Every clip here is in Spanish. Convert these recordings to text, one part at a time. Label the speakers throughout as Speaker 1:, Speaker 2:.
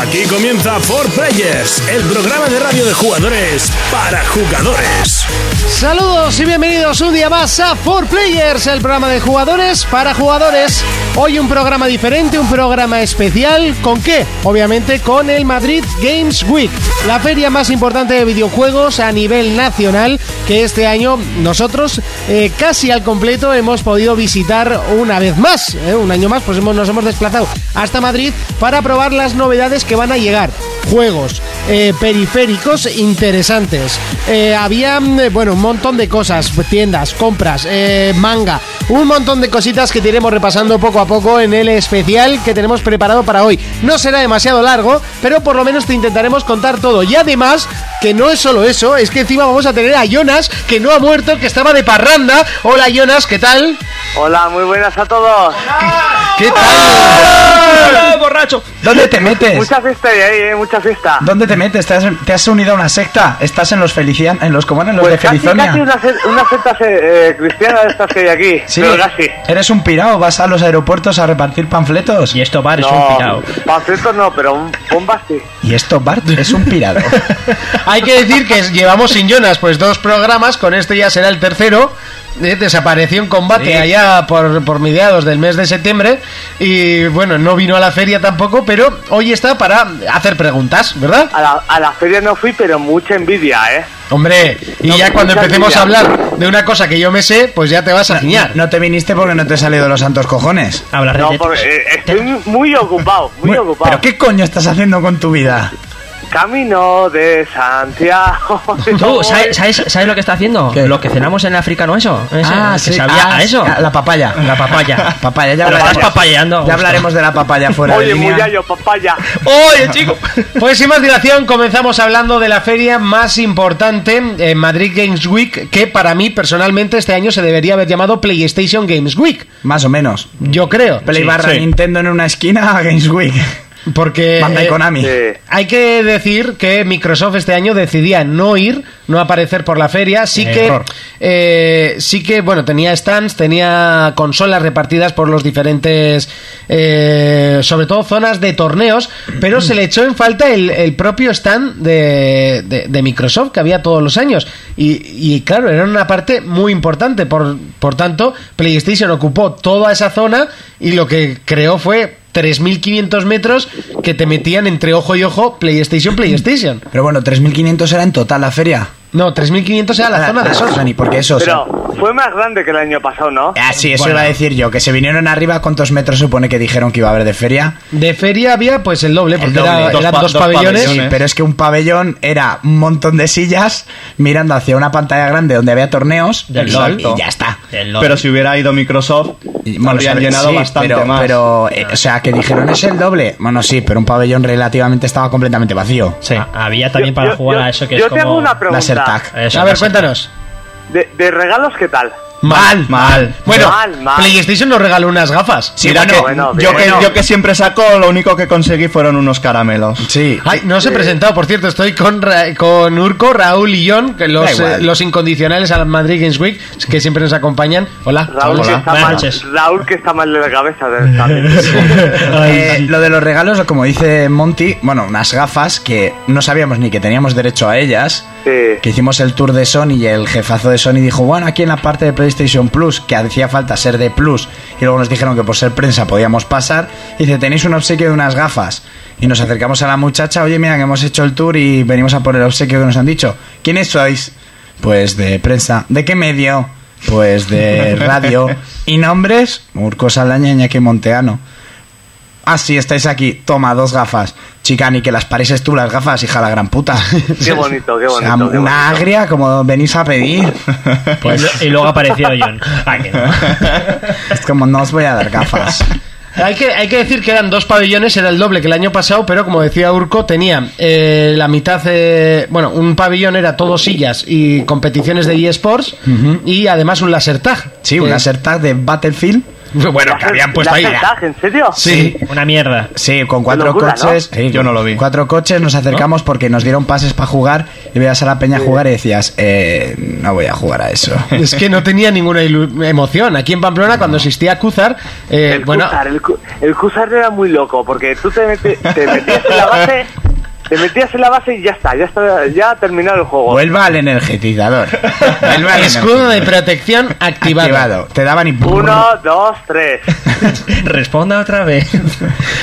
Speaker 1: Aquí comienza For Players, el programa de radio de jugadores para jugadores.
Speaker 2: Saludos y bienvenidos un día más a 4 Players, el programa de jugadores para jugadores. Hoy un programa diferente, un programa especial. ¿Con qué? Obviamente con el Madrid Games Week, la feria más importante de videojuegos a nivel nacional que este año nosotros eh, casi al completo hemos podido visitar una vez más. ¿eh? Un año más, pues hemos- nos hemos desplazado hasta Madrid para probar las novedades que van a llegar. Juegos, eh, periféricos interesantes. Eh, había, mm, eh, bueno, un montón de cosas, tiendas, compras, eh, manga, un montón de cositas que te iremos repasando poco a poco en el especial que tenemos preparado para hoy. No será demasiado largo, pero por lo menos te intentaremos contar todo. Y además, que no es solo eso, es que encima vamos a tener a Jonas, que no ha muerto, que estaba de parranda. Hola Jonas, ¿qué tal?
Speaker 3: Hola, muy buenas a todos.
Speaker 2: ¿Qué tal?
Speaker 4: borracho! ¿Dónde te metes?
Speaker 3: Mucha fiesta de ahí, ¿eh? mucha fiesta.
Speaker 4: ¿Dónde te metes? ¿Te has, te has unido a una secta? ¿Estás en los Felician, en los, ¿cómo eran los
Speaker 3: Pues
Speaker 4: de
Speaker 3: casi,
Speaker 4: Felizonia?
Speaker 3: casi una, se- una secta se- eh, cristiana de estas que hay aquí.
Speaker 4: Sí,
Speaker 3: Pero casi.
Speaker 4: eres un pirao, vas a los aeropuertos a repartir panfletos.
Speaker 5: Y esto bar es un
Speaker 3: No,
Speaker 5: pirao.
Speaker 3: panfletos no, pero un bomba sí.
Speaker 4: Y esto, Bart, es un pirado.
Speaker 2: Hay que decir que llevamos sin Jonas pues dos programas, con este ya será el tercero. Eh, desapareció en combate
Speaker 4: Sí.
Speaker 2: allá por, por mediados del mes de septiembre y bueno, no vino a la feria tampoco, pero hoy está para hacer preguntas, ¿verdad?
Speaker 3: A la, a la feria no fui, pero mucha envidia, ¿eh?
Speaker 2: Hombre, y
Speaker 3: No,
Speaker 2: ya cuando
Speaker 3: mucha
Speaker 2: empecemos a
Speaker 3: envidia.
Speaker 2: hablar de una cosa que yo me sé, pues ya te vas a guiñar.
Speaker 4: No te viniste porque no te he salido de los santos cojones.
Speaker 5: Hablaré
Speaker 3: No,
Speaker 5: de-
Speaker 3: porque eh, estoy muy ocupado, muy,
Speaker 4: Muy-
Speaker 3: ocupado.
Speaker 4: ¿Pero qué coño estás haciendo con tu vida?
Speaker 3: Camino de Santiago.
Speaker 5: Tú, ¿sabes, sabes, sabes lo que está haciendo?
Speaker 4: ¿Qué?
Speaker 5: Lo que cenamos en africano eso. Ese, que sabía
Speaker 4: Ah,
Speaker 5: a eso.
Speaker 4: sí, ah, La papaya.
Speaker 5: La papaya.
Speaker 4: Papaya, ya
Speaker 5: Pero
Speaker 4: hablaremos.
Speaker 5: estás papayeando,
Speaker 4: Ya
Speaker 5: Augusto.
Speaker 4: hablaremos de la papaya fuera de
Speaker 3: Oye,
Speaker 4: línea.
Speaker 3: muy gallo, papaya.
Speaker 5: ¡Oye, chico!
Speaker 2: Pues sin más dilación, comenzamos hablando de la feria más importante en Madrid Games Week, que para mí personalmente este año se debería haber llamado PlayStation Games Week,
Speaker 4: Más o menos.
Speaker 2: yo creo.
Speaker 4: Play barra Nintendo en una esquina a Games Week.
Speaker 2: Porque
Speaker 4: Bandai
Speaker 2: eh,
Speaker 4: Konami.
Speaker 3: Sí.
Speaker 2: hay que decir que Microsoft este año decidía no ir, no aparecer por la feria, sí que
Speaker 5: Error.
Speaker 2: eh, sí que bueno tenía stands, tenía consolas repartidas por los diferentes, eh, sobre todo zonas de torneos, pero se le echó en falta el, el propio stand de, de- de Microsoft que había todos los años y, y, claro era una parte muy importante por por tanto PlayStation ocupó toda esa zona y lo que creó fue 3.500 metros que te metían entre ojo y ojo PlayStation, PlayStation.
Speaker 4: Pero bueno, 3.500 era en total la feria. Ah,
Speaker 2: No, 3.500 era la zona de Sony.
Speaker 4: Sony, porque eso...
Speaker 3: Pero fue más grande que el año pasado, ¿no?
Speaker 4: Ah, sí, eso
Speaker 5: Bueno.
Speaker 4: iba a decir yo, que se vinieron arriba, ¿cuántos metros supone que dijeron que iba a haber de feria?
Speaker 2: De feria había pues el doble, porque
Speaker 4: doble,
Speaker 2: era-
Speaker 4: dos
Speaker 2: eran
Speaker 6: pa-
Speaker 2: dos
Speaker 6: dos
Speaker 2: pabellones.
Speaker 4: Sí,
Speaker 6: ¿eh?
Speaker 4: pero es que un pabellón era un montón de sillas mirando hacia una pantalla grande donde había torneos
Speaker 5: Del
Speaker 4: y,
Speaker 5: LOL.
Speaker 4: y ya está.
Speaker 5: El loro.
Speaker 6: Pero si hubiera ido Microsoft,
Speaker 4: Y, bueno,
Speaker 6: habrían
Speaker 4: sabe-
Speaker 6: llenado
Speaker 4: sí,
Speaker 6: bastante
Speaker 4: pero,
Speaker 6: más.
Speaker 4: Pero, eh, o sea, que dijeron es el doble. Bueno, sí, pero un pabellón relativamente estaba completamente vacío.
Speaker 5: Sí. Ah, Había también
Speaker 3: Yo-
Speaker 5: para
Speaker 3: yo-
Speaker 5: jugar
Speaker 3: yo-
Speaker 5: a eso que
Speaker 3: yo
Speaker 5: es
Speaker 3: te hago
Speaker 5: como...
Speaker 3: una pregunta.
Speaker 4: Lasertag.
Speaker 5: Eso,
Speaker 2: A ver,
Speaker 5: no sé.
Speaker 2: cuéntanos.
Speaker 3: De, de regalos, ¿qué tal?
Speaker 2: Mal,
Speaker 6: mal.
Speaker 2: Bueno,
Speaker 3: Mal, mal.
Speaker 2: PlayStation nos regaló unas gafas.
Speaker 4: Sí,
Speaker 6: Mira
Speaker 4: bueno,
Speaker 6: que
Speaker 3: bueno,
Speaker 6: yo,
Speaker 3: bien.
Speaker 6: que yo que siempre saco, lo único que conseguí fueron unos caramelos.
Speaker 4: Sí.
Speaker 2: Ay, no os he presentado, por cierto, estoy con, Ra- con Urco, Raúl y John, que los,
Speaker 4: igual.
Speaker 2: eh, los incondicionales a la Madrid Games Week, que siempre nos acompañan. Hola.
Speaker 3: Raúl,
Speaker 5: Hola,
Speaker 3: que está
Speaker 5: buenas
Speaker 3: mal,
Speaker 5: noches.
Speaker 3: Raúl que está mal de la cabeza. de- también.
Speaker 4: Eh, lo de los regalos, como dice Monty, bueno, unas gafas que no sabíamos ni que teníamos derecho a ellas.
Speaker 3: Sí.
Speaker 4: Que hicimos el tour de Sony y el jefazo de Sony dijo, bueno, aquí en la parte de PlayStation Plus, que hacía falta ser de Plus, y luego nos dijeron que por ser prensa podíamos pasar, y dice, tenéis un obsequio de unas gafas. Y nos acercamos a la muchacha, oye, mira, que hemos hecho el tour y venimos a por el obsequio que nos han dicho. ¿Quiénes sois? Pues de prensa. ¿De qué medio? Pues de radio. ¿Y nombres? Urco Saldaña y Iñaki Monteano. Ah, sí, estáis aquí. Toma, dos gafas. Chica, ni que las pareces tú las gafas, hija de la gran puta.
Speaker 3: Qué bonito, qué
Speaker 4: O sea,
Speaker 3: bonito. qué bonito.
Speaker 4: una agria como venís a pedir.
Speaker 2: Pues,
Speaker 5: Y, luego apareció John. Ah, que no.
Speaker 4: Es como no os voy a dar gafas.
Speaker 2: Hay que, hay que decir que eran dos pabellones, era el doble que el año pasado, pero como decía Urco, tenía eh, la mitad, eh, bueno, un pabellón era todo sillas y competiciones de eSports y además un laser tag.
Speaker 4: Sí, un
Speaker 2: Que-
Speaker 4: laser tag de Battlefield. Bueno, que habían puesto
Speaker 3: ¿La
Speaker 4: ahí.
Speaker 3: mensaje, en serio?
Speaker 4: Sí.
Speaker 5: Una mierda.
Speaker 4: Sí, con cuatro
Speaker 3: locura,
Speaker 4: coches.
Speaker 6: ¿no?
Speaker 4: sí,
Speaker 6: Yo no lo vi.
Speaker 4: Cuatro coches nos acercamos porque nos dieron pases para jugar y veías a la peña jugar y decías, eh, no voy a jugar a eso.
Speaker 2: Es que no tenía ninguna ilu- emoción. Aquí en Pamplona, cuando existía Cúzar, eh,
Speaker 3: El
Speaker 2: bueno,
Speaker 3: Cusar, el, Cu- el Cusar era muy loco, porque tú te, meti- te metías en la base, te metías en la base y ya está, ya está, ya ha terminado el juego.
Speaker 4: Vuelva al energetizador. Vuelva al
Speaker 2: escudo de
Speaker 4: energetizador.
Speaker 2: protección activado.
Speaker 4: Activado. Te daban y
Speaker 3: Uno, dos, tres.
Speaker 5: Responda otra vez.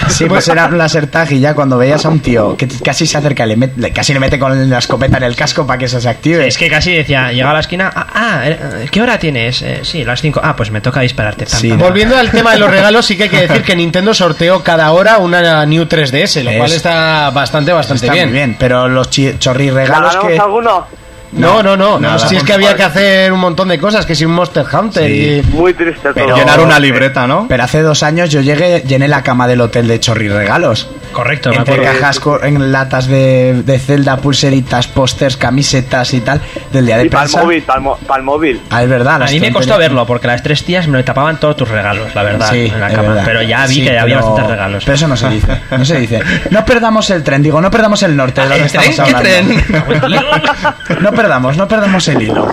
Speaker 4: Sí, pues era un laser tag y ya cuando veías a un tío que casi se acerca, le met- le- casi le mete con la escopeta en el casco para que se desactive.
Speaker 5: Es que casi decía, llegaba a la esquina, ah, ah, eh, ¿qué hora tienes? Eh, sí, las 5. Ah, pues me toca dispararte. Pam,
Speaker 4: Sí,
Speaker 5: pam, pam.
Speaker 2: Volviendo al tema de los regalos, sí que hay que decir que Nintendo sorteó cada hora una New 3DS, lo
Speaker 4: Es-
Speaker 2: cual está bastante, bastante
Speaker 4: Está
Speaker 2: bien.
Speaker 4: muy bien, pero los chi- chorri
Speaker 3: ¿La
Speaker 4: regalos
Speaker 3: ganamos
Speaker 4: que...
Speaker 3: alguno?
Speaker 2: No, no, no, no,
Speaker 4: Nada.
Speaker 2: Si es que había que hacer un montón de cosas, que si un Monster Hunter
Speaker 4: Sí.
Speaker 2: y...
Speaker 3: Muy triste
Speaker 4: Pero-
Speaker 3: todo.
Speaker 6: Llenar una libreta, ¿no?
Speaker 4: Pero hace dos años yo llegué, llené la cama del hotel de chorri regalos.
Speaker 5: Correcto, me
Speaker 4: entre
Speaker 5: acuerdo.
Speaker 4: cajas co- en latas de, de celda, pulseritas, pósters, camisetas y tal, del día de
Speaker 3: Y para el
Speaker 4: prensa.
Speaker 3: móvil, para el, mo- pa'l móvil.
Speaker 4: Ah, es verdad.
Speaker 5: A
Speaker 4: las
Speaker 5: mí me
Speaker 4: que
Speaker 5: costó
Speaker 4: han tenido-
Speaker 5: verlo porque las tres tías me lo tapaban todos tus regalos, la verdad,
Speaker 4: Sí,
Speaker 5: en la
Speaker 4: es
Speaker 5: cama.
Speaker 4: verdad.
Speaker 5: Pero ya vi
Speaker 4: Sí,
Speaker 5: que había
Speaker 4: pero-
Speaker 5: bastantes regalos.
Speaker 4: Pero eso no se dice, no se dice. No perdamos el tren, digo, no perdamos el norte de donde
Speaker 5: Ah, ¿El tren?
Speaker 4: estamos hablando. No perdamos, no perdamos el hilo.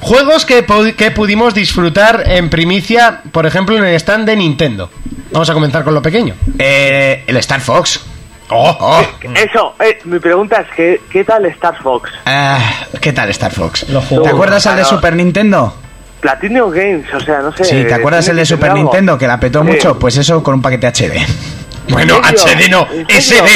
Speaker 2: Juegos que, pu- que pudimos disfrutar en primicia, por ejemplo, en el stand de Nintendo. Vamos a comenzar con lo pequeño.
Speaker 4: Eh, el Star Fox.
Speaker 3: Oh,
Speaker 4: Oh, Mm.
Speaker 3: Eso, eh, mi pregunta es, ¿qué, qué tal Star Fox?
Speaker 4: Ah, ¿Qué tal Star Fox?
Speaker 5: Lo jugué.
Speaker 4: ¿Te acuerdas al de
Speaker 3: Ah, no.
Speaker 4: Super Nintendo?
Speaker 3: Platinum Games, o sea, no sé.
Speaker 4: Sí, ¿te acuerdas
Speaker 3: tiene
Speaker 4: el de
Speaker 3: que
Speaker 4: Super
Speaker 3: tener algo.
Speaker 4: Nintendo que la petó
Speaker 3: Sí.
Speaker 4: mucho? Pues eso con un paquete HD.
Speaker 2: Bueno,
Speaker 3: ¿En serio?
Speaker 2: HD no,
Speaker 3: ¿En serio?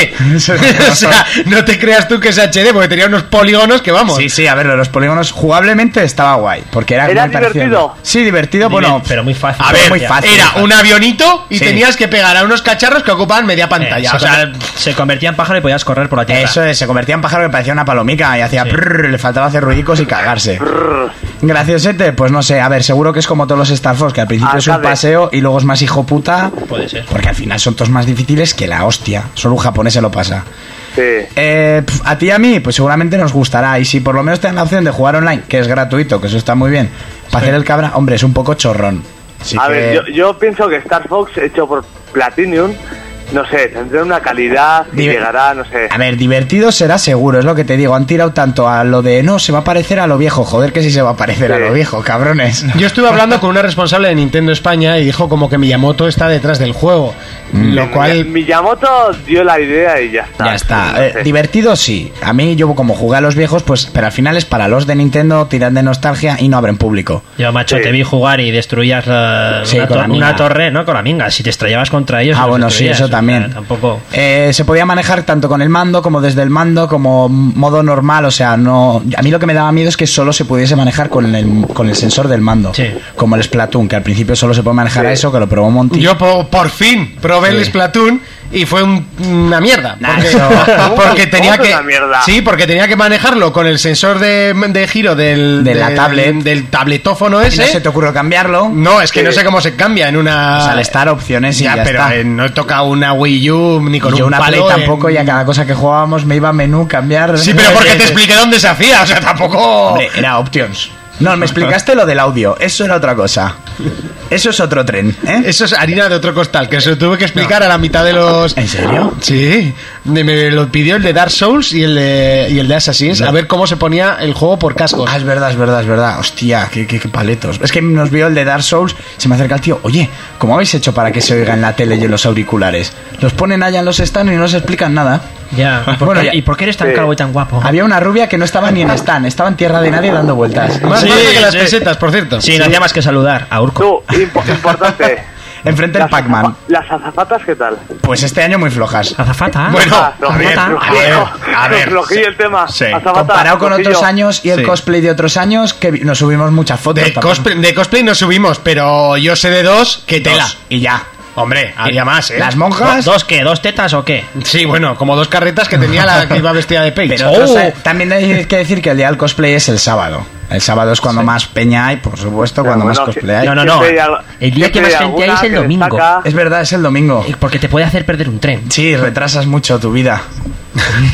Speaker 2: SD. o sea, no te creas tú que es HD, porque tenía unos polígonos que vamos.
Speaker 4: Sí, sí, a ver, lo de los polígonos jugablemente estaba guay. Porque era,
Speaker 3: ¿Era
Speaker 4: muy parecido.
Speaker 3: divertido?
Speaker 4: Sí, divertido, bueno.
Speaker 5: pero muy fácil.
Speaker 2: A ver,
Speaker 4: muy fácil.
Speaker 2: era un avionito y
Speaker 4: Sí.
Speaker 2: tenías que pegar a unos cacharros que ocupaban media
Speaker 5: Eh,
Speaker 2: pantalla.
Speaker 5: o sea, se convertía en pájaro y podías correr por la tierra.
Speaker 4: Eso es, se convertía en pájaro que parecía una palomica y hacía
Speaker 5: Sí.
Speaker 4: prrr, le faltaba hacer ruidicos y cagarse. Graciosete, pues no sé, a ver, seguro que es como todos los Star Fox, que al principio es un
Speaker 3: Arcade.
Speaker 4: paseo y luego es más hijo puta.
Speaker 5: Puede ser.
Speaker 4: Porque al final son todos más difíciles que la hostia. Solo un japonés se lo pasa.
Speaker 3: Sí.
Speaker 4: Eh, pf, a ti y a mí, pues seguramente nos gustará. Y si por lo menos te dan la opción de jugar online, que es gratuito, que eso está muy bien, para hacer el cabra, hombre, es un poco chorrón. Así
Speaker 3: A
Speaker 4: que-
Speaker 3: ver, yo, yo pienso que Star Fox hecho por Platinum, no sé, tendrá una calidad y
Speaker 4: Diver-
Speaker 3: llegará, no sé.
Speaker 4: A ver, divertido será seguro, es lo que te digo. Han tirado tanto a lo de no, se va a parecer a lo viejo. Joder, que sí se va a parecer a
Speaker 3: Sí.
Speaker 4: lo viejo, cabrones.
Speaker 2: Yo estuve hablando con una responsable de Nintendo España y dijo como que Miyamoto está detrás del juego.
Speaker 4: Mm.
Speaker 2: Lo cual...
Speaker 3: Miyamoto dio la idea y ya está.
Speaker 4: Ya está.
Speaker 3: No
Speaker 4: Eh,
Speaker 3: Ah, sé.
Speaker 4: divertido sí. A mí, yo como jugué a los viejos, pues, pero al final es para los de Nintendo, tiran de nostalgia y no abren público.
Speaker 5: Yo, macho,
Speaker 3: Sí.
Speaker 5: te vi jugar y destruías la-
Speaker 4: Sí,
Speaker 5: una,
Speaker 4: con
Speaker 5: to-
Speaker 4: la minga.
Speaker 5: una torre, ¿no? Con la minga. Si te estrellabas contra ellos.
Speaker 4: Ah,
Speaker 5: los
Speaker 4: bueno, sí,
Speaker 5: destruías,
Speaker 4: eso
Speaker 5: o sea,
Speaker 4: también.
Speaker 5: Tampoco.
Speaker 4: Eh, se podía manejar tanto con el mando como desde el mando, como modo normal. O sea, no. A mí lo que me daba miedo es que solo se pudiese manejar con el, con el sensor del mando.
Speaker 5: Sí.
Speaker 4: Como el Splatoon, que al principio solo se puede manejar a
Speaker 3: Sí.
Speaker 4: eso, que lo probó Monty.
Speaker 2: Yo po- por, fin probé el
Speaker 4: Sí.
Speaker 2: Splatoon y fue un- una mierda.
Speaker 4: Nah,
Speaker 2: Porque,
Speaker 4: eso-
Speaker 2: porque
Speaker 3: ¿Cómo que-
Speaker 2: tenía
Speaker 3: cómo que
Speaker 2: que...
Speaker 3: una mierda?
Speaker 2: Sí, porque tenía que manejarlo con el sensor de, de giro del...
Speaker 4: De la
Speaker 2: del-
Speaker 4: tablet.
Speaker 2: Del tabletófono
Speaker 4: Y no se
Speaker 2: ese.
Speaker 4: te ocurrió cambiarlo.
Speaker 2: No, es que
Speaker 3: Sí.
Speaker 2: no sé cómo se cambia en una...
Speaker 4: O sea, al estar opciones y
Speaker 2: Ya,
Speaker 4: ya
Speaker 2: pero
Speaker 4: está.
Speaker 2: eh, no he tocado una Wii U ni con
Speaker 4: Y yo
Speaker 2: un
Speaker 4: una Play
Speaker 2: palo en-
Speaker 4: tampoco y a cada cosa que jugábamos me iba a menú, cambiar...
Speaker 2: Sí, pero porque te expliqué dónde se hacía, o sea, tampoco...
Speaker 4: Hombre, era Options. No, me explicaste lo del audio. Eso era otra cosa. Eso es otro tren, ¿eh?
Speaker 2: Eso es harina de otro costal, que se lo tuve que explicar a la mitad de los...
Speaker 4: ¿En serio?
Speaker 2: Sí, me, me lo pidió el de Dark Souls y el de, y el de Assassin's, a ver cómo se ponía el juego por cascos.
Speaker 4: Ah, es verdad, es verdad, es verdad. Hostia, qué, qué- qué paletos. Es que nos vio el de Dark Souls, se me acerca el tío. Oye, ¿cómo habéis hecho para que se oiga en la tele y en los auriculares? Los ponen allá en los stands y no se explican nada.
Speaker 5: Ya. ¿Y por,
Speaker 4: Bueno,
Speaker 5: qué,
Speaker 4: ya-
Speaker 5: y por qué eres tan
Speaker 3: Sí.
Speaker 5: calvo y tan guapo?
Speaker 4: Había una rubia que no estaba ni en stand, estaba en tierra de nadie dando vueltas.
Speaker 2: Más
Speaker 5: Sí,
Speaker 2: barato que las
Speaker 5: sí.
Speaker 2: pesetas, por cierto.
Speaker 5: Sí, no hacía más que saludar a Urco.
Speaker 3: Tú, impo- importante.
Speaker 4: Enfrente del
Speaker 3: Las
Speaker 4: Pac-Man.
Speaker 3: azafa- Las azafatas, ¿qué tal?
Speaker 4: Pues este año muy flojas.
Speaker 5: Azafata.
Speaker 2: Bueno,
Speaker 3: Ah, flojillo,
Speaker 5: azafata.
Speaker 3: flojillo.
Speaker 6: a ver,
Speaker 3: Flojillo el tema.
Speaker 6: sí.
Speaker 3: Azafata,
Speaker 4: Comparado con
Speaker 3: flojillo.
Speaker 4: otros años y el
Speaker 6: Sí.
Speaker 4: cosplay de otros años, que vi- nos subimos muchas fotos.
Speaker 2: De
Speaker 4: tampoco.
Speaker 2: cosplay, de cosplay no subimos, pero yo sé de dos que tela.
Speaker 4: Dos, Y ya.
Speaker 2: Hombre, había más, ¿eh?
Speaker 4: Las monjas.
Speaker 5: ¿Dos qué? ¿Dos tetas o qué?
Speaker 2: Sí, bueno, como dos carretas que tenía la que iba vestida de Paige.
Speaker 4: Pero otros, eh, también hay que decir que el día del cosplay es el sábado. El sábado es cuando más peña hay, por supuesto, cuando
Speaker 3: bueno, sí.
Speaker 4: más cosplay hay.
Speaker 5: No, no, no.
Speaker 3: Siempre hay algo-
Speaker 5: El día que
Speaker 3: siempre
Speaker 5: más
Speaker 3: hay
Speaker 5: gente hay es el
Speaker 3: alguna que
Speaker 5: domingo.
Speaker 3: destaca.
Speaker 4: Es verdad, es el domingo.
Speaker 5: Porque te puede hacer perder un tren.
Speaker 4: Sí, retrasas mucho tu vida.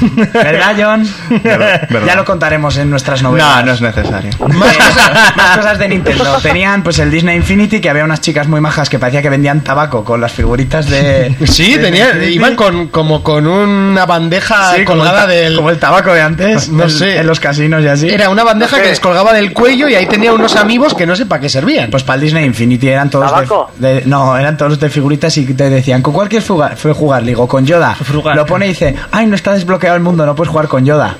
Speaker 4: ¿Verdad, John?
Speaker 6: Ver- verdad.
Speaker 4: Ya lo contaremos en nuestras novelas.
Speaker 6: No, no es necesario.
Speaker 4: Más cosas, más cosas de Nintendo. Tenían pues el Disney Infinity, que había unas chicas muy majas que parecía que vendían tabaco con las figuritas de.
Speaker 2: Oh. Sí,
Speaker 4: de
Speaker 2: tenía,
Speaker 4: Infinity.
Speaker 2: iban con, como con una bandeja
Speaker 4: Sí, como el
Speaker 2: colgada
Speaker 4: ta-
Speaker 2: del...
Speaker 4: Como el tabaco de antes.
Speaker 2: No
Speaker 4: del-
Speaker 2: sé.
Speaker 4: En los casinos y así.
Speaker 2: Era una bandeja
Speaker 3: No sé.
Speaker 2: que les colgaba del cuello y ahí tenía unos amigos que no sé para qué servían.
Speaker 4: Pues para el Disney Infinity eran todos
Speaker 3: ¿Tabaco?
Speaker 4: de, de- No, eran todos de figuritas y te decían ¿Con cuál quieres fuga- fue jugar? Le digo, con Yoda
Speaker 5: Frugar.
Speaker 4: Lo pone y dice Ay, no está desbloqueado el mundo, no puedes jugar con Yoda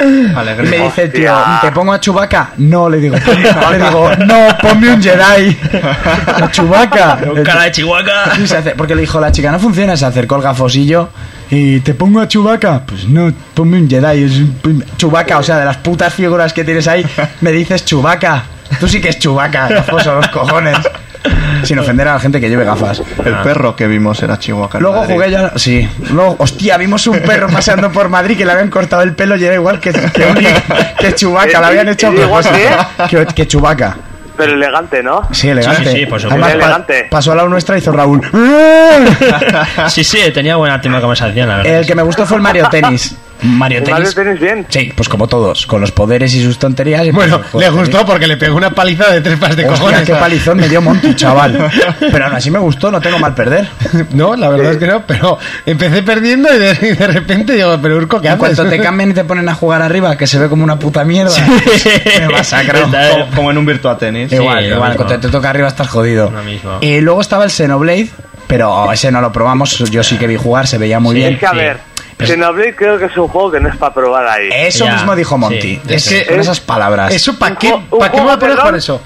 Speaker 4: Y me
Speaker 6: Alegría.
Speaker 4: dice el tío
Speaker 3: Hostia.
Speaker 4: ¿Te pongo a Chubaca? No, le digo Le digo, no, ponme un Jedi A Chubaca
Speaker 5: Cara de Chihuahua.
Speaker 4: Y se hace- porque le dijo la chica, no funciona, se acercó el gafosillo y te pongo a Chubaca. Pues no, ponme un Jedi. Es un- Chewbacca, o sea, de las putas figuras que tienes ahí, me dices Chubaca. Tú sí que es Chubaca, gafoso, los cojones. Sin ofender a la gente que lleve gafas.
Speaker 6: El perro que vimos era Chihuahua. en
Speaker 4: Luego
Speaker 6: Madrid.
Speaker 4: jugué yo. Sí. Luego, hostia, vimos un perro paseando por Madrid que le habían cortado el pelo y era igual que, que, un- que Chubaca. Le habían hecho a
Speaker 3: ¿Y igual
Speaker 4: propósito. Que, que Chubaca.
Speaker 3: Pero elegante, ¿no?
Speaker 4: Sí, elegante.
Speaker 5: sí, por supuesto.
Speaker 4: Además, pa-
Speaker 3: Elegante.
Speaker 4: pasó a la nuestra y hizo Raúl.
Speaker 5: Sí, sí, tenía buena tema de conversación, la verdad.
Speaker 4: El que me gustó fue el Mario Tennis. Mario
Speaker 3: Igual lo
Speaker 4: Tennis.
Speaker 3: tenéis bien.
Speaker 4: Sí, pues como todos, con los poderes y sus tonterías. y
Speaker 2: Bueno,
Speaker 4: pues,
Speaker 2: le
Speaker 4: joder,
Speaker 2: gustó porque le pegó una paliza de tres pares de
Speaker 4: Hostia,
Speaker 2: cojones.
Speaker 4: qué palizón me dio Monty, chaval. Pero aún así me gustó, no tengo mal perder.
Speaker 2: No, la verdad es que no, pero empecé perdiendo y de, y de repente digo, pero Urco, ¿qué
Speaker 4: En
Speaker 2: haces?
Speaker 4: cuanto te cambian y te ponen a jugar arriba, que se ve como una puta mierda. Me masacró.
Speaker 5: eh.
Speaker 6: Como, como en un Virtua Tenis.
Speaker 5: Sí.
Speaker 4: igual,
Speaker 5: lo
Speaker 4: igual,
Speaker 5: mismo.
Speaker 4: cuando te toca arriba estás jodido.
Speaker 5: Lo mismo.
Speaker 4: Y luego estaba el Xenoblade, pero ese no lo probamos, yo sí que vi jugar, se veía muy
Speaker 5: Sí.
Speaker 4: bien.
Speaker 3: Es que a ver,
Speaker 4: Pero-
Speaker 3: Xenoblade creo que es un juego que no es para probar ahí.
Speaker 4: Eso
Speaker 5: Ya,
Speaker 4: mismo dijo
Speaker 5: sí,
Speaker 4: Monty.
Speaker 5: de
Speaker 4: es
Speaker 5: eso.
Speaker 4: que con esas palabras.
Speaker 2: ¿Eso para
Speaker 3: Un
Speaker 2: qué,
Speaker 3: jo- un
Speaker 2: ¿pa qué me
Speaker 3: juego
Speaker 2: voy a poner
Speaker 3: de
Speaker 2: con
Speaker 3: rol.
Speaker 2: eso?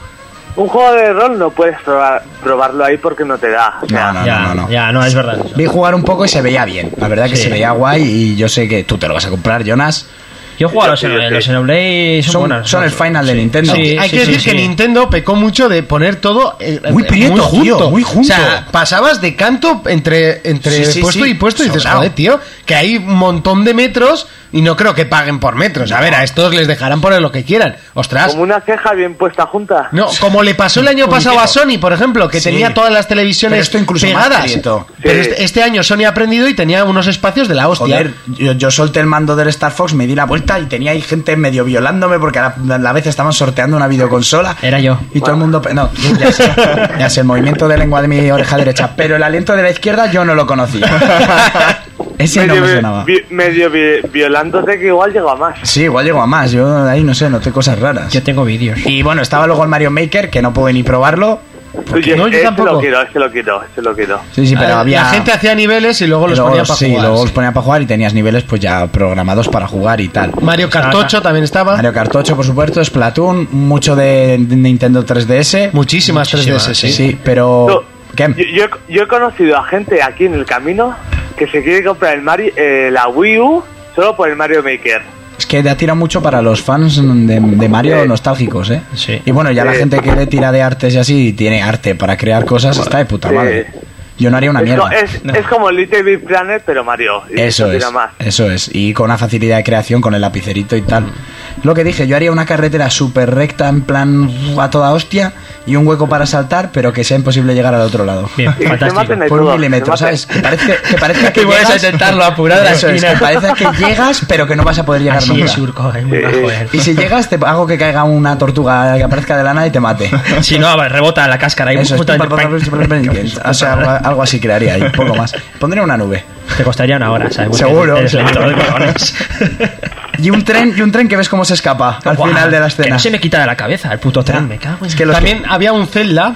Speaker 3: Un juego de rol no puedes probar, probarlo ahí porque no te da. O sea,
Speaker 4: No, no,
Speaker 5: Ya,
Speaker 4: no, no.
Speaker 5: ya, no, es verdad. eso.
Speaker 4: Vi jugar un poco y se veía bien. La verdad que
Speaker 5: Sí.
Speaker 4: se veía guay y yo sé que tú te lo vas a comprar, Jonas.
Speaker 5: Yo he jugado a los,
Speaker 3: Sí, sí, sí.
Speaker 5: los Xenoblade, son,
Speaker 4: Son-
Speaker 5: buenas,
Speaker 4: son el final de Nintendo.
Speaker 5: Sí,
Speaker 2: Hay
Speaker 5: sí,
Speaker 2: que
Speaker 5: sí,
Speaker 2: decir
Speaker 5: sí.
Speaker 2: que Nintendo pecó mucho de poner todo eh,
Speaker 4: Muy prieto, tío, muy junto.
Speaker 2: O sea, pasabas de canto entre, entre
Speaker 4: Sí, sí,
Speaker 2: puesto
Speaker 4: sí,
Speaker 2: y puesto y dices,
Speaker 4: sobrao.
Speaker 2: joder, tío, que hay un montón de metros y no creo que paguen por metros. A ver, a estos les dejarán poner lo que quieran. Ostras.
Speaker 3: como una ceja bien puesta junta.
Speaker 2: No, como le pasó el año pasado a Sony, por ejemplo, que
Speaker 4: Sí.
Speaker 2: tenía todas las
Speaker 4: Pero
Speaker 2: televisiones
Speaker 4: esto incluso más
Speaker 2: pegadas.
Speaker 4: prieto.
Speaker 2: Pero
Speaker 3: Sí.
Speaker 2: este, este año Sony ha aprendido y tenía unos espacios de la hostia.
Speaker 4: Joder, yo, yo solté el mando del Star Fox, me di la vuelta y tenía ahí gente medio violándome porque a la, a la vez estaban sorteando una videoconsola.
Speaker 5: Era yo.
Speaker 4: Y todo el mundo. pe- No, ya sé, ya sé, el movimiento de lengua de mi oreja derecha. Pero el aliento de la izquierda yo no lo conocía. Ese no
Speaker 3: medio,
Speaker 4: me
Speaker 3: vi-
Speaker 4: sonaba.
Speaker 3: vi- medio vi- violándote que igual llegó a más.
Speaker 4: Sí, igual llego a más. Yo ahí no sé, noté cosas raras.
Speaker 5: Yo tengo vídeos.
Speaker 4: Y bueno, estaba luego el Mario Maker, que no pude ni probarlo.
Speaker 3: Oye,
Speaker 2: no, yo
Speaker 3: ese
Speaker 2: tampoco.
Speaker 3: lo quiero, ese lo quiero, ese lo quiero.
Speaker 4: Sí, sí, pero
Speaker 2: Ah,
Speaker 4: había.
Speaker 2: La gente hacía niveles y luego los
Speaker 4: Luego,
Speaker 2: ponía para
Speaker 4: sí,
Speaker 2: jugar.
Speaker 4: luego los
Speaker 2: sí.
Speaker 4: ponía para jugar y tenías niveles pues ya programados para jugar y tal.
Speaker 2: Mario Kart 8 también estaba.
Speaker 4: Mario Kart 8, por supuesto, Splatoon, mucho de Nintendo 3DS.
Speaker 2: Muchísimas,
Speaker 5: Muchísimas,
Speaker 2: 3DS, sí.
Speaker 4: sí. pero...
Speaker 3: No,
Speaker 4: Oh, ¿Qué?
Speaker 3: Yo, yo he- yo he conocido a gente aquí en el camino que se quiere comprar el Mario, eh, la Wii U solo por el Mario Maker.
Speaker 4: Es que te ha tirado mucho para los fans de, de Mario
Speaker 3: Sí.
Speaker 4: nostálgicos, ¿eh?
Speaker 5: Sí.
Speaker 4: Y bueno, ya la
Speaker 3: Sí.
Speaker 4: gente que le tira de artes y así y tiene arte para crear cosas está de puta
Speaker 3: Sí.
Speaker 4: madre. Yo no haría una
Speaker 3: Es,
Speaker 4: mierda.
Speaker 3: co- eh, es, es como Little Big Planet, pero Mario. y
Speaker 4: Eso
Speaker 3: no
Speaker 4: es,
Speaker 3: tiene Más.
Speaker 4: eso es. Y con una facilidad de creación, con el lapicerito y tal. Lo que dije, yo haría una carretera súper recta, en plan a toda hostia, y un hueco para saltar, pero que sea imposible llegar al otro lado.
Speaker 5: Bien,
Speaker 3: Y que se
Speaker 5: fantástico.
Speaker 3: maten ahí
Speaker 4: Por un
Speaker 3: todos,
Speaker 4: milímetro,
Speaker 3: se maten.
Speaker 4: ¿sabes? Que parezca que, parezca que
Speaker 5: Y vuelves a
Speaker 4: llegas-
Speaker 5: intentarlo apurado a la
Speaker 4: Eso es,
Speaker 5: esquina.
Speaker 4: que parezca que llegas, pero que no vas a poder llegar
Speaker 5: Así
Speaker 4: nunca.
Speaker 5: es Urco, es muy
Speaker 3: Sí.
Speaker 5: bajo eh. él.
Speaker 4: Y si llegas, te hago que caiga una tortuga que aparezca de la nada y te mate.
Speaker 5: Si no, va, rebota la cáscara y
Speaker 4: Eso es.
Speaker 5: justamente-
Speaker 4: O sea, algo, algo así crearía y poco más. Pondría una nube.
Speaker 5: Te costaría una hora, ¿sabes? Porque
Speaker 4: Seguro.
Speaker 5: Eres lento de cojones.
Speaker 4: Y un tren, y un tren que ves cómo se escapa al
Speaker 5: Guau,
Speaker 4: final de la
Speaker 5: Que
Speaker 4: escena.
Speaker 5: no se me quita de la cabeza el puto tren, me cago en...
Speaker 4: Es que los
Speaker 2: También había un Zelda,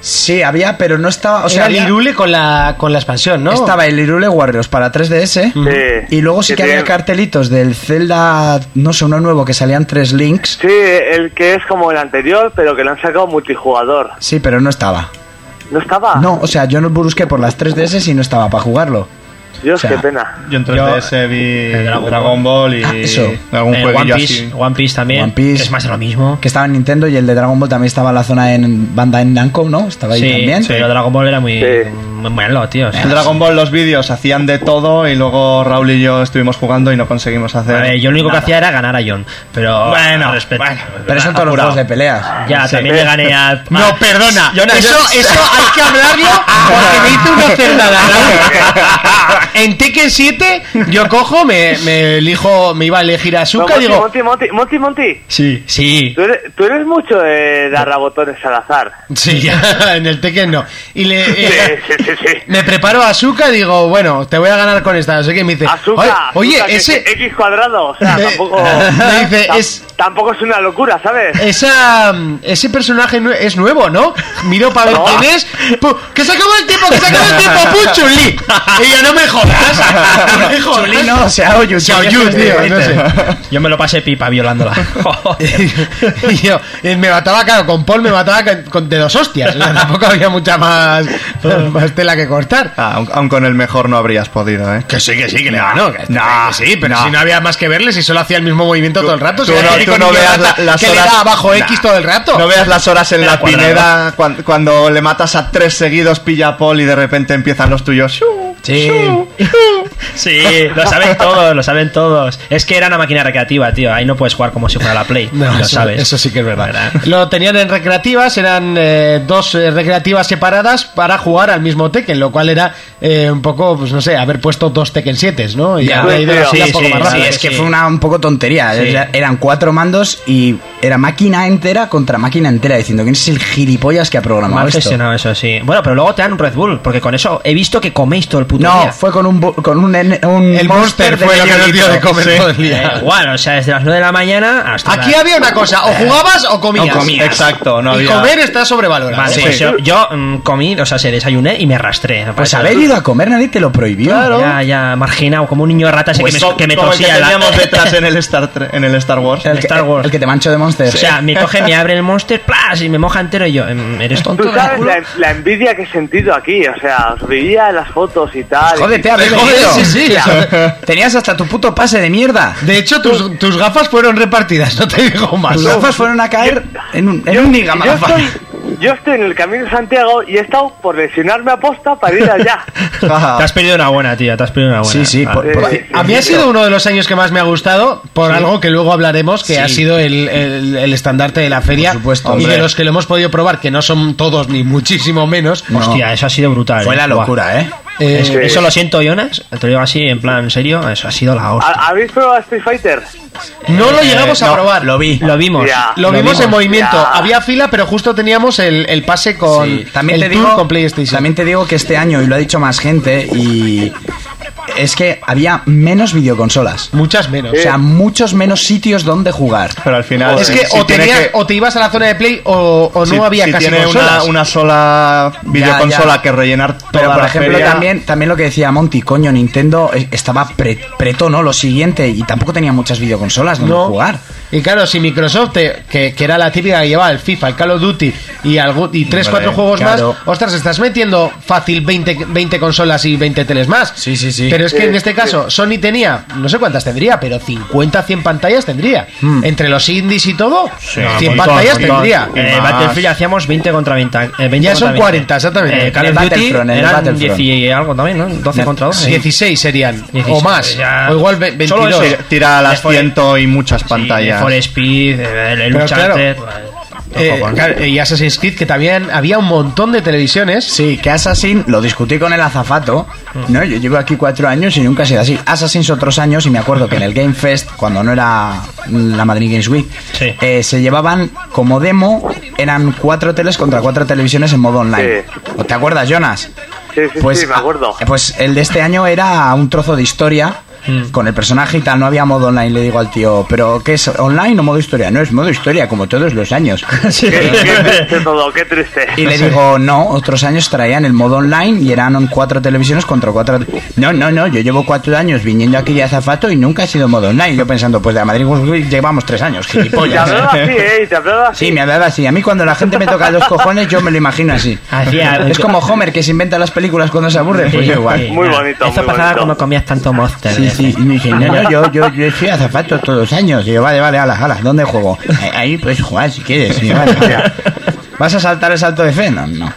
Speaker 4: Sí, había, pero no estaba. O sea,
Speaker 2: era el
Speaker 4: había-
Speaker 2: Irule con la, con la expansión, ¿no?
Speaker 4: estaba el Irule Warriors para 3DS.
Speaker 3: Sí.
Speaker 4: Mm. Y luego sí que había
Speaker 3: tiene-
Speaker 4: cartelitos del Zelda, no sé, uno nuevo que salían tres links.
Speaker 3: Sí, el que es como el anterior, pero que lo han sacado multijugador.
Speaker 4: Sí, pero no estaba.
Speaker 3: ¿No estaba?
Speaker 4: No, o sea, yo no busqué por las 3DS y no estaba para jugarlo.
Speaker 3: Dios,
Speaker 4: o sea,
Speaker 3: qué pena.
Speaker 6: Yo en 3DS vi
Speaker 5: El Dragon Ball.
Speaker 6: Dragon Ball y
Speaker 4: Ah, eso.
Speaker 6: algún
Speaker 5: Eh, One
Speaker 6: jueguillo
Speaker 5: Piece,
Speaker 6: así.
Speaker 5: One Piece también.
Speaker 4: One Piece.
Speaker 5: que es más de lo mismo.
Speaker 4: Que estaba en Nintendo y el de Dragon Ball también estaba en la zona en banda en Namco, ¿no? Estaba ahí
Speaker 5: sí,
Speaker 4: también.
Speaker 5: pero Dragon Ball era muy...
Speaker 3: Sí.
Speaker 5: Muy malo, tío. o sea,
Speaker 6: En Dragon Ball los vídeos hacían de todo y luego Raúl y yo estuvimos jugando y no conseguimos hacer.
Speaker 5: A ver, yo lo único que hacía era ganar a John. Pero.
Speaker 6: Bueno,
Speaker 5: al respecto-
Speaker 6: bueno,
Speaker 4: Pero son todos los
Speaker 5: Ah, Apurado.
Speaker 4: juegos de peleas.
Speaker 5: Ya, también le gané a.
Speaker 2: No,
Speaker 4: Ah,
Speaker 2: perdona.
Speaker 5: Jonas,
Speaker 2: eso,
Speaker 5: yo-
Speaker 2: eso hay que hablarlo porque me hizo una cerdada. en Tekken 7 yo cojo, me, me elijo, me iba a elegir a
Speaker 3: No,
Speaker 2: Asuka,
Speaker 3: Monty,
Speaker 2: digo,
Speaker 3: Monty, Monty, Monty, Monty,
Speaker 5: Sí. Sí.
Speaker 3: tú eres, tú eres mucho de dar rabotones al azar.
Speaker 2: sí, ya, en el Tekken no. Y le
Speaker 3: Sí,
Speaker 2: eh,
Speaker 3: sí, sí, sí.
Speaker 2: me preparo a Asuka, digo, bueno, te voy a ganar con esta, así que me dice,
Speaker 3: Azúcar,
Speaker 2: oye,
Speaker 3: azúcar, que-
Speaker 2: ese
Speaker 3: que X cuadrado, o sea,
Speaker 2: Eh,
Speaker 3: tampoco.
Speaker 2: me dice,
Speaker 3: tam-
Speaker 2: es- Eh,
Speaker 3: Tampoco es una locura, ¿sabes?
Speaker 2: Esa, ese personaje nue- es nuevo, ¿no? Miro para ver
Speaker 3: No.
Speaker 2: quién es. Pu- ¡Que se acabó el tiempo! ¡Que se acabó el tiempo! ¡Pum, Chun-Li! Y yo, no me jodas. No me jodas.
Speaker 4: Chun-Li no, Xiao Yu,
Speaker 2: Xiao
Speaker 4: tío,
Speaker 2: Yu,
Speaker 4: que
Speaker 2: tío,
Speaker 4: te
Speaker 2: no sé.
Speaker 5: Yo me lo pasé pipa violándola.
Speaker 2: y yo, eh, me mataba, claro, con Paul me mataba con, con- de dos hostias. O sea, Tampoco había mucha más, más tela que cortar.
Speaker 6: Ah, aun, aun con el mejor no habrías podido, ¿eh.
Speaker 2: Que sí, que sí, que le ganó. Que
Speaker 6: No,
Speaker 2: que sí, pero
Speaker 6: no.
Speaker 2: si no había más que verle, si solo hacía el mismo movimiento todo el rato.
Speaker 6: tú
Speaker 2: si era
Speaker 6: no-
Speaker 2: el
Speaker 6: tú
Speaker 2: único
Speaker 6: no
Speaker 2: niño
Speaker 6: veas
Speaker 2: rata
Speaker 6: la- las
Speaker 2: que le
Speaker 6: horas-
Speaker 2: da abajo X
Speaker 6: Nah.
Speaker 2: todo el rato.
Speaker 6: No veas las horas en la
Speaker 5: Era cuadrado.
Speaker 6: pineda cuan- cuando, le matas a tres seguidos, pilla a Paul y de repente empiezan los tuyos.
Speaker 2: Sí.
Speaker 5: Sí, lo saben todos, lo saben todos. Es que era una máquina recreativa, tío. Ahí no puedes jugar como si fuera la Play.
Speaker 2: No,
Speaker 5: lo
Speaker 2: eso,
Speaker 5: sabes.
Speaker 2: eso sí que es verdad. Lo tenían en recreativas, eran eh, dos eh, recreativas separadas para jugar al mismo Tekken, lo cual era eh, un poco, pues no sé, haber puesto dos Tekken 7, ¿no? Y
Speaker 4: Ya.
Speaker 2: haber ido a la
Speaker 3: Sí,
Speaker 2: fila un
Speaker 5: sí,
Speaker 2: poco más
Speaker 5: sí,
Speaker 2: rápido.
Speaker 4: es que
Speaker 5: sí.
Speaker 4: fue una un poco tontería.
Speaker 5: Sí.
Speaker 4: Era- Eran cuatro mandos y era máquina entera contra máquina entera, diciendo quién es el gilipollas que ha programado
Speaker 5: Mal
Speaker 4: esto.
Speaker 5: gestionado eso, sí. Bueno, pero luego te dan un Red Bull, porque con eso he visto que coméis todo el puto
Speaker 4: No,
Speaker 5: día.
Speaker 4: fue con un, bu- con un, en- un
Speaker 2: El Monster
Speaker 4: de
Speaker 2: fue lo que nos dio de
Speaker 4: medio litro.
Speaker 2: comer todo el
Speaker 5: Eh,
Speaker 2: día.
Speaker 5: igual, o sea, desde las 9 de la mañana hasta
Speaker 2: Aquí
Speaker 5: la-
Speaker 2: había una cosa, o jugabas o comías.
Speaker 6: O comías. Exacto, no
Speaker 2: y
Speaker 6: había-
Speaker 2: comer está sobrevalorado.
Speaker 5: Vale,
Speaker 2: Sí.
Speaker 5: pues yo, yo, mm, comí, o sea, se desayuné y me arrastré.
Speaker 4: Pues haber ido a comer nadie te lo prohibió.
Speaker 2: Claro.
Speaker 5: Ya, ya, marginado, como un niño rata ese
Speaker 6: Pues
Speaker 5: que,
Speaker 6: so-
Speaker 5: me, que me
Speaker 6: como el
Speaker 5: tosía la-
Speaker 6: teníamos detrás en el Star, Tre- en el Star Wars.
Speaker 4: El que,
Speaker 5: Star Wars.
Speaker 4: el que te mancho de Monster.
Speaker 5: O sea, me coge, me abre el monster, plas, y me moja entero y yo, em, ¿eres tonto?
Speaker 3: Tú sabes
Speaker 5: Drácula?
Speaker 3: la, la envidia que he sentido aquí, o sea, os veía en las fotos y tal.
Speaker 4: Jódete, haber
Speaker 2: Joder,
Speaker 4: venido.
Speaker 2: sí, sí.
Speaker 4: Tenías hasta tu puto pase de mierda.
Speaker 2: De hecho, tus, tus gafas fueron repartidas, no te digo más.
Speaker 4: Tus gafas fueron a caer en un, en
Speaker 3: Yo,
Speaker 4: un niga,
Speaker 3: yo,
Speaker 4: malafa.
Speaker 3: estoy, yo estoy en el camino de Santiago y he estado por lesionarme a posta para ir allá.
Speaker 5: Te
Speaker 4: Ah,
Speaker 5: has perdido una buena, tío, te has perdido una buena.
Speaker 4: Sí, sí,
Speaker 5: Vale.
Speaker 4: por- por-
Speaker 3: Sí, sí.
Speaker 2: A mí ha sido uno de los años que más me ha gustado, por algo que luego hablaremos, que ha sido el, el- el estandarte de la feria.
Speaker 4: Por supuesto,
Speaker 2: y de
Speaker 4: hombre.
Speaker 2: los que lo hemos podido probar, que no son todos ni muchísimo menos.
Speaker 4: No.
Speaker 5: Hostia, eso ha sido brutal.
Speaker 4: Fue
Speaker 5: eh.
Speaker 4: la
Speaker 5: Buah.
Speaker 4: locura, ¿eh?
Speaker 2: Eh,
Speaker 5: Eso, eso lo siento, Jonas. Te lo digo así, en plan, en serio. Eso ha sido la
Speaker 4: Ah,
Speaker 5: hostia.
Speaker 3: ¿Ha- ¿Habéis probado Street Fighter?
Speaker 2: no lo llegamos a
Speaker 4: No,
Speaker 2: probar.
Speaker 4: Lo vi.
Speaker 5: Lo vimos.
Speaker 3: Ya.
Speaker 2: Lo vimos en movimiento.
Speaker 3: Ya.
Speaker 2: Había fila, pero justo teníamos el, el pase con
Speaker 4: Sí, También,
Speaker 2: el
Speaker 4: te
Speaker 2: tour
Speaker 4: digo,
Speaker 2: con PlayStation.
Speaker 4: también te digo que este año, y lo ha dicho más gente, y es que había menos videoconsolas.
Speaker 2: Muchas menos.
Speaker 4: O sea, muchos menos sitios donde jugar.
Speaker 6: Pero al final.
Speaker 2: es que,
Speaker 6: si
Speaker 2: o,
Speaker 6: tiene
Speaker 2: tenía-
Speaker 6: que-
Speaker 2: o te ibas a la zona de play o, o no
Speaker 6: si-
Speaker 2: había
Speaker 6: si
Speaker 2: casi
Speaker 6: tiene una,
Speaker 2: consolas.
Speaker 6: una sola videoconsola
Speaker 4: ya.
Speaker 6: que rellenar toda
Speaker 4: Pero por
Speaker 6: la
Speaker 4: ejemplo
Speaker 6: feria.
Speaker 4: también, también lo que decía Monty, coño, Nintendo eh, estaba pre- preto, ¿no? Lo siguiente, y tampoco tenía muchas videoconsolas donde
Speaker 2: no
Speaker 4: jugar.
Speaker 2: Y claro, si Microsoft, te- que, que era la típica que llevaba el FIFA, el Call of Duty y, algo, y 3, 4 juegos
Speaker 4: claro.
Speaker 2: más, ostras, estás metiendo fácil 20, 20 consolas y 20 teles más.
Speaker 4: Sí, sí, sí.
Speaker 2: Pero es que
Speaker 3: Sí,
Speaker 2: en este
Speaker 3: sí.
Speaker 2: caso, Sony tenía, no sé cuántas tendría, pero 50, 100 pantallas tendría. Entre los indies y todo, 100
Speaker 5: Montón,
Speaker 2: pantallas
Speaker 5: montón.
Speaker 2: tendría.
Speaker 5: Eh,
Speaker 6: Y más.
Speaker 5: Battlefield hacíamos 20 contra 20. eh, 20
Speaker 2: Ya
Speaker 5: contra
Speaker 2: son
Speaker 5: 20.
Speaker 2: 40, exactamente.
Speaker 5: Eh, Call
Speaker 4: En
Speaker 5: of
Speaker 4: el
Speaker 5: Duty
Speaker 4: Battlefront, en el
Speaker 5: eran
Speaker 4: Battlefront.
Speaker 5: 10 y algo también, ¿no? 12 contra 12.
Speaker 2: 16 serían,
Speaker 5: 16,
Speaker 2: o más,
Speaker 5: ya.
Speaker 2: o igual ve- 22.
Speaker 5: Solo eso.
Speaker 6: Tira- Tira a las
Speaker 5: Después-
Speaker 6: ciento y muchas
Speaker 5: pantallas.
Speaker 6: pantallas.
Speaker 5: For Speed, eh, el, el
Speaker 2: Pero
Speaker 5: Uncharted.
Speaker 2: claro,
Speaker 5: vale.
Speaker 2: Eh,
Speaker 5: Ojo con-
Speaker 2: claro, y Assassin's Creed, que también había un montón de televisiones.
Speaker 4: Sí, que Assassin lo discutí con el azafato. No, yo llevo aquí cuatro años y nunca ha sido así. Assassin's otros años y me acuerdo que en el Game Fest, cuando no era la Madrid Games Week,
Speaker 5: Sí.
Speaker 4: eh, se llevaban como demo, eran cuatro teles contra cuatro televisiones en modo online. ¿Te acuerdas, Jonas?
Speaker 3: Sí, sí, sí, me acuerdo.
Speaker 4: ah, Pues el de este año era un trozo de historia. Con el personaje y tal, no había modo online, le digo al tío, pero ¿qué es online o modo historia? No, es modo historia, como todos los años.
Speaker 3: Qué, qué triste todo, qué triste.
Speaker 4: Y le digo, no, otros años traían el modo online y eran en cuatro televisiones contra cuatro. No, no, no, yo llevo cuatro años viniendo aquí de azafato y nunca ha sido modo online. Yo pensando, pues de Madrid Games Week llevamos tres años,
Speaker 3: Te
Speaker 4: gilipollas.
Speaker 3: hablaba así, ¿eh? Y te hablaba así.
Speaker 4: Sí, me hablaba así. A mí cuando la gente me toca los cojones, yo me lo imagino así.
Speaker 5: Hacía-
Speaker 4: Es como Homer que se inventa las películas cuando se aburre, pues
Speaker 5: Sí,
Speaker 4: yo igual.
Speaker 5: sí.
Speaker 3: Muy bonito,
Speaker 5: Eso
Speaker 3: muy
Speaker 5: eh, pasaba
Speaker 3: bonito.
Speaker 5: cuando comías tanto monster. eh.
Speaker 4: Sí, sí, y me dije, no, no, yo, yo, yo soy azafato todos los años. Y yo, vale, vale, alas, alas, ¿dónde juego? "Eh, Ahí puedes jugar si quieres. Y yo, vale, vale. ¿Vas a saltar el salto de fe? No, no.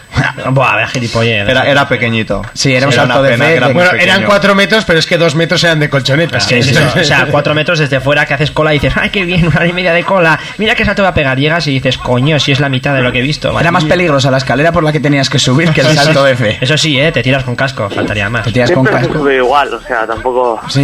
Speaker 5: Buah, vea, gilipollez. eh.
Speaker 6: Era, era pequeñito.
Speaker 4: Sí, era un
Speaker 6: una
Speaker 4: salto de
Speaker 6: pena
Speaker 4: fe
Speaker 6: que era
Speaker 4: de-
Speaker 6: muy
Speaker 2: Bueno,
Speaker 6: pequeño.
Speaker 2: eran cuatro metros, pero es que dos metros eran de colchonetas.
Speaker 5: Es que es eso, o sea, cuatro metros desde fuera que haces cola y dices, ay, qué bien, una hora y media de cola. Mira que salto va a pegar. Llegas y dices, coño, si es la mitad de lo que he visto.
Speaker 4: Era más peligrosa la escalera por la que tenías que subir que el salto de fe.
Speaker 5: Eso sí, eh, te tiras con casco, faltaría más.
Speaker 4: Te tiras con
Speaker 3: Siempre se
Speaker 4: casco.
Speaker 3: sube igual, o sea, tampoco...
Speaker 4: Sí,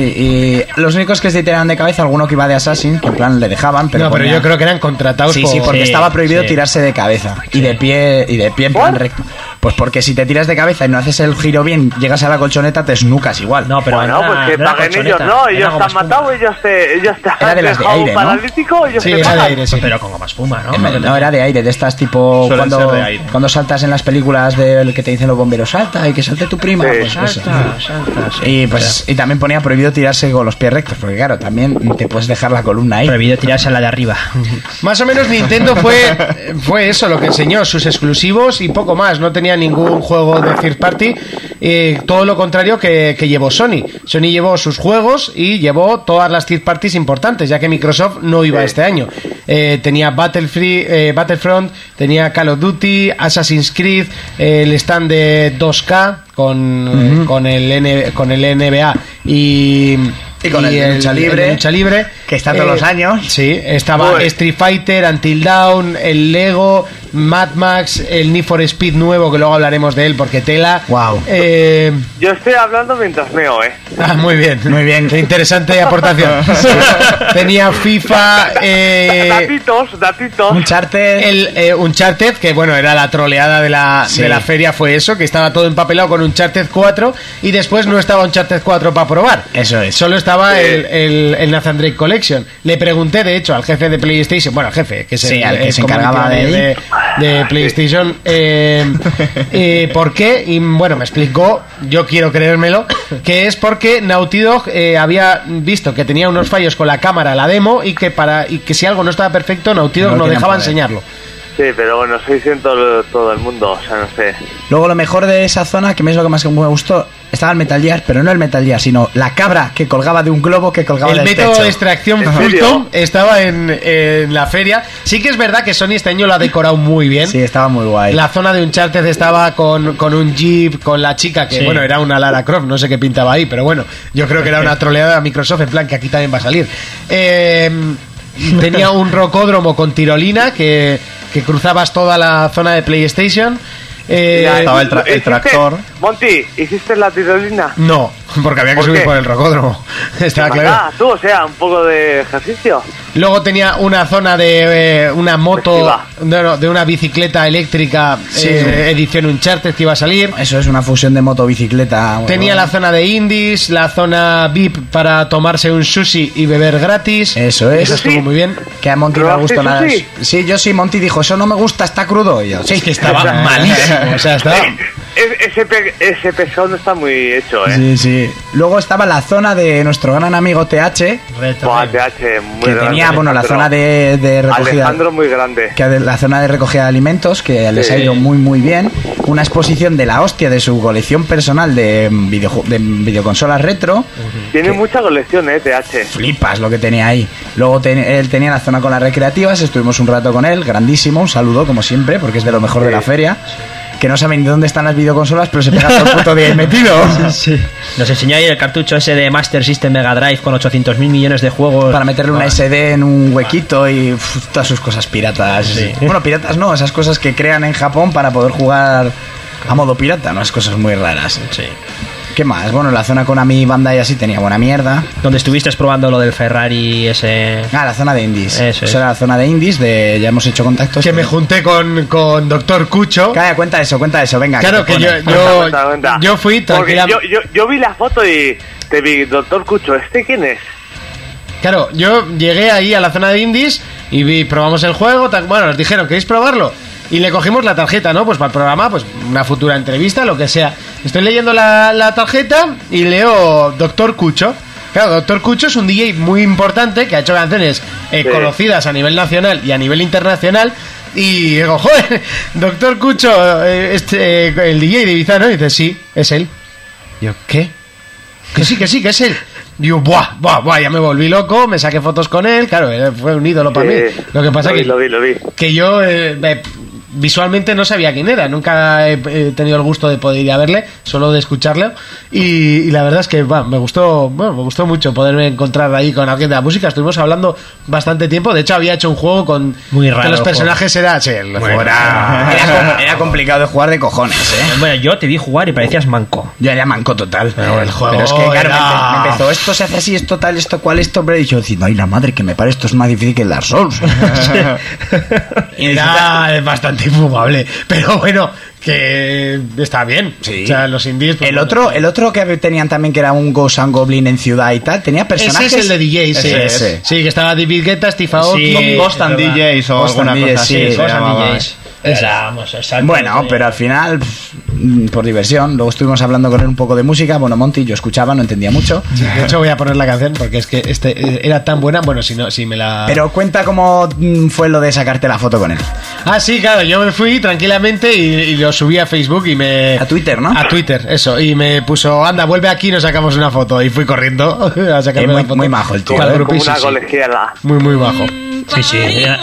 Speaker 4: y los únicos que se tiraban de cabeza, alguno que iba de Assassin, que en plan le dejaban, pero.
Speaker 2: no, pero
Speaker 4: ponía-
Speaker 2: yo creo que eran contratados
Speaker 4: Sí,
Speaker 2: por-
Speaker 4: sí, porque
Speaker 5: Sí,
Speaker 4: estaba prohibido
Speaker 5: sí.
Speaker 4: tirarse de cabeza y de pie y de pie en plan
Speaker 3: ¿Por?
Speaker 4: recto. Pues porque si te tiras de cabeza y no haces el giro bien, llegas a la colchoneta, te snucas igual.
Speaker 5: No, pero
Speaker 3: bueno,
Speaker 5: no era-
Speaker 3: pues que
Speaker 5: no era
Speaker 3: paguen ellos,
Speaker 5: colchoneta,
Speaker 3: ¿no?
Speaker 5: era
Speaker 3: Ellos
Speaker 5: como
Speaker 3: te han
Speaker 5: espuma.
Speaker 3: matado, ellos te, ellos te
Speaker 4: Era
Speaker 3: han
Speaker 4: de las de
Speaker 3: dejado
Speaker 4: aire, ¿no?
Speaker 3: paralítico, ellos
Speaker 2: Sí,
Speaker 3: te
Speaker 2: era de
Speaker 3: matan.
Speaker 2: aire, sí.
Speaker 5: Pero con goma espuma, ¿no?
Speaker 4: No, no, era de aire, de estas tipo
Speaker 6: Suelen
Speaker 4: cuando,
Speaker 6: ser de aire.
Speaker 4: cuando saltas en las películas del que te dicen los bomberos, salta y que salte tu prima.
Speaker 3: Sí.
Speaker 4: pues eso.
Speaker 5: Salta, salta, sí.
Speaker 4: Y, pues, y también ponía prohibido tirarse con los pies rectos, porque claro, también te puedes dejar la columna ahí.
Speaker 5: Prohibido tirarse a la de arriba.
Speaker 2: Más o menos Nintendo fue, fue eso lo que enseñó, sus exclusivos y poco más. No tenía ningún juego de third party. eh, todo lo contrario que, que llevó Sony. Sony llevó sus juegos y llevó todas las third parties importantes, ya que Microsoft no iba este año. Eh, tenía Battlefield, eh, Battlefront, tenía Call of Duty, Assassin's Creed, eh, el stand de 2K con, eh, con, el, N, con el NBA y...
Speaker 4: Y con el de lucha libre,
Speaker 2: de lucha libre Eh,
Speaker 4: que está todos los años.
Speaker 2: Sí, estaba
Speaker 3: Joder.
Speaker 2: Street Fighter, Until Down, el Lego, Mad Max, el Need for Speed nuevo, que luego hablaremos de él porque tela.
Speaker 4: Guau.
Speaker 2: Eh,
Speaker 3: Yo estoy hablando mientras meo, ¿eh?
Speaker 2: ah, muy bien.
Speaker 4: Muy bien.
Speaker 2: Qué interesante aportación. Tenía FIFA, eh,
Speaker 3: datitos, datitos.
Speaker 4: Un charter.
Speaker 2: el eh, Uncharted, que bueno, era la troleada de la,
Speaker 4: Sí.
Speaker 2: de la feria, fue eso, que estaba todo empapelado con Uncharted 4 y después no estaba Uncharted 4 para probar.
Speaker 4: Eso es.
Speaker 2: Solo estaba el, el, el Nathan Drake Collection. Le pregunté, de hecho, al jefe de PlayStation, bueno, al jefe, que es
Speaker 4: Sí,
Speaker 2: el,
Speaker 4: al que
Speaker 2: el
Speaker 4: se encargaba
Speaker 2: community
Speaker 4: de
Speaker 2: manager de, de PlayStation, eh, eh, ¿por qué? Y bueno, me explicó, yo quiero creérmelo, que es porque Naughty Dog eh, había visto que tenía unos fallos con la cámara, la demo, y que, para, y que si algo no estaba perfecto, Naughty Dog
Speaker 4: No
Speaker 2: no,
Speaker 4: lo querían
Speaker 2: dejaba
Speaker 4: poner.
Speaker 2: enseñarlo.
Speaker 3: Sí, pero bueno, soy siento todo el mundo, o sea, no sé.
Speaker 4: Luego lo mejor de esa zona, que me es lo que más me gustó, estaba el Metal Gear, pero no el Metal Gear, sino la cabra que colgaba de un globo que colgaba
Speaker 2: El
Speaker 4: del
Speaker 2: método este
Speaker 4: techo.
Speaker 2: de extracción
Speaker 3: ¿En
Speaker 2: Fulton
Speaker 3: serio?
Speaker 2: estaba en, en la feria. Sí que es verdad que Sony este año lo ha decorado muy bien.
Speaker 4: Sí, estaba muy guay.
Speaker 2: La zona de Uncharted estaba con, con un jeep, con la chica que,
Speaker 5: Sí.
Speaker 2: bueno, era una Lara Croft, no sé qué pintaba ahí, pero bueno, yo creo que era una troleada a Microsoft, en plan que aquí también va a salir. Eh, tenía un rocódromo con tirolina que, que cruzabas toda la zona de PlayStation. Eh,
Speaker 3: Mira,
Speaker 6: estaba el tra- el
Speaker 3: ¿hiciste-
Speaker 6: tractor.
Speaker 3: Monty, ¿hiciste la tirolina?
Speaker 2: no, porque había que
Speaker 3: ¿Por
Speaker 2: subir
Speaker 3: qué?
Speaker 2: por el rocódromo. Estaba claro.
Speaker 3: Ah, tú, o sea, un poco de ejercicio.
Speaker 2: Luego tenía una zona de eh, una moto,
Speaker 3: Festiva.
Speaker 2: no, no, de una bicicleta eléctrica
Speaker 4: Sí.
Speaker 2: eh, edición Uncharted que iba a salir.
Speaker 4: Eso es una fusión de motobicicleta.
Speaker 2: Tenía la zona de indies, la zona VIP para tomarse un sushi y beber gratis.
Speaker 4: Eso es.
Speaker 2: Eso estuvo muy bien.
Speaker 4: Que a Monty no le
Speaker 3: ¿Probaste
Speaker 4: gustó nada.
Speaker 3: sushi?
Speaker 4: Sí, yo sí, Monty dijo, eso no me gusta, está crudo. Y yo, sí, que
Speaker 2: Estaba malísimo. O sea, estaba.
Speaker 3: E- ese, pe- ese pezón está muy hecho, ¿eh?
Speaker 4: Sí, sí. Luego estaba la zona de nuestro gran amigo TH,
Speaker 5: Reto.
Speaker 3: Buah, TH, muy
Speaker 4: que
Speaker 3: grande,
Speaker 4: tenía, bueno, la
Speaker 3: Alejandro.
Speaker 4: zona de, de recogida.
Speaker 3: Alejandro muy grande.
Speaker 4: que de- la zona de recogida de alimentos, que les ha ido muy muy bien, una exposición de la hostia de su colección personal de, mm, videoju- de mm, videoconsolas retro,
Speaker 3: Tiene mucha colección, ¿eh? TH.
Speaker 4: flipas lo que tenía ahí. Luego ten- él tenía la zona con las recreativas, estuvimos un rato con él, grandísimo, un saludo como siempre, porque es de lo mejor de la feria, que no saben ni dónde están las videoconsolas, pero se pega todo el puto día ahí metido.
Speaker 5: Nos enseñó ahí el cartucho ese de Master System Mega Drive con 800.000 millones de juegos.
Speaker 4: Para meterle una
Speaker 5: Ah,
Speaker 4: SD en un huequito y uf, todas sus cosas piratas.
Speaker 5: Sí.
Speaker 4: Bueno, piratas no, esas cosas que crean en Japón para poder jugar a modo pirata, unas cosas muy raras.
Speaker 5: Sí.
Speaker 4: ¿Qué más? Bueno, la zona con Ami banda y así tenía buena mierda.
Speaker 5: Donde estuviste probando lo del Ferrari ese.
Speaker 4: Ah, la zona de indies.
Speaker 5: Eso es.
Speaker 4: Esa era la zona de indies, de ya hemos hecho contactos. eh.
Speaker 2: Que me junté con, con Doctor Cucho.
Speaker 4: Calla, cuenta eso, cuenta eso, venga.
Speaker 2: Claro
Speaker 4: te
Speaker 2: que yo,
Speaker 4: pones.
Speaker 2: yo,
Speaker 3: Cuenta, cuenta.
Speaker 2: yo fui
Speaker 3: Porque
Speaker 2: tranquilamente.
Speaker 3: Yo, yo, yo vi la foto y te vi, doctor Cucho, ¿este quién es?
Speaker 2: Claro, yo llegué ahí a la zona de indies y vi, probamos el juego. tal- bueno, nos dijeron, ¿queréis probarlo? Y le cogimos la tarjeta, ¿no? Pues para el programa, pues una futura entrevista, lo que sea. Estoy leyendo la, la tarjeta y leo Doctor Cucho. Claro, Doctor Cucho es un DJ muy importante que ha hecho canciones eh,
Speaker 3: Sí.
Speaker 2: conocidas a nivel nacional y a nivel internacional. Y digo, joder, Doctor Cucho, eh, este, eh, el DJ de Bizarro, y dice, sí, es él. Yo, ¿qué? Que sí, que sí, que es él. Digo, buah, buah, buah, ya me volví loco, me saqué fotos con él, claro, eh, fue un ídolo para mí.
Speaker 3: Eh,
Speaker 2: Lo que pasa
Speaker 3: lo
Speaker 2: que,
Speaker 3: vi, lo vi, lo vi.
Speaker 2: que yo eh, me- visualmente no sabía quién era, nunca he, eh, tenido el gusto de poder ir a verle, solo de escucharlo. Y, y la verdad es que va, me gustó bueno, me gustó mucho poderme encontrar ahí con alguien de la música. Estuvimos hablando bastante tiempo, de hecho había hecho un juego con
Speaker 5: Muy raro
Speaker 2: que los
Speaker 5: el
Speaker 2: personajes eran... Sí, el juego era-
Speaker 4: Era, com- era complicado de jugar de cojones, ¿eh?
Speaker 5: Bueno, yo te vi jugar y parecías manco.
Speaker 4: Yo era manco total.
Speaker 2: Pero el juego
Speaker 4: es que, claro,
Speaker 2: era-
Speaker 4: me, me empezó esto se hace así, esto tal, esto cual, esto, pero he dicho, diciendo, ay, la madre que me pare, esto es más difícil que el Dark Souls. Y dices,
Speaker 2: Era bastante infumable, pero bueno, que está bien.
Speaker 4: Sí.
Speaker 2: O sea, los indies... pues,
Speaker 4: El
Speaker 2: bueno.
Speaker 4: otro, el otro que tenían también que era un Ghost and Goblin en ciudad y tal, tenía personajes.
Speaker 2: Ese es el de DJ, sí.
Speaker 4: Ese, ese.
Speaker 2: Sí, que estaba David Guetta, Steve Aoki...
Speaker 5: Sí,
Speaker 6: Ghost and
Speaker 5: es verdad.
Speaker 6: DJs o
Speaker 4: Ghost and
Speaker 6: alguna
Speaker 4: DJs,
Speaker 6: cosa así.
Speaker 4: sí,
Speaker 6: se
Speaker 4: Ghost
Speaker 6: llamaba, ¿eh?
Speaker 5: Era, vamos, exacto.
Speaker 4: Bueno, pero al final, pff, mm, por diversión, luego estuvimos hablando con él un poco de música. Bueno, Monty, yo escuchaba, no entendía mucho.
Speaker 2: De hecho, voy a poner la canción porque es que este eh, era tan buena. Bueno, si no, si me la.
Speaker 4: Pero cuenta cómo mm, fue lo de sacarte la foto con él.
Speaker 2: Ah, sí, claro, yo me fui tranquilamente y, y lo subí a Facebook y me.
Speaker 4: A Twitter, ¿no?
Speaker 2: A Twitter, eso. Y me puso, anda, vuelve aquí y nos sacamos una foto. Y fui corriendo a sacarme
Speaker 4: Eh, muy-
Speaker 2: la foto.
Speaker 4: muy majo el tío,
Speaker 2: Al
Speaker 4: eh,
Speaker 2: grupillo,
Speaker 3: como una
Speaker 2: sí, sí.
Speaker 3: colegiala.
Speaker 2: Muy, muy bajo.
Speaker 5: Sí, sí, era-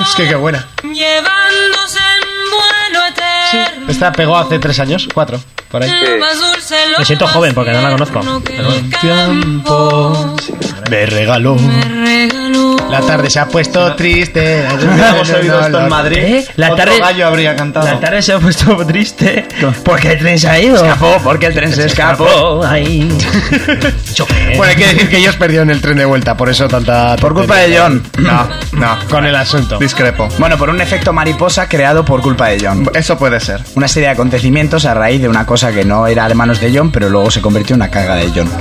Speaker 2: Es que qué buena.
Speaker 7: Llevándose en bueno eterno.
Speaker 2: Esta pegó hace tres años, cuatro, por ahí.
Speaker 5: Me siento joven porque no la conozco.
Speaker 2: Tiempo me regaló. La tarde se ha puesto triste.
Speaker 6: Hemos oído esto en Madrid.
Speaker 5: ¿Eh? La
Speaker 6: Otro
Speaker 5: tarde-
Speaker 6: gallo habría cantado.
Speaker 5: La tarde se ha puesto triste porque el tren se ha ido. porque el tren se escapó. Oh, Ay. Choque.
Speaker 2: Bueno, hay que decir que ellos perdieron el tren de vuelta, por eso tanta.
Speaker 4: Por culpa de John.
Speaker 6: No, no.
Speaker 5: eh,
Speaker 2: Con el asunto.
Speaker 6: Discrepo.
Speaker 4: Bueno, por un efecto mariposa creado por culpa de John.
Speaker 6: Eso puede ser.
Speaker 4: Una serie de acontecimientos a raíz de una cosa que no era de manos de John, pero luego se convirtió en una caga de John.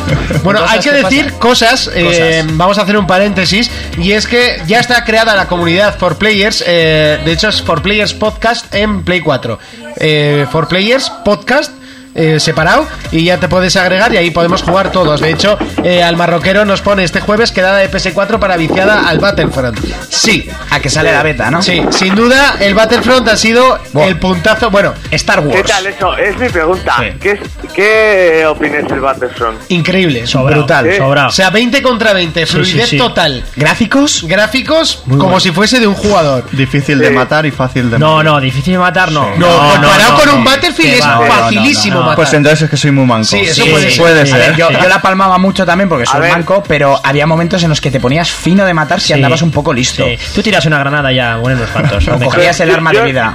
Speaker 2: Bueno,
Speaker 4: Cosas
Speaker 2: hay que decir
Speaker 4: pasan.
Speaker 2: cosas, eh,
Speaker 4: Cosas.
Speaker 2: vamos a hacer un paréntesis, y es que ya está creada la comunidad For Players, eh, de hecho es For Players Podcast en Play 4. Eh, For Players Podcast. eh, separado y ya te puedes agregar y ahí podemos jugar todos. De hecho, eh, al marroquero nos pone este jueves quedada de PS4 para viciada al Battlefront. Sí,
Speaker 4: A que sale la beta, ¿no?
Speaker 2: sí, sin duda el Battlefront ha sido
Speaker 4: Buah.
Speaker 2: el puntazo. Bueno,
Speaker 4: Star Wars.
Speaker 3: ¿Qué tal eso? Es mi pregunta. ¿Qué, es- ¿Qué opinas del Battlefront?
Speaker 2: increíble,
Speaker 5: Sobrao,
Speaker 4: brutal.
Speaker 5: sobrao.
Speaker 2: O sea, 20 contra 20, fluidez
Speaker 5: sí.
Speaker 2: total.
Speaker 4: ¿Gráficos?
Speaker 2: Gráficos como
Speaker 5: bueno.
Speaker 2: si fuese de un jugador.
Speaker 6: Difícil de matar y fácil de
Speaker 5: No, no, difícil de matar, no.
Speaker 2: No, comparado con un
Speaker 5: no.
Speaker 2: Battlefield
Speaker 5: Que
Speaker 2: es
Speaker 5: va, no, no,
Speaker 2: Ah, facilísimo
Speaker 5: no, no.
Speaker 2: matar.
Speaker 6: Pues entonces es que soy muy manco.
Speaker 2: Sí, eso
Speaker 5: Sí,
Speaker 2: puede
Speaker 5: sí.
Speaker 2: ser.
Speaker 6: Puede
Speaker 5: Sí.
Speaker 6: ser.
Speaker 4: Yo,
Speaker 5: Sí.
Speaker 4: yo la palmaba mucho también porque soy
Speaker 3: ver.
Speaker 4: manco, pero había momentos en los que te ponías fino de matar si
Speaker 5: Sí.
Speaker 4: andabas un poco listo.
Speaker 5: Sí. Tú tiras una granada ya, bueno, unos cuantos.
Speaker 4: O
Speaker 5: Me
Speaker 4: cogías el
Speaker 3: Yo-
Speaker 4: arma de vida.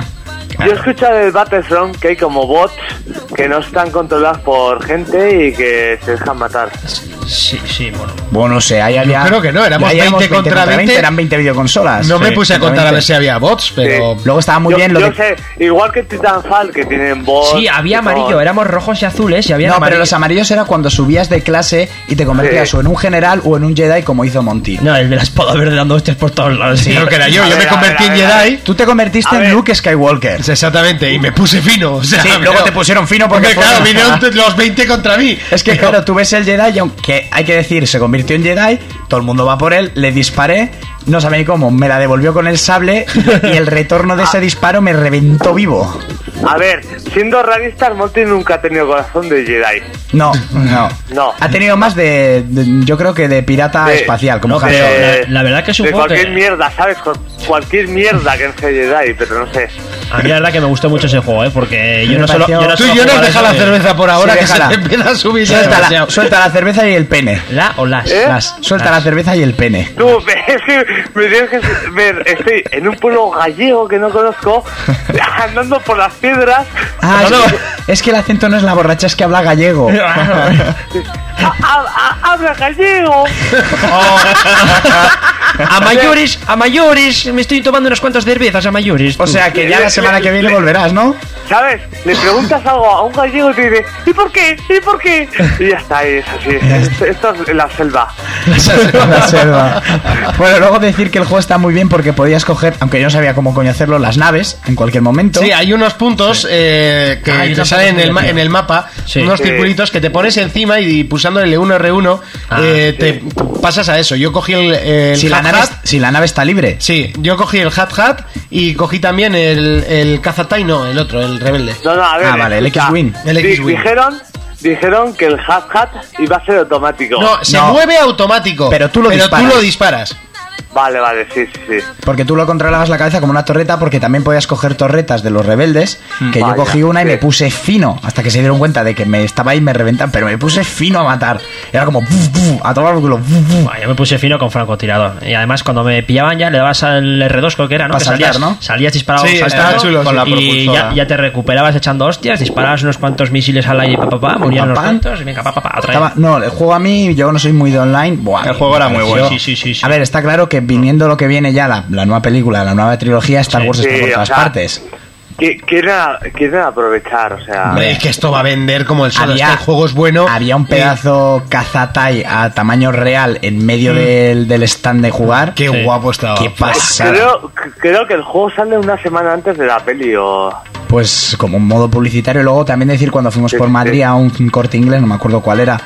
Speaker 3: Yo he escuchado del Battlefront que hay como bots que no están controlados por gente y que se dejan matar.
Speaker 5: cago. Sí, sí, bueno.
Speaker 4: Bueno, no sé, ahí había.
Speaker 2: creo que no, éramos
Speaker 4: ahí
Speaker 2: 20 contra 20.
Speaker 4: Eran 20 videoconsolas.
Speaker 2: no me
Speaker 4: Sí,
Speaker 2: puse a contar a ver
Speaker 4: 20.
Speaker 2: si había bots, pero.
Speaker 4: Luego estaba muy
Speaker 3: yo,
Speaker 4: bien lo
Speaker 3: yo
Speaker 4: de-
Speaker 3: sé, igual que Titanfall que tienen bots.
Speaker 5: Sí, había
Speaker 3: que son-
Speaker 5: amarillo, éramos rojos y azules y había
Speaker 4: No, pero
Speaker 5: amarillo.
Speaker 4: los amarillos era cuando subías de clase y te convertías
Speaker 3: Sí.
Speaker 4: o en un general o en un Jedi como hizo Monty.
Speaker 5: No, el de la espada verde dando hostias por todos lados. Sí,
Speaker 2: Creo que era yo,
Speaker 3: A
Speaker 2: yo
Speaker 3: ver,
Speaker 2: me
Speaker 3: a
Speaker 2: convertí
Speaker 3: ver,
Speaker 2: en
Speaker 3: a ver, a
Speaker 2: Jedi.
Speaker 4: Tú te convertiste
Speaker 3: A
Speaker 4: en
Speaker 3: ver.
Speaker 4: Luke Skywalker.
Speaker 2: Exactamente, y me puse fino. O sea,
Speaker 4: Sí,
Speaker 2: pero-
Speaker 4: luego te pusieron fino porque
Speaker 2: Hombre, claro,
Speaker 4: fueron-
Speaker 2: vinieron t- los 20 contra mí.
Speaker 4: Es que
Speaker 2: Pero-
Speaker 4: claro, tú ves el Jedi y aunque hay que decir, se convirtió en Jedi, todo el mundo va por él, le disparé, no sabía ni cómo, me la devolvió con el sable y y el retorno de ese disparo me reventó vivo.
Speaker 3: A ver, siendo realistas, Monty nunca ha tenido corazón de Jedi.
Speaker 4: No, no.
Speaker 3: No.
Speaker 4: Ha tenido más de, de- yo creo que de pirata
Speaker 3: Sí.
Speaker 4: espacial, como
Speaker 5: No,
Speaker 4: Han
Speaker 5: pero-
Speaker 4: Solo.
Speaker 3: De-
Speaker 5: la- la verdad que es un
Speaker 3: De
Speaker 5: juego que-
Speaker 3: cualquier mierda, ¿sabes? Con- Cualquier mierda que no sea Jedi, pero no sé.
Speaker 5: A mí la verdad que me gustó mucho ese juego, ¿eh? Porque yo
Speaker 4: Me
Speaker 5: no solo...
Speaker 4: pareció-
Speaker 5: Yo no
Speaker 2: Tú
Speaker 5: solo
Speaker 2: y yo nos
Speaker 5: jugaba
Speaker 2: deja
Speaker 5: eso
Speaker 2: la
Speaker 5: de-
Speaker 2: cerveza por ahora
Speaker 4: Sí,
Speaker 2: que se
Speaker 4: déjala.
Speaker 2: te empieza a subir. ya
Speaker 4: Suelta la,
Speaker 2: demasiado.
Speaker 4: suelta la cerveza y el pene.
Speaker 5: ¿La o las?
Speaker 3: ¿Eh?
Speaker 4: Las- suelta la cerveza y el pene.
Speaker 3: Tú, es que me tienes que ver, estoy en un pueblo gallego que no conozco, andando por las piedras.
Speaker 4: Ah, es, que, es que el acento no es la borracha, es que habla gallego.
Speaker 3: ¡Ah, ah, ah, ¡Habla gallego!
Speaker 5: A mayores, a mayores, me estoy tomando unas cuantas cervezas a mayores.
Speaker 4: O sea que ya la semana que viene volverás, ¿no?
Speaker 3: ¿Sabes? Le preguntas algo a un gallego y te dice, ¿y por qué? ¿y por qué? Y ya está, y es así. Esto, esto es la selva.
Speaker 4: La selva. Bueno, luego decir que el juego está muy bien porque podías coger, aunque yo no sabía cómo coño hacerlo, las naves en cualquier momento.
Speaker 2: Sí, hay unos puntos eh, que
Speaker 5: Ah, hay
Speaker 2: te
Speaker 5: unos
Speaker 2: salen en
Speaker 5: puntos
Speaker 2: el, ma-
Speaker 5: muy
Speaker 2: en el mapa,
Speaker 5: Sí.
Speaker 2: unos
Speaker 3: Sí.
Speaker 2: circulitos que te pones encima y pulsando el L1R1
Speaker 5: Ah,
Speaker 2: eh, te pasas a eso. Yo cogí el, el
Speaker 4: si, la
Speaker 2: Hat
Speaker 4: nave,
Speaker 2: Hat.
Speaker 4: si la nave está libre.
Speaker 2: Sí, yo cogí el Hat Hat y cogí también el, el Cazatai, no, el otro, el Rebelde.
Speaker 3: No, no, a ver.
Speaker 4: Ah, vale, el
Speaker 3: escucha.
Speaker 4: X-Wing.
Speaker 2: El
Speaker 3: Di-
Speaker 2: X-Wing.
Speaker 3: Dijeron, dijeron que el hat hat iba a ser automático.
Speaker 2: No, se
Speaker 4: No.
Speaker 2: mueve automático.
Speaker 4: Pero tú lo disparas.
Speaker 2: lo disparas.
Speaker 3: Vale, vale, sí, sí, sí.
Speaker 4: Porque tú lo controlabas la cabeza como una torreta, porque también podías coger torretas de los rebeldes. Que yo
Speaker 3: Vaya,
Speaker 4: cogí una y
Speaker 3: sí.
Speaker 4: me puse fino, hasta que se dieron cuenta de que me estaba ahí y me reventan, pero me puse fino a matar. Era como buf, buf, a tomar por culo. buf, buf.
Speaker 5: Buah, Yo me puse fino con francotirador. Y además, cuando me pillaban ya, le dabas al R2, creo que era, ¿no?
Speaker 4: Pa'
Speaker 5: Que
Speaker 4: saltar,
Speaker 5: salías,
Speaker 4: ¿no?
Speaker 5: Salías, disparabas,
Speaker 6: Sí,
Speaker 5: saltando,
Speaker 6: estaba chulo,
Speaker 5: con
Speaker 6: sí.
Speaker 5: la y
Speaker 6: propulsora.
Speaker 5: ya, ya te recuperabas echando hostias, disparabas unos cuantos misiles al aire, pa, pa, pa, morían
Speaker 4: Pa,
Speaker 5: unos
Speaker 4: pa.
Speaker 5: cuantos, y venga, pa, pa, pa, otra
Speaker 4: Estaba-
Speaker 5: vez.
Speaker 4: no, el juego a mí, yo no soy muy de online. Buah,
Speaker 6: El juego era muy bueno.
Speaker 5: Sí, sí, sí, sí.
Speaker 4: A ver, está claro que viniendo lo que viene ya, la, la nueva película, la nueva trilogía, Star
Speaker 5: Sí.
Speaker 4: Wars está
Speaker 3: Sí,
Speaker 4: por
Speaker 3: o
Speaker 4: todas
Speaker 3: sea,
Speaker 4: partes.
Speaker 3: Qui- Quieren, quieren aprovechar, o sea...
Speaker 2: Hombre, es que esto va a vender como el sol.
Speaker 4: Había-
Speaker 2: Este juego es bueno.
Speaker 4: Había un pedazo cazatai a tamaño real en medio del, del stand de jugar.
Speaker 2: Mm. Qué
Speaker 5: Sí.
Speaker 2: guapo estaba.
Speaker 4: Qué pasada.
Speaker 3: Creo, creo que el juego sale una semana antes de la peli o...
Speaker 4: Pues como un modo publicitario. Luego también decir cuando fuimos
Speaker 3: Sí,
Speaker 4: por
Speaker 3: sí.
Speaker 4: Madrid a un corte inglés, no me acuerdo cuál era.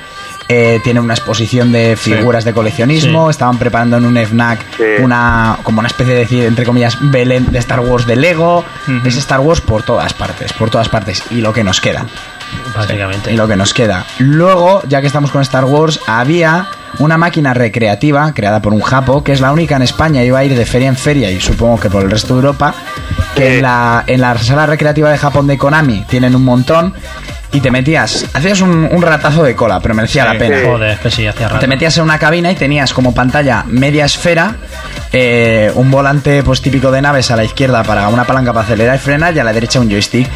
Speaker 4: eh, tiene una exposición de figuras de coleccionismo.
Speaker 5: Sí.
Speaker 4: Estaban preparando en un FNAC
Speaker 3: Sí.
Speaker 4: una como una especie de decir, entre comillas, Belén de Star Wars de Lego. Es Star Wars por todas partes, por todas partes. Y lo que nos queda.
Speaker 5: Básicamente.
Speaker 4: Y lo que nos queda. Luego, ya que estamos con Star Wars, había una máquina recreativa creada por un japo, que es la única en España, iba a ir de feria en feria y supongo que por el resto de Europa, que en, la, en la sala recreativa de Japón de Konami tienen un montón y te metías, hacías un, un ratazo de cola, pero merecía la pena.
Speaker 5: Joder, que sí, hacía rato.
Speaker 4: Te metías en una cabina y tenías como pantalla media esfera, eh, un volante pues típico de naves a la izquierda para una palanca para acelerar y frenar y a la derecha un joystick.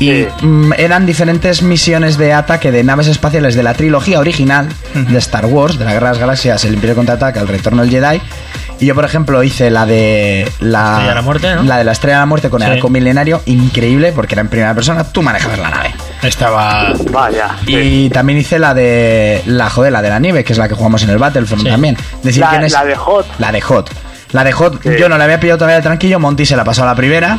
Speaker 4: Y
Speaker 3: Sí.
Speaker 4: mm, eran diferentes misiones de ataque de naves espaciales de la trilogía original de Star Wars, de la Guerra de las Galaxias, el Imperio contraataca, el Retorno del Jedi. Y yo, por ejemplo, hice la de la,
Speaker 5: Estrella de la Muerte, ¿no?
Speaker 4: la de la Estrella de la Muerte con el
Speaker 5: Sí.
Speaker 4: arco milenario, increíble porque era en primera persona, tú manejabas la nave.
Speaker 2: Estaba.
Speaker 3: Vaya. sí.
Speaker 4: Y también hice la de la joder, la de la nieve, que es la que jugamos en el Battlefront
Speaker 5: Sí.
Speaker 4: también. Decir
Speaker 3: La-
Speaker 4: quién es-
Speaker 3: la de Hot.
Speaker 4: La de Hot. La de Hot,
Speaker 3: Sí.
Speaker 4: yo no la había pillado todavía de tranquillo, Monty se la pasó a la primera.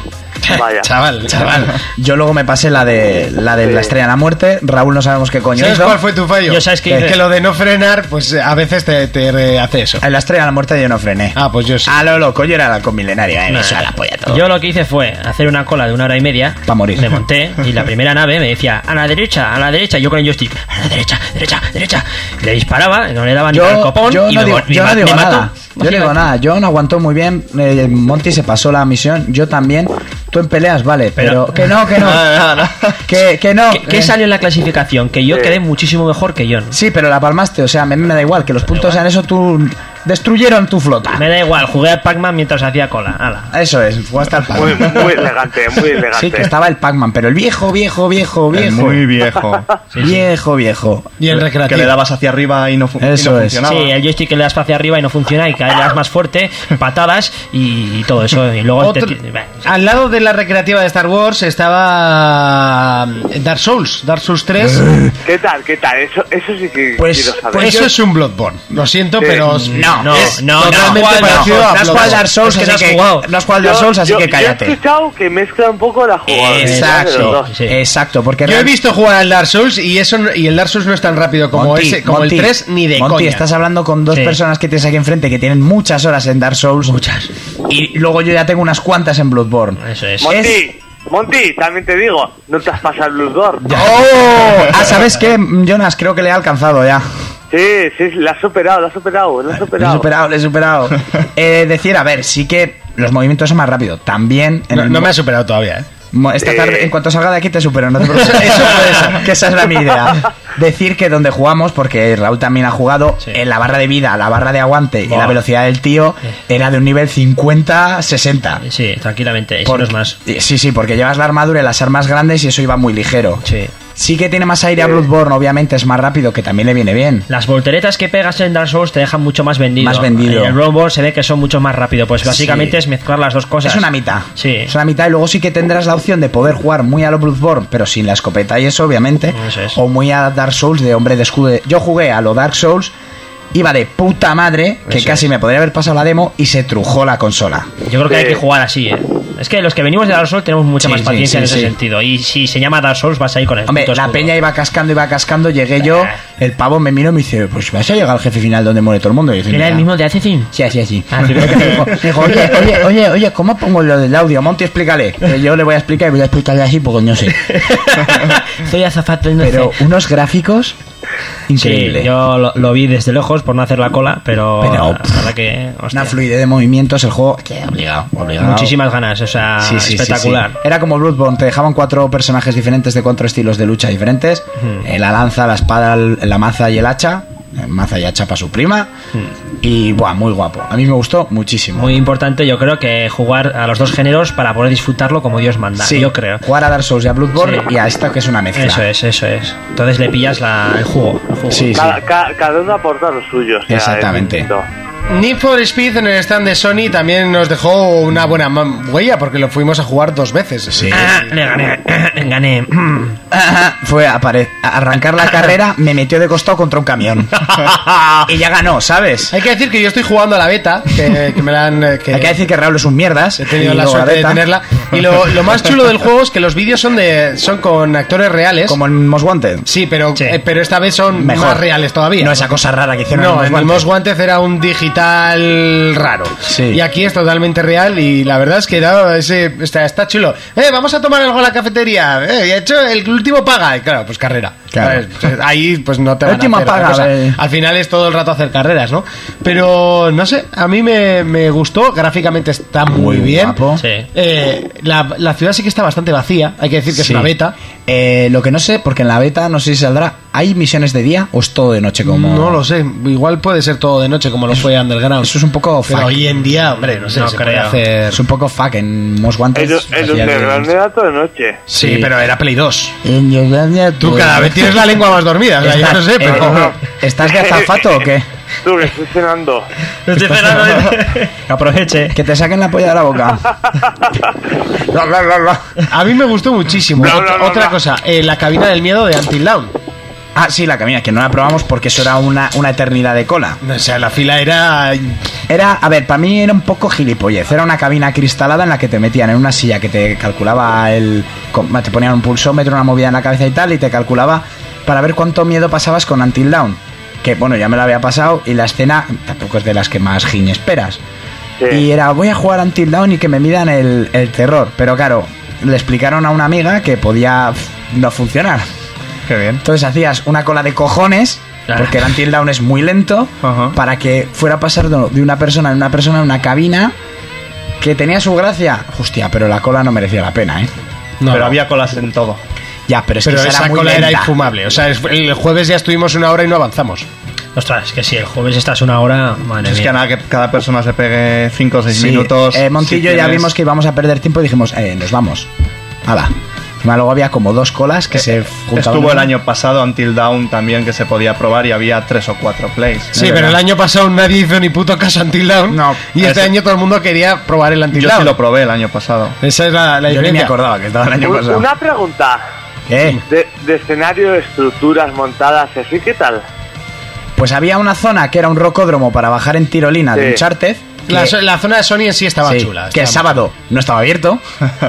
Speaker 3: Vaya.
Speaker 2: Chaval, chaval.
Speaker 4: Yo luego me pasé la de la de
Speaker 3: Sí.
Speaker 4: la estrella de la muerte, Raúl no sabemos qué coño
Speaker 2: ¿Sabes
Speaker 4: hizo. Eh,
Speaker 2: cuál fue tu fallo?
Speaker 5: Yo, ¿sabes qué
Speaker 2: que,
Speaker 5: hice?
Speaker 2: que lo de no frenar, pues a veces te, te, eh, hace eso.
Speaker 4: En la estrella de la muerte yo no frené.
Speaker 2: Ah, pues yo sí.
Speaker 4: A lo loco, yo era la con milenario, eh, me suda la polla todo.
Speaker 5: Yo lo que hice fue hacer una cola de una hora y media.
Speaker 4: Pa' morir.
Speaker 5: Me monté y la primera nave me decía, a la derecha, a la derecha. Y yo con el joystick, a la derecha, derecha, derecha. Le disparaba, no le daban
Speaker 4: Yo-
Speaker 5: ni al copón.
Speaker 4: yo
Speaker 5: y
Speaker 4: no
Speaker 5: me,
Speaker 4: digo,
Speaker 5: vol- me
Speaker 4: yo no
Speaker 5: ma-
Speaker 4: digo
Speaker 5: me mató.
Speaker 4: nada. Yo no digo nada. Yo no aguantó muy bien. eh, Monty se pasó la misión. Yo también. Tú en peleas, vale. Pero,
Speaker 5: Pero-
Speaker 4: que no, que no.
Speaker 6: Nada, nada.
Speaker 4: que, que no.
Speaker 5: ¿Qué, qué
Speaker 4: eh.
Speaker 5: salió en la clasificación? Que yo
Speaker 3: Sí.
Speaker 5: quedé muchísimo mejor que John.
Speaker 4: Sí, pero la palmaste, o sea, a mí me da igual que los puntos sean eso, tú destruyeron tu flota.
Speaker 5: Me da igual, jugué a Pac-Man mientras hacía cola. Ala.
Speaker 4: Eso es, fue hasta el
Speaker 3: Muy,
Speaker 4: Pac-Man.
Speaker 3: muy elegante, muy elegante.
Speaker 4: Sí, que estaba el Pac-Man, pero el viejo, viejo, viejo,
Speaker 6: Es
Speaker 4: viejo.
Speaker 6: Muy viejo.
Speaker 4: Viejo, viejo.
Speaker 2: Y el recreativo.
Speaker 6: Que le dabas hacia arriba y no, fu- y no
Speaker 4: Eso es.
Speaker 6: funcionaba.
Speaker 2: eh.
Speaker 5: Sí, el joystick que le das para hacia arriba y no funciona y cada vez le das más fuerte, patadas y, y todo eso. Y luego te-
Speaker 2: Otro-
Speaker 5: te- bah,
Speaker 2: al lado de la recreativa de Star Wars estaba mm, Dark Souls, Dark Souls 3.
Speaker 3: ¿Qué tal? ¿Qué tal? Eso, eso sí que
Speaker 4: Pues-
Speaker 3: quiero saber.
Speaker 2: Pues eso es un Bloodborne. Lo siento,
Speaker 3: Sí.
Speaker 2: pero
Speaker 4: No,
Speaker 5: no,
Speaker 2: es
Speaker 5: no, no.
Speaker 2: totalmente
Speaker 5: No,
Speaker 2: parecido
Speaker 5: no,
Speaker 2: a
Speaker 4: No has jugado al
Speaker 2: Bloodborne.
Speaker 4: Dark Souls,
Speaker 5: Es que
Speaker 4: así
Speaker 5: no has
Speaker 4: que
Speaker 5: jugado.
Speaker 4: no has jugado al Dark
Speaker 3: Yo-
Speaker 4: Souls, así
Speaker 3: yo-
Speaker 4: que
Speaker 3: Yo he
Speaker 4: cállate.
Speaker 3: escuchado que mezcla un poco la jugada. de los
Speaker 4: Exacto, Eh,
Speaker 3: dos.
Speaker 5: Sí.
Speaker 4: exacto, porque
Speaker 2: Yo he
Speaker 4: real-
Speaker 2: visto jugar al Dark Souls y eso no- y el Dark Souls no es tan rápido como
Speaker 4: Monty,
Speaker 2: ese, como
Speaker 4: Monty,
Speaker 2: el 3 ni de
Speaker 4: Monty,
Speaker 2: coña.
Speaker 4: estás hablando con dos
Speaker 5: Sí.
Speaker 4: personas que tienes aquí enfrente que tienen muchas horas en Dark Souls.
Speaker 5: Muchas.
Speaker 4: Y luego yo ya tengo unas cuantas en Bloodborne.
Speaker 5: Eso es.
Speaker 4: Mon-
Speaker 3: Monty, Monty, también te digo, no te has pasado el Bloodborne.
Speaker 4: ¡Oh! Ah, ¿sabes qué, Jonas? Creo que le he alcanzado ya.
Speaker 3: Sí, sí, la has superado, la has superado, la has
Speaker 4: Le he
Speaker 3: superado.
Speaker 4: superado, le he superado. Eh, decir, a ver, sí que los movimientos son más rápido. También. en
Speaker 2: No,
Speaker 4: el
Speaker 2: no
Speaker 4: mo-
Speaker 2: me ha superado todavía, ¿eh?
Speaker 4: mo- Esta
Speaker 3: Eh.
Speaker 4: tarde, en cuanto salga de aquí, te supero. No te preocupes.
Speaker 2: Eso puede ser.
Speaker 4: Que esa era mi idea. Decir que donde jugamos, porque Raúl también ha jugado,
Speaker 5: Sí.
Speaker 4: en la barra de vida, la barra de aguante y
Speaker 5: Buah.
Speaker 4: la velocidad del tío era de un nivel 50-60.
Speaker 5: Sí, tranquilamente, y si
Speaker 4: Por-
Speaker 5: no es más.
Speaker 4: Sí, sí, porque llevas la armadura y las armas grandes y eso iba muy ligero.
Speaker 5: Sí.
Speaker 4: Sí que tiene más aire a Bloodborne, obviamente, es más rápido, que también le viene bien.
Speaker 5: Las volteretas que pegas en Dark Souls te dejan mucho más vendido.
Speaker 4: Más vendido.
Speaker 5: En el Bloodborne se ve que son mucho más rápido. Pues básicamente
Speaker 4: Sí.
Speaker 5: es mezclar las dos cosas.
Speaker 4: Es una mitad.
Speaker 5: Sí.
Speaker 4: Es una mitad y luego sí que tendrás la opción de poder jugar muy a lo Bloodborne, pero sin la escopeta y eso, obviamente.
Speaker 5: Eso es.
Speaker 4: O muy a Dark Souls de hombre de escudo. Yo jugué a lo Dark Souls, iba de puta madre, que
Speaker 5: Eso
Speaker 4: casi me podría haber pasado la demo y se trujó la consola.
Speaker 5: Yo creo que hay
Speaker 3: Sí.
Speaker 5: que jugar así, ¿eh? Es que los que venimos de Dark Souls tenemos mucha
Speaker 4: Sí,
Speaker 5: más
Speaker 4: sí,
Speaker 5: paciencia
Speaker 4: sí,
Speaker 5: en ese
Speaker 4: sí.
Speaker 5: sentido. Y si se llama Dark Souls, vas a ir con el
Speaker 4: Hombre,
Speaker 5: puto
Speaker 4: la
Speaker 5: escudo.
Speaker 4: peña iba cascando, iba cascando, llegué yo,
Speaker 5: Ah.
Speaker 4: el pavo me miró y me dice, pues vas a llegar al jefe final donde muere todo el mundo. Y yo dije,
Speaker 5: ¿Era el
Speaker 4: "Mira".
Speaker 5: mismo de Assassin?
Speaker 4: Sí, así, así.
Speaker 5: Ah, sí, pero-
Speaker 4: Me dijo, me dijo, oye, oye, oye, oye, ¿cómo pongo lo del audio? Monty, explícale. Eh, Yo le voy a explicar y voy a explicarle así porque no sé.
Speaker 5: Soy azafato, no
Speaker 4: Pero
Speaker 5: sé.
Speaker 4: unos gráficos Increíble.
Speaker 5: Sí, yo lo, lo vi desde lejos por no hacer la cola, pero,
Speaker 4: Pero,
Speaker 5: la
Speaker 4: pff,
Speaker 5: verdad que hostia,
Speaker 4: Una fluidez de movimientos, el juego. Que obligado, obligado.
Speaker 5: muchísimas ganas, o sea,
Speaker 4: Sí, sí, sí,
Speaker 5: espectacular.
Speaker 4: sí. Era como Bloodborne, te dejaban cuatro personajes diferentes de cuatro estilos de lucha diferentes.
Speaker 5: Hmm.
Speaker 4: Eh, la lanza, la espada, el- la maza y el hacha. Eh, Maza y hacha para su prima. Y buah, muy guapo. A mí me gustó muchísimo.
Speaker 5: Hmm. Muy importante, yo creo que jugar a los dos géneros para poder disfrutarlo como Dios manda,
Speaker 4: Sí,
Speaker 5: yo creo.
Speaker 4: Jugar a Dark Souls y a Bloodborne
Speaker 5: Sí.
Speaker 4: y a esta que es una mezcla.
Speaker 5: Eso es, eso es. Entonces le pillas la, el jugo. el jugo.
Speaker 4: Sí, sí.
Speaker 3: Cada, ca- cada uno aporta lo suyo. o sea,
Speaker 4: Exactamente.
Speaker 3: es distinto.
Speaker 2: Need for Speed en el stand de Sony también nos dejó una buena ma- huella porque lo fuimos a jugar dos veces.
Speaker 4: Sí.
Speaker 5: Ah, le gané, le gané.
Speaker 4: Fue a pare- a arrancar la carrera, me metió de costado contra un camión. y ya ganó, ¿sabes?
Speaker 2: Hay que decir que yo estoy jugando a la beta, que, que me la han... eh,
Speaker 4: Hay que decir que Raúl es un mierdas.
Speaker 2: He tenido
Speaker 4: y
Speaker 2: la
Speaker 4: luego
Speaker 2: suerte de
Speaker 4: Gaveta,
Speaker 2: tenerla. Y lo, lo más chulo del juego es que los vídeos son de son con actores reales.
Speaker 4: Como en Most Wanted.
Speaker 2: Sí, pero,
Speaker 5: Sí.
Speaker 2: eh, pero esta vez son
Speaker 4: Mejor.
Speaker 2: más reales todavía.
Speaker 4: No esa cosa rara que hicieron
Speaker 2: No,
Speaker 4: en
Speaker 2: en
Speaker 4: Most
Speaker 2: el Most
Speaker 4: Wanted.
Speaker 2: Wanted era un digital raro.
Speaker 4: Sí.
Speaker 2: Y aquí es totalmente real y la verdad es que da ese, está, está chulo. Eh, vamos a tomar algo a la cafetería. Eh, y ha hecho el último paga. Y claro, pues carrera.
Speaker 4: Claro.
Speaker 2: ¿Sabes? Pues ahí pues no te
Speaker 4: El
Speaker 2: van a
Speaker 4: último
Speaker 2: hacer otra
Speaker 4: paga,
Speaker 2: cosa.
Speaker 4: eh.
Speaker 2: Al final es todo el rato hacer carreras, ¿no? Pero no sé, a mí me, me gustó. Gráficamente está muy,
Speaker 4: Muy
Speaker 2: bien.
Speaker 4: guapo.
Speaker 5: Sí.
Speaker 2: Eh, la, la ciudad sí que está bastante vacía. Hay que decir que es
Speaker 4: Sí.
Speaker 2: una beta.
Speaker 4: Eh, lo que no sé, porque en la beta no sé si saldrá. ¿Hay misiones de día o es todo de noche como.?
Speaker 2: No lo sé, igual puede ser todo de noche como lo fue Underground.
Speaker 4: Eso es un poco
Speaker 2: Pero
Speaker 4: fuck.
Speaker 2: hoy en día, hombre, no sé,
Speaker 5: No
Speaker 2: se puede
Speaker 5: creo.
Speaker 2: hacer-
Speaker 4: Es un poco fuck en Most Wanted.
Speaker 3: El, el
Speaker 4: hacía de-
Speaker 3: underground era todo de noche.
Speaker 2: Sí,
Speaker 4: Sí.
Speaker 2: pero era Play 2.
Speaker 4: En pues, Yugoslavia,
Speaker 2: Tú cada vez tienes la lengua más dormida, o sea, yo no sé,
Speaker 4: Eh,
Speaker 2: pero...
Speaker 4: no. ¿Estás de azafato o qué?
Speaker 3: Tú, que estoy cenando.
Speaker 4: Pues
Speaker 5: Estoy cenando, que aproveche.
Speaker 4: Que te saquen la polla de la boca. La, la, la, la.
Speaker 2: A mí me gustó muchísimo.
Speaker 3: Bla,
Speaker 2: Ot-
Speaker 3: bla, bla,
Speaker 2: Otra
Speaker 3: bla.
Speaker 2: cosa, eh, la cabina del miedo de Until Dawn.
Speaker 4: Ah, sí, la camina, que no la probamos porque eso era una, una eternidad de cola.
Speaker 2: O sea, la fila era...
Speaker 4: Era, a ver, para mí era un poco gilipollez. Era una cabina cristalada en la que te metían en una silla que te calculaba el. con- Te ponían un pulsómetro, una movida en la cabeza y tal, y te calculaba para ver cuánto miedo pasabas con Until Down. Que bueno, ya me la había pasado y la escena tampoco es de las que más giñ esperas.
Speaker 3: Sí.
Speaker 4: Y era, voy a jugar Until Down y que me midan el, el terror. Pero claro, le explicaron a una amiga que podía pf, no funcionar.
Speaker 6: Qué bien.
Speaker 4: Entonces hacías una cola de cojones,
Speaker 5: Claro.
Speaker 4: porque el Until Down es muy lento,
Speaker 6: Ah. Ajá.
Speaker 4: para que fuera a pasar de de una persona en una persona en una cabina que tenía su gracia. Hostia, pero la cola no merecía la pena, ¿eh?
Speaker 2: No,
Speaker 6: Pero había colas en todo.
Speaker 4: Ya, pero es
Speaker 2: pero
Speaker 4: que esa
Speaker 2: esa
Speaker 4: era muy
Speaker 2: cola era
Speaker 4: lenta.
Speaker 2: infumable. O sea, es- el jueves ya estuvimos una hora y no avanzamos.
Speaker 5: Ostras, que si el jueves estás una hora, madre
Speaker 6: Es que
Speaker 5: mía.
Speaker 6: a nada que cada persona se pegue 5 o 6
Speaker 4: Sí,
Speaker 6: minutos.
Speaker 4: eh, Montillo
Speaker 6: si
Speaker 4: ya
Speaker 6: tienes-
Speaker 4: vimos que íbamos a perder tiempo y dijimos, eh, nos vamos. Hala. Encima Luego había como dos colas que se juntaban.
Speaker 6: Eh, Estuvo el año pasado Until Down también que se podía probar y había 3 o 4 plays.
Speaker 2: Sí,
Speaker 4: Es
Speaker 2: pero
Speaker 4: verdad.
Speaker 2: el año pasado nadie hizo ni puto caso a Until Dawn.
Speaker 4: No,
Speaker 2: y este
Speaker 6: ese-
Speaker 2: año todo el mundo quería probar el Until
Speaker 6: Yo
Speaker 2: Dawn.
Speaker 6: sí lo probé el año pasado.
Speaker 2: Esa es la, la
Speaker 4: Yo ni me
Speaker 2: diferencia.
Speaker 4: acordaba que estaba el año
Speaker 3: Un-
Speaker 4: pasado. Eh,
Speaker 3: Una pregunta.
Speaker 4: ¿Qué?
Speaker 3: De, de escenario, estructuras montadas y así, ¿qué tal?
Speaker 4: Pues había una zona que era un rocódromo para bajar en tirolina de
Speaker 3: Sí.
Speaker 4: Uncharted.
Speaker 2: La,
Speaker 4: que-
Speaker 2: so- la zona de Sony en sí estaba
Speaker 4: Sí,
Speaker 2: chula.
Speaker 4: que
Speaker 2: estaba-
Speaker 4: sábado no estaba abierto,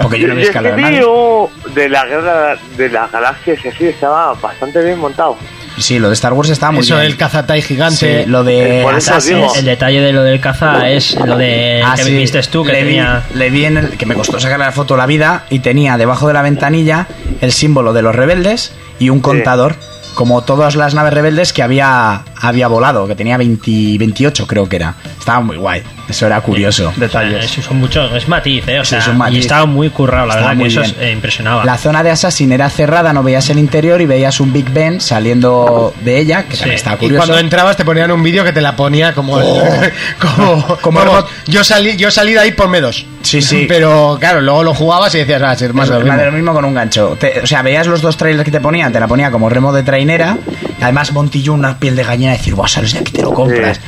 Speaker 4: porque yo
Speaker 3: Yo- yo
Speaker 4: no había
Speaker 3: es que
Speaker 4: escalado
Speaker 3: vi
Speaker 4: nadie.
Speaker 3: un- de la guerra de las galaxias y así, estaba bastante bien montado.
Speaker 4: Sí, lo de Star Wars estaba muy
Speaker 2: Eso,
Speaker 4: bien.
Speaker 2: el cazatai gigante.
Speaker 4: Sí, lo de
Speaker 3: Eh, por eso
Speaker 4: Assassin's.
Speaker 3: digo.
Speaker 5: El detalle de lo del caza es lo de
Speaker 4: Ah,
Speaker 5: que
Speaker 4: sí,
Speaker 5: viste tú, que
Speaker 4: le vi-
Speaker 5: tenía...
Speaker 4: le vi en el que me costó sacar la foto la vida y tenía debajo de la ventanilla el símbolo de los rebeldes y un contador, como todas las naves rebeldes que había había volado, que tenía 20 28 creo que era. Estaba muy guay. Eso era curioso.
Speaker 6: Detalles.
Speaker 5: Es, son muchos, es matiz, ¿eh? O
Speaker 4: Sí,
Speaker 5: sea,
Speaker 4: es un matiz.
Speaker 5: Y estaba muy currado, la
Speaker 4: Estaba
Speaker 5: verdad, que
Speaker 4: muy
Speaker 5: eso es-
Speaker 4: bien.
Speaker 5: eh, impresionaba.
Speaker 4: La zona de Assassin era cerrada, no veías el interior y veías un Big Ben saliendo de ella, que también estaba
Speaker 2: Y
Speaker 4: curioso. Oh.
Speaker 2: cuando entrabas te ponían un vídeo que te la ponía como... como,
Speaker 4: Como
Speaker 2: vamos,
Speaker 4: robot.
Speaker 2: yo, salí, yo salí de ahí por medos.
Speaker 4: Sí, sí.
Speaker 2: Pero claro, luego lo jugabas y decías, va a ser más
Speaker 4: Más
Speaker 2: de lo
Speaker 4: de lo
Speaker 2: mismo.
Speaker 4: mismo con un gancho. Te- o sea, veías los dos trailers que te ponían, te la ponía como remo de trainera. Además, Montillo, una piel de gallina, decir, guau, sales de aquí, te lo compras.
Speaker 3: Sí.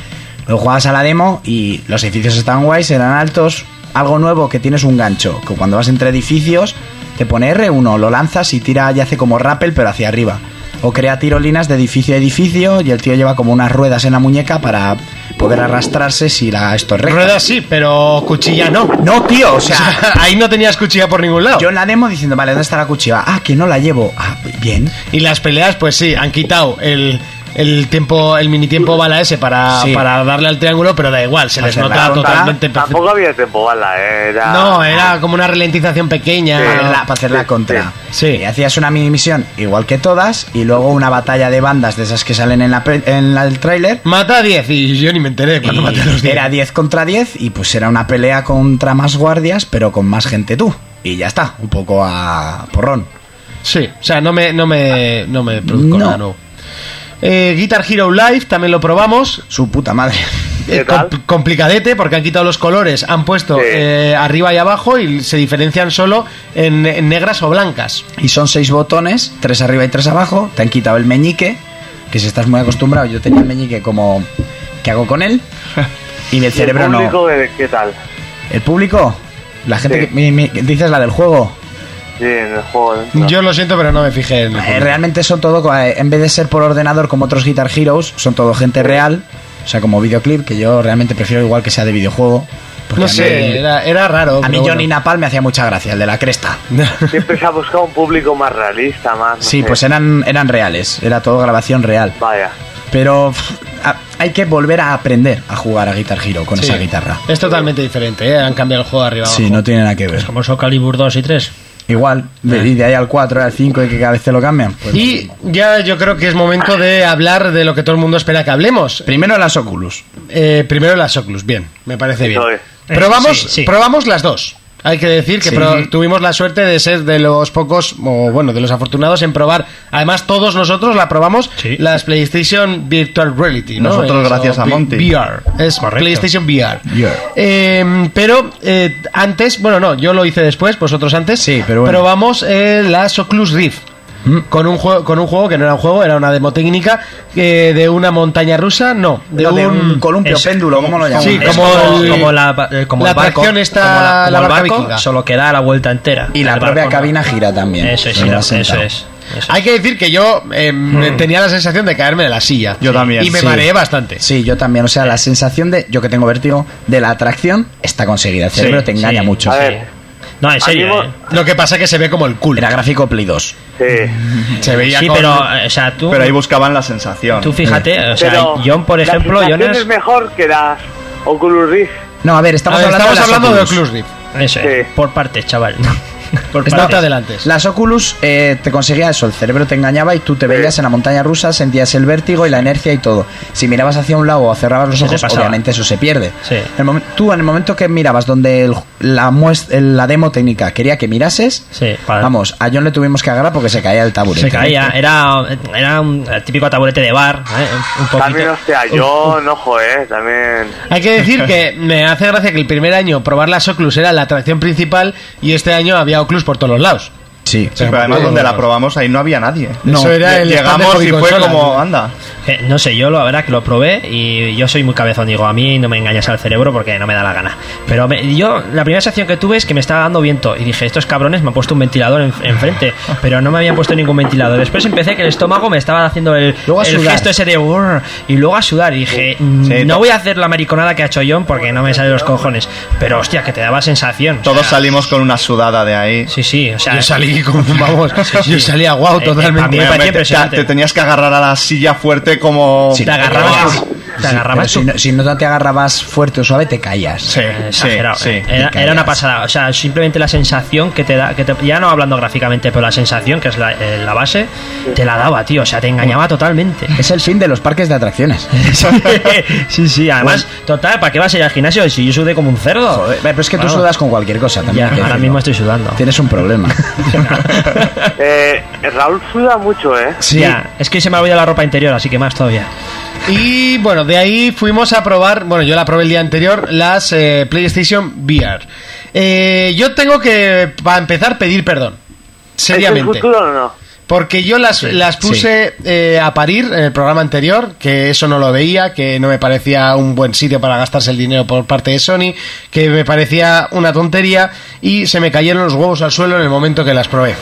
Speaker 4: Luego jugabas a la demo y los edificios estaban guays, eran altos. Algo nuevo que tienes un gancho, que cuando vas entre edificios te pone R1, lo lanzas y tira y hace como rappel, pero hacia arriba. O crea tirolinas de edificio a edificio y el tío lleva como unas ruedas en la muñeca para poder arrastrarse si la esto es recta.
Speaker 2: Ruedas sí, pero cuchilla no.
Speaker 4: No, tío, o sea,
Speaker 2: ahí no tenías cuchilla por ningún lado.
Speaker 4: yo en la demo diciendo, vale, ¿dónde está la cuchilla? Ah, que no la llevo. Ah, bien.
Speaker 2: Y las peleas, pues sí, han quitado el, el tiempo, el mini tiempo bala ese para,
Speaker 4: Sí.
Speaker 2: para darle al triángulo, pero da igual, se les
Speaker 4: Hacer la
Speaker 2: nota
Speaker 4: ronda.
Speaker 2: totalmente perfecto.
Speaker 3: Tampoco había tiempo, bala, eh, era...
Speaker 2: No, era como una ralentización pequeña.
Speaker 4: para hacer la- para hacer la contra.
Speaker 2: Sí.
Speaker 4: Y hacías una mini misión igual que todas y luego una batalla de bandas de esas que salen en, la, pe- en la- el tráiler.
Speaker 2: Mata a 10 y yo ni me enteré cuando maté a los
Speaker 4: Y
Speaker 2: 10.
Speaker 4: Era 10 contra 10 y pues era una pelea contra más guardias pero con más gente tú. Y ya está, un poco a porrón.
Speaker 2: Sí, o sea, no me, no me, no me produzco
Speaker 4: No.
Speaker 2: nada nuevo. Eh, Guitar Hero Live también lo probamos.
Speaker 4: Su puta madre.
Speaker 2: Eh,
Speaker 3: ¿Qué tal?
Speaker 2: com- complicadete porque han quitado los colores, han puesto
Speaker 3: Sí.
Speaker 2: eh, arriba y abajo y se diferencian solo en, en negras o blancas.
Speaker 4: Y son seis botones, tres arriba y tres abajo. Te han quitado el meñique, que si estás muy acostumbrado, yo tenía el meñique como... ¿Qué hago con él? Y el
Speaker 3: Y el
Speaker 4: cerebro no.
Speaker 3: público, eh, ¿Qué tal?
Speaker 4: ¿El público? La gente
Speaker 3: Sí.
Speaker 4: que... mi- mi- dices la del juego.
Speaker 3: Sí, en el juego. ¿no?
Speaker 2: Yo lo siento, pero no me fijé en el
Speaker 4: Eh,
Speaker 2: color.
Speaker 4: realmente son todo, co- eh, en vez de ser por ordenador como otros Guitar Heroes, son todo gente real, o sea, como videoclip, que yo realmente prefiero igual que sea de videojuego. porque
Speaker 2: No
Speaker 4: a mí-
Speaker 2: sé, era, era raro.
Speaker 4: A
Speaker 2: pero
Speaker 4: mí
Speaker 2: bueno.
Speaker 4: Johnny Napal me hacía mucha gracia, el de la cresta.
Speaker 3: Siempre se ha buscado un público más realista, más... no
Speaker 4: Sí,
Speaker 3: sé.
Speaker 4: pues eran, eran reales, era todo grabación real.
Speaker 3: Vaya.
Speaker 4: Pero pff, a- hay que volver a aprender a jugar a Guitar Hero con
Speaker 2: Sí.
Speaker 4: esa guitarra.
Speaker 2: Es totalmente diferente, ¿eh? han cambiado el juego de arriba abajo.
Speaker 4: Sí, no tiene nada que ver.
Speaker 5: Famoso Calibur 2 y 3.
Speaker 4: Igual, de, y de ahí al 4, al 5 y que cada vez te lo cambian. pues lo
Speaker 2: Eh. Y
Speaker 4: mismo.
Speaker 2: ya yo creo que es momento de hablar de lo que todo el mundo espera que hablemos.
Speaker 4: primero las Oculus.
Speaker 2: Eh, primero las Oculus, bien, me parece bien.
Speaker 3: Eso es.
Speaker 2: Probamos,
Speaker 5: Sí, sí.
Speaker 2: probamos las dos. Hay que decir que
Speaker 4: Sí.
Speaker 2: pro- tuvimos la suerte de ser de los pocos, o bueno, de los afortunados en probar. Además, todos nosotros la probamos,
Speaker 5: Sí.
Speaker 2: las PlayStation Virtual Reality. ¿no?
Speaker 6: Nosotros, gracias a
Speaker 2: V-
Speaker 6: Monty.
Speaker 2: VR. Es
Speaker 5: Correcto.
Speaker 2: PlayStation VR.
Speaker 4: VR.
Speaker 2: Eh, pero eh, antes, bueno, no, yo lo hice después, vosotros antes.
Speaker 4: Sí, pero bueno.
Speaker 2: Probamos eh, las Oculus Rift. Con un, juego, con un juego que no era un juego, era una demo técnica eh, de una montaña rusa, no, de,
Speaker 4: Lo
Speaker 2: un,
Speaker 4: de un columpio
Speaker 5: es-
Speaker 4: pendulo, ¿cómo lo llaman?
Speaker 2: Sí,
Speaker 5: Es
Speaker 2: como el-
Speaker 5: la, eh, como
Speaker 2: la
Speaker 5: el barco,
Speaker 2: atracción está
Speaker 5: como la- como
Speaker 2: la
Speaker 5: el
Speaker 2: barca
Speaker 5: barco,
Speaker 2: vikinga.
Speaker 5: solo que da la vuelta entera.
Speaker 4: Y la
Speaker 5: El
Speaker 4: propia
Speaker 5: barco no.
Speaker 4: cabina gira también.
Speaker 5: Eso es,
Speaker 4: Lo
Speaker 5: sí, la-
Speaker 4: vas
Speaker 5: eso es.
Speaker 4: sentado.
Speaker 5: eso
Speaker 2: Hay
Speaker 5: es.
Speaker 2: que decir que yo eh, tenía la sensación de caerme de la silla.
Speaker 6: Yo también,
Speaker 2: Y me
Speaker 6: sí.
Speaker 2: mareé bastante.
Speaker 4: Sí, yo también. O sea, la sensación de, yo que tengo vértigo, de la atracción está conseguida. El cerebro te engaña
Speaker 5: sí.
Speaker 4: mucho.
Speaker 3: A ver,
Speaker 5: No, en serio.
Speaker 3: ánimo.
Speaker 5: eh.
Speaker 2: Lo que pasa es que se ve como el culo.
Speaker 4: Era gráfico Play 2.
Speaker 3: sí.
Speaker 2: Se veía
Speaker 5: Sí,
Speaker 2: con-
Speaker 5: pero, eh, o sea, tú,
Speaker 6: Pero ahí buscaban la sensación.
Speaker 5: tú fíjate, o sea,
Speaker 3: Pero
Speaker 5: John, por
Speaker 3: la
Speaker 5: ejemplo,
Speaker 3: sensación
Speaker 5: John es...
Speaker 3: es mejor que las Oculus Rift.
Speaker 4: No, a ver,
Speaker 2: A
Speaker 4: estamos
Speaker 2: ver,
Speaker 4: hablando,
Speaker 2: estamos
Speaker 4: de, las
Speaker 2: hablando de
Speaker 4: Oculus.
Speaker 2: Oculus Rift.
Speaker 5: Eso es,
Speaker 3: Sí.
Speaker 5: por partes, chaval. por
Speaker 2: No te
Speaker 5: partes.
Speaker 2: adelantes.
Speaker 4: Las Oculus eh, te conseguía eso, el cerebro te engañaba y tú te veías en la montaña rusa, sentías el vértigo y la inercia y todo. Si mirabas hacia un lado o cerrabas los
Speaker 5: Se te
Speaker 4: ojos,
Speaker 5: pasaba.
Speaker 4: obviamente eso se pierde.
Speaker 5: Sí.
Speaker 4: El momen- tú en el momento que mirabas donde el- la, muest- el- la demo técnica quería que mirases,
Speaker 5: Sí, para-
Speaker 4: vamos, a John le tuvimos que agarrar porque se caía el taburete. ¿eh?
Speaker 5: Se caía, eh. era, era un típico taburete de bar, ¿eh? un poquito.
Speaker 3: También, hostia, yo, no, joder, también...
Speaker 2: Hay que decir que me hace gracia que el primer año probar las Oculus era la atracción principal y este año había Oculus por todos los lados.
Speaker 4: Sí.
Speaker 6: Sí, pero además donde la probamos ahí no había nadie.
Speaker 4: No,
Speaker 2: Eso era el stand
Speaker 6: Llegamos
Speaker 2: de
Speaker 6: y fue
Speaker 2: Joy-Consolas,
Speaker 6: como,
Speaker 2: ¿no?
Speaker 6: anda.
Speaker 5: Eh, no sé, yo la verdad que lo probé y yo soy muy cabezón. Digo, a mí no me engañas al cerebro porque no me da la gana. Pero me- yo, la primera sensación que tuve es que me estaba dando viento. Y dije, estos cabrones me han puesto un ventilador en- enfrente. Pero no me habían puesto ningún ventilador. Después empecé que el estómago me estaba haciendo el,
Speaker 4: Luego a
Speaker 5: el
Speaker 4: sudar.
Speaker 5: gesto ese de. "Urr", y luego a sudar. Y dije, "Mm,
Speaker 6: Sí,
Speaker 5: no
Speaker 6: to-
Speaker 5: voy a hacer la mariconada que ha hecho John porque no me salen los cojones. Pero hostia, que te daba sensación. O
Speaker 6: Todos
Speaker 5: sea,
Speaker 6: salimos con una sudada de ahí.
Speaker 5: Sí, sí, o sea.
Speaker 2: Yo salí como, vamos, yo salí a guau
Speaker 5: Eh, eh,
Speaker 2: totalmente.
Speaker 5: a mí me
Speaker 6: Realmente
Speaker 5: parecía
Speaker 6: te,
Speaker 5: impresionante.
Speaker 6: te tenías que agarrar a la silla fuerte como...
Speaker 5: Te agarrabas. Te
Speaker 4: Pero
Speaker 5: agarrabas
Speaker 4: si,
Speaker 5: tú.
Speaker 4: no, si no te agarrabas fuerte o suave, te caías.
Speaker 6: Sí,
Speaker 5: Eh,
Speaker 6: sí,
Speaker 5: exagerado.
Speaker 6: sí.
Speaker 5: eh. Era,
Speaker 4: Te
Speaker 5: era una
Speaker 4: callas.
Speaker 5: pasada. O sea, simplemente la sensación que te da, que te- ya no hablando gráficamente, pero la sensación, que es la, eh, la base, te la daba, tío. O sea, te engañaba totalmente.
Speaker 4: Es el fin de los parques de atracciones.
Speaker 5: sí, sí, además, total, ¿para qué vas a ir al gimnasio si yo sudé como un cerdo?
Speaker 4: Joder, eh, pero es que
Speaker 5: Vamos.
Speaker 4: tú sudas con cualquier cosa
Speaker 5: Ya,
Speaker 4: también. hay que
Speaker 5: ahora
Speaker 4: decirlo.
Speaker 5: mismo estoy sudando.
Speaker 4: Tienes un problema.
Speaker 3: Eh, Raúl suda mucho, ¿eh?
Speaker 4: Sí.
Speaker 5: Ya, es que se me ha olvidado la ropa interior, así que más todavía.
Speaker 2: Y bueno, de ahí fuimos a probar, bueno, yo la probé el día anterior, las eh, PlayStation VR. Eh, yo tengo que, para empezar, pedir perdón.
Speaker 3: ¿Es
Speaker 2: Seriamente.
Speaker 3: el futuro o no?
Speaker 2: Porque yo las, las puse eh, a parir en el programa anterior, que eso no lo veía, que no me parecía un buen sitio para gastarse el dinero por parte de Sony, que me parecía una tontería y se me cayeron los huevos al suelo en el momento que las probé.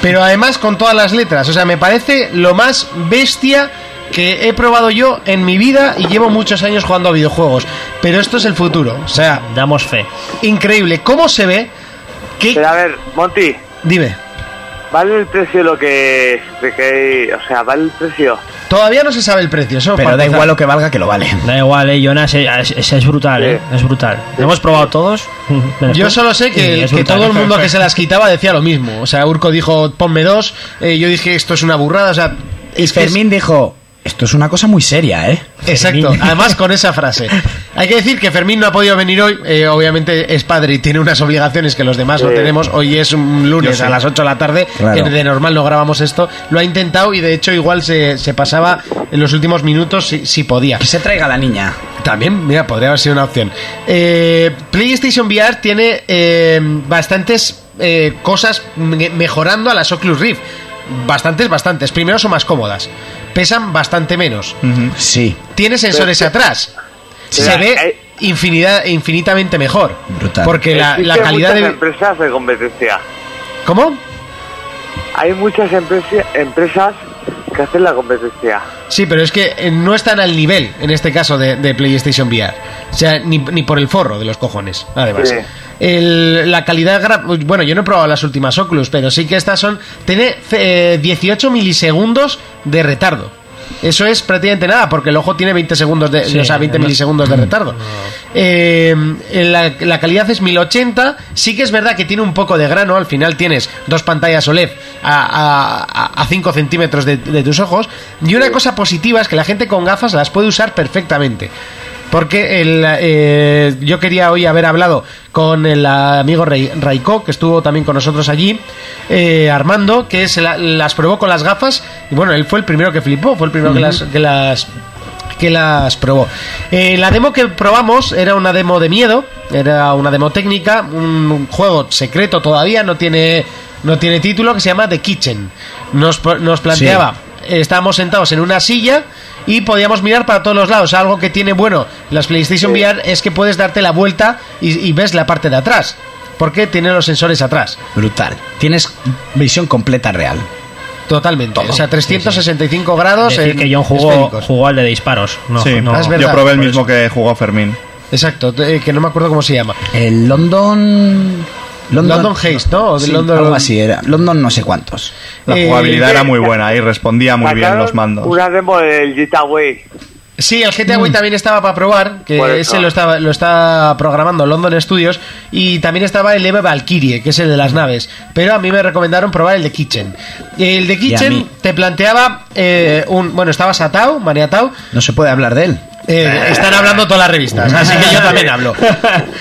Speaker 2: Pero además con todas las letras, o sea, me parece lo más bestia que he probado yo en mi vida y llevo muchos años jugando a videojuegos. Pero esto es el futuro, o sea,
Speaker 5: Damos fe.
Speaker 2: increíble. ¿Cómo se ve? ¿Qué?
Speaker 3: Pero a ver, Monty,
Speaker 2: Dime.
Speaker 3: ¿vale el precio lo que... de que- o sea, ¿vale el precio?
Speaker 2: Todavía no se sabe el precio, eso
Speaker 4: Pero
Speaker 2: para
Speaker 4: da
Speaker 2: empezar.
Speaker 4: igual lo que valga, que lo vale.
Speaker 5: Da igual, eh, Jonas, eh, es, es- es brutal, eh.
Speaker 3: Sí.
Speaker 5: Es brutal. Lo hemos probado todos. menos
Speaker 2: Yo
Speaker 5: tú.
Speaker 2: solo sé
Speaker 5: Y
Speaker 2: que,
Speaker 5: es
Speaker 2: que
Speaker 5: brutal.
Speaker 2: todo el mundo que se las quitaba decía lo mismo. O sea, Urco dijo, ponme dos. eh, yo dije, esto es una burrada. O sea,
Speaker 4: Y
Speaker 2: es que es-
Speaker 4: Fermín dijo: Esto es una cosa muy seria, ¿eh?
Speaker 2: Exacto,
Speaker 5: Fermín.
Speaker 2: además con esa frase. Hay que decir que Fermín no ha podido venir hoy, eh, obviamente es padre y tiene unas obligaciones que los demás no
Speaker 3: Sí.
Speaker 2: tenemos. Hoy es un lunes
Speaker 6: Yo sé.
Speaker 2: a las 8 de la tarde,
Speaker 4: Claro.
Speaker 2: que de normal no grabamos esto. Lo ha intentado y de hecho igual se, se pasaba en los últimos minutos si, si podía.
Speaker 4: Que se traiga la niña.
Speaker 2: También, mira, podría haber sido una opción. Eh, PlayStation VR tiene eh, bastantes eh, cosas me- mejorando a las Oculus Rift. Bastantes, bastantes. Primero son más cómodas. Pesan bastante menos.
Speaker 4: Sí,
Speaker 2: Tiene sensores atrás. Se
Speaker 3: Mira,
Speaker 2: ve
Speaker 3: eh,
Speaker 2: infinidad, infinitamente mejor.
Speaker 4: Brutal.
Speaker 2: Porque la, la
Speaker 3: Existen
Speaker 2: calidad
Speaker 3: muchas
Speaker 2: de.
Speaker 3: empresas de competencia.
Speaker 2: ¿Cómo?
Speaker 3: Hay muchas empresa- empresas que hacen la competencia.
Speaker 2: Sí, pero es que eh, no están al nivel, en este caso, de, de PlayStation VR. O sea, ni, ni por el forro de los cojones, además.
Speaker 3: Sí.
Speaker 2: El- la calidad... gra- pues, Bueno, yo no he probado las últimas Oculus, pero sí que estas son... Tiene eh, 18 milisegundos de retardo. Eso es prácticamente nada, porque el ojo tiene 20 segundos de,
Speaker 5: Sí,
Speaker 2: o sea, 20
Speaker 5: además-
Speaker 2: milisegundos de retardo. Eh, la, la calidad es 1080. Sí que es verdad que tiene un poco de grano. Al final tienes dos pantallas OLED a, a, 5 centímetros de, de tus ojos. Y una cosa positiva es que la gente con gafas las puede usar perfectamente. Porque el, eh, yo quería hoy haber hablado con el amigo Rey- Raiko, que estuvo también con nosotros allí, eh, Armando, que se la- las probó con las gafas. Y bueno, él fue el primero que flipó, fue el primero que las- que las que las probó. Eh, la demo que probamos era una demo de miedo, era una demo técnica, un, un juego secreto todavía, no tiene, no tiene título, que se llama The Kitchen. Nos, pro- nos planteaba, eh, estábamos sentados en una silla y podíamos mirar para todos los lados. Algo que tiene bueno las PlayStation VR es que puedes darte la vuelta y, y ves la parte de atrás, porque tiene los sensores atrás.
Speaker 4: brutal. Tienes visión completa real.
Speaker 2: Totalmente, o sea, 365 grados.
Speaker 5: Decir
Speaker 2: en
Speaker 5: que John jugó,
Speaker 2: esféricos.
Speaker 5: jugó al de disparos. No,
Speaker 6: sí,
Speaker 5: no.
Speaker 2: Ah, es verdad.
Speaker 6: yo probé el
Speaker 2: por
Speaker 6: mismo que jugó Fermín.
Speaker 2: Exacto, eh, que no me acuerdo cómo se llama.
Speaker 4: El London.
Speaker 2: London, Haze, ¿no? O de
Speaker 4: Sí,
Speaker 2: London-
Speaker 4: Algo así era. London no sé cuántos.
Speaker 6: La
Speaker 2: Eh,
Speaker 6: jugabilidad era muy buena y respondía muy bien
Speaker 3: Sacaron
Speaker 6: los mandos.
Speaker 3: Una demo del Getaway.
Speaker 2: Sí, el GTA
Speaker 5: Mm.
Speaker 2: Wii también estaba para probar, que
Speaker 3: Por eso.
Speaker 2: ese lo estaba lo está programando London Studios y también estaba el Eve Valkyrie, que es el de las naves, pero a mí me recomendaron probar el de Kitchen. El de
Speaker 4: mí.
Speaker 2: Kitchen te planteaba eh, un bueno, estabas atado, maniatado,
Speaker 4: No se puede hablar de él.
Speaker 2: eh, están hablando todas las revistas, así que yo también hablo.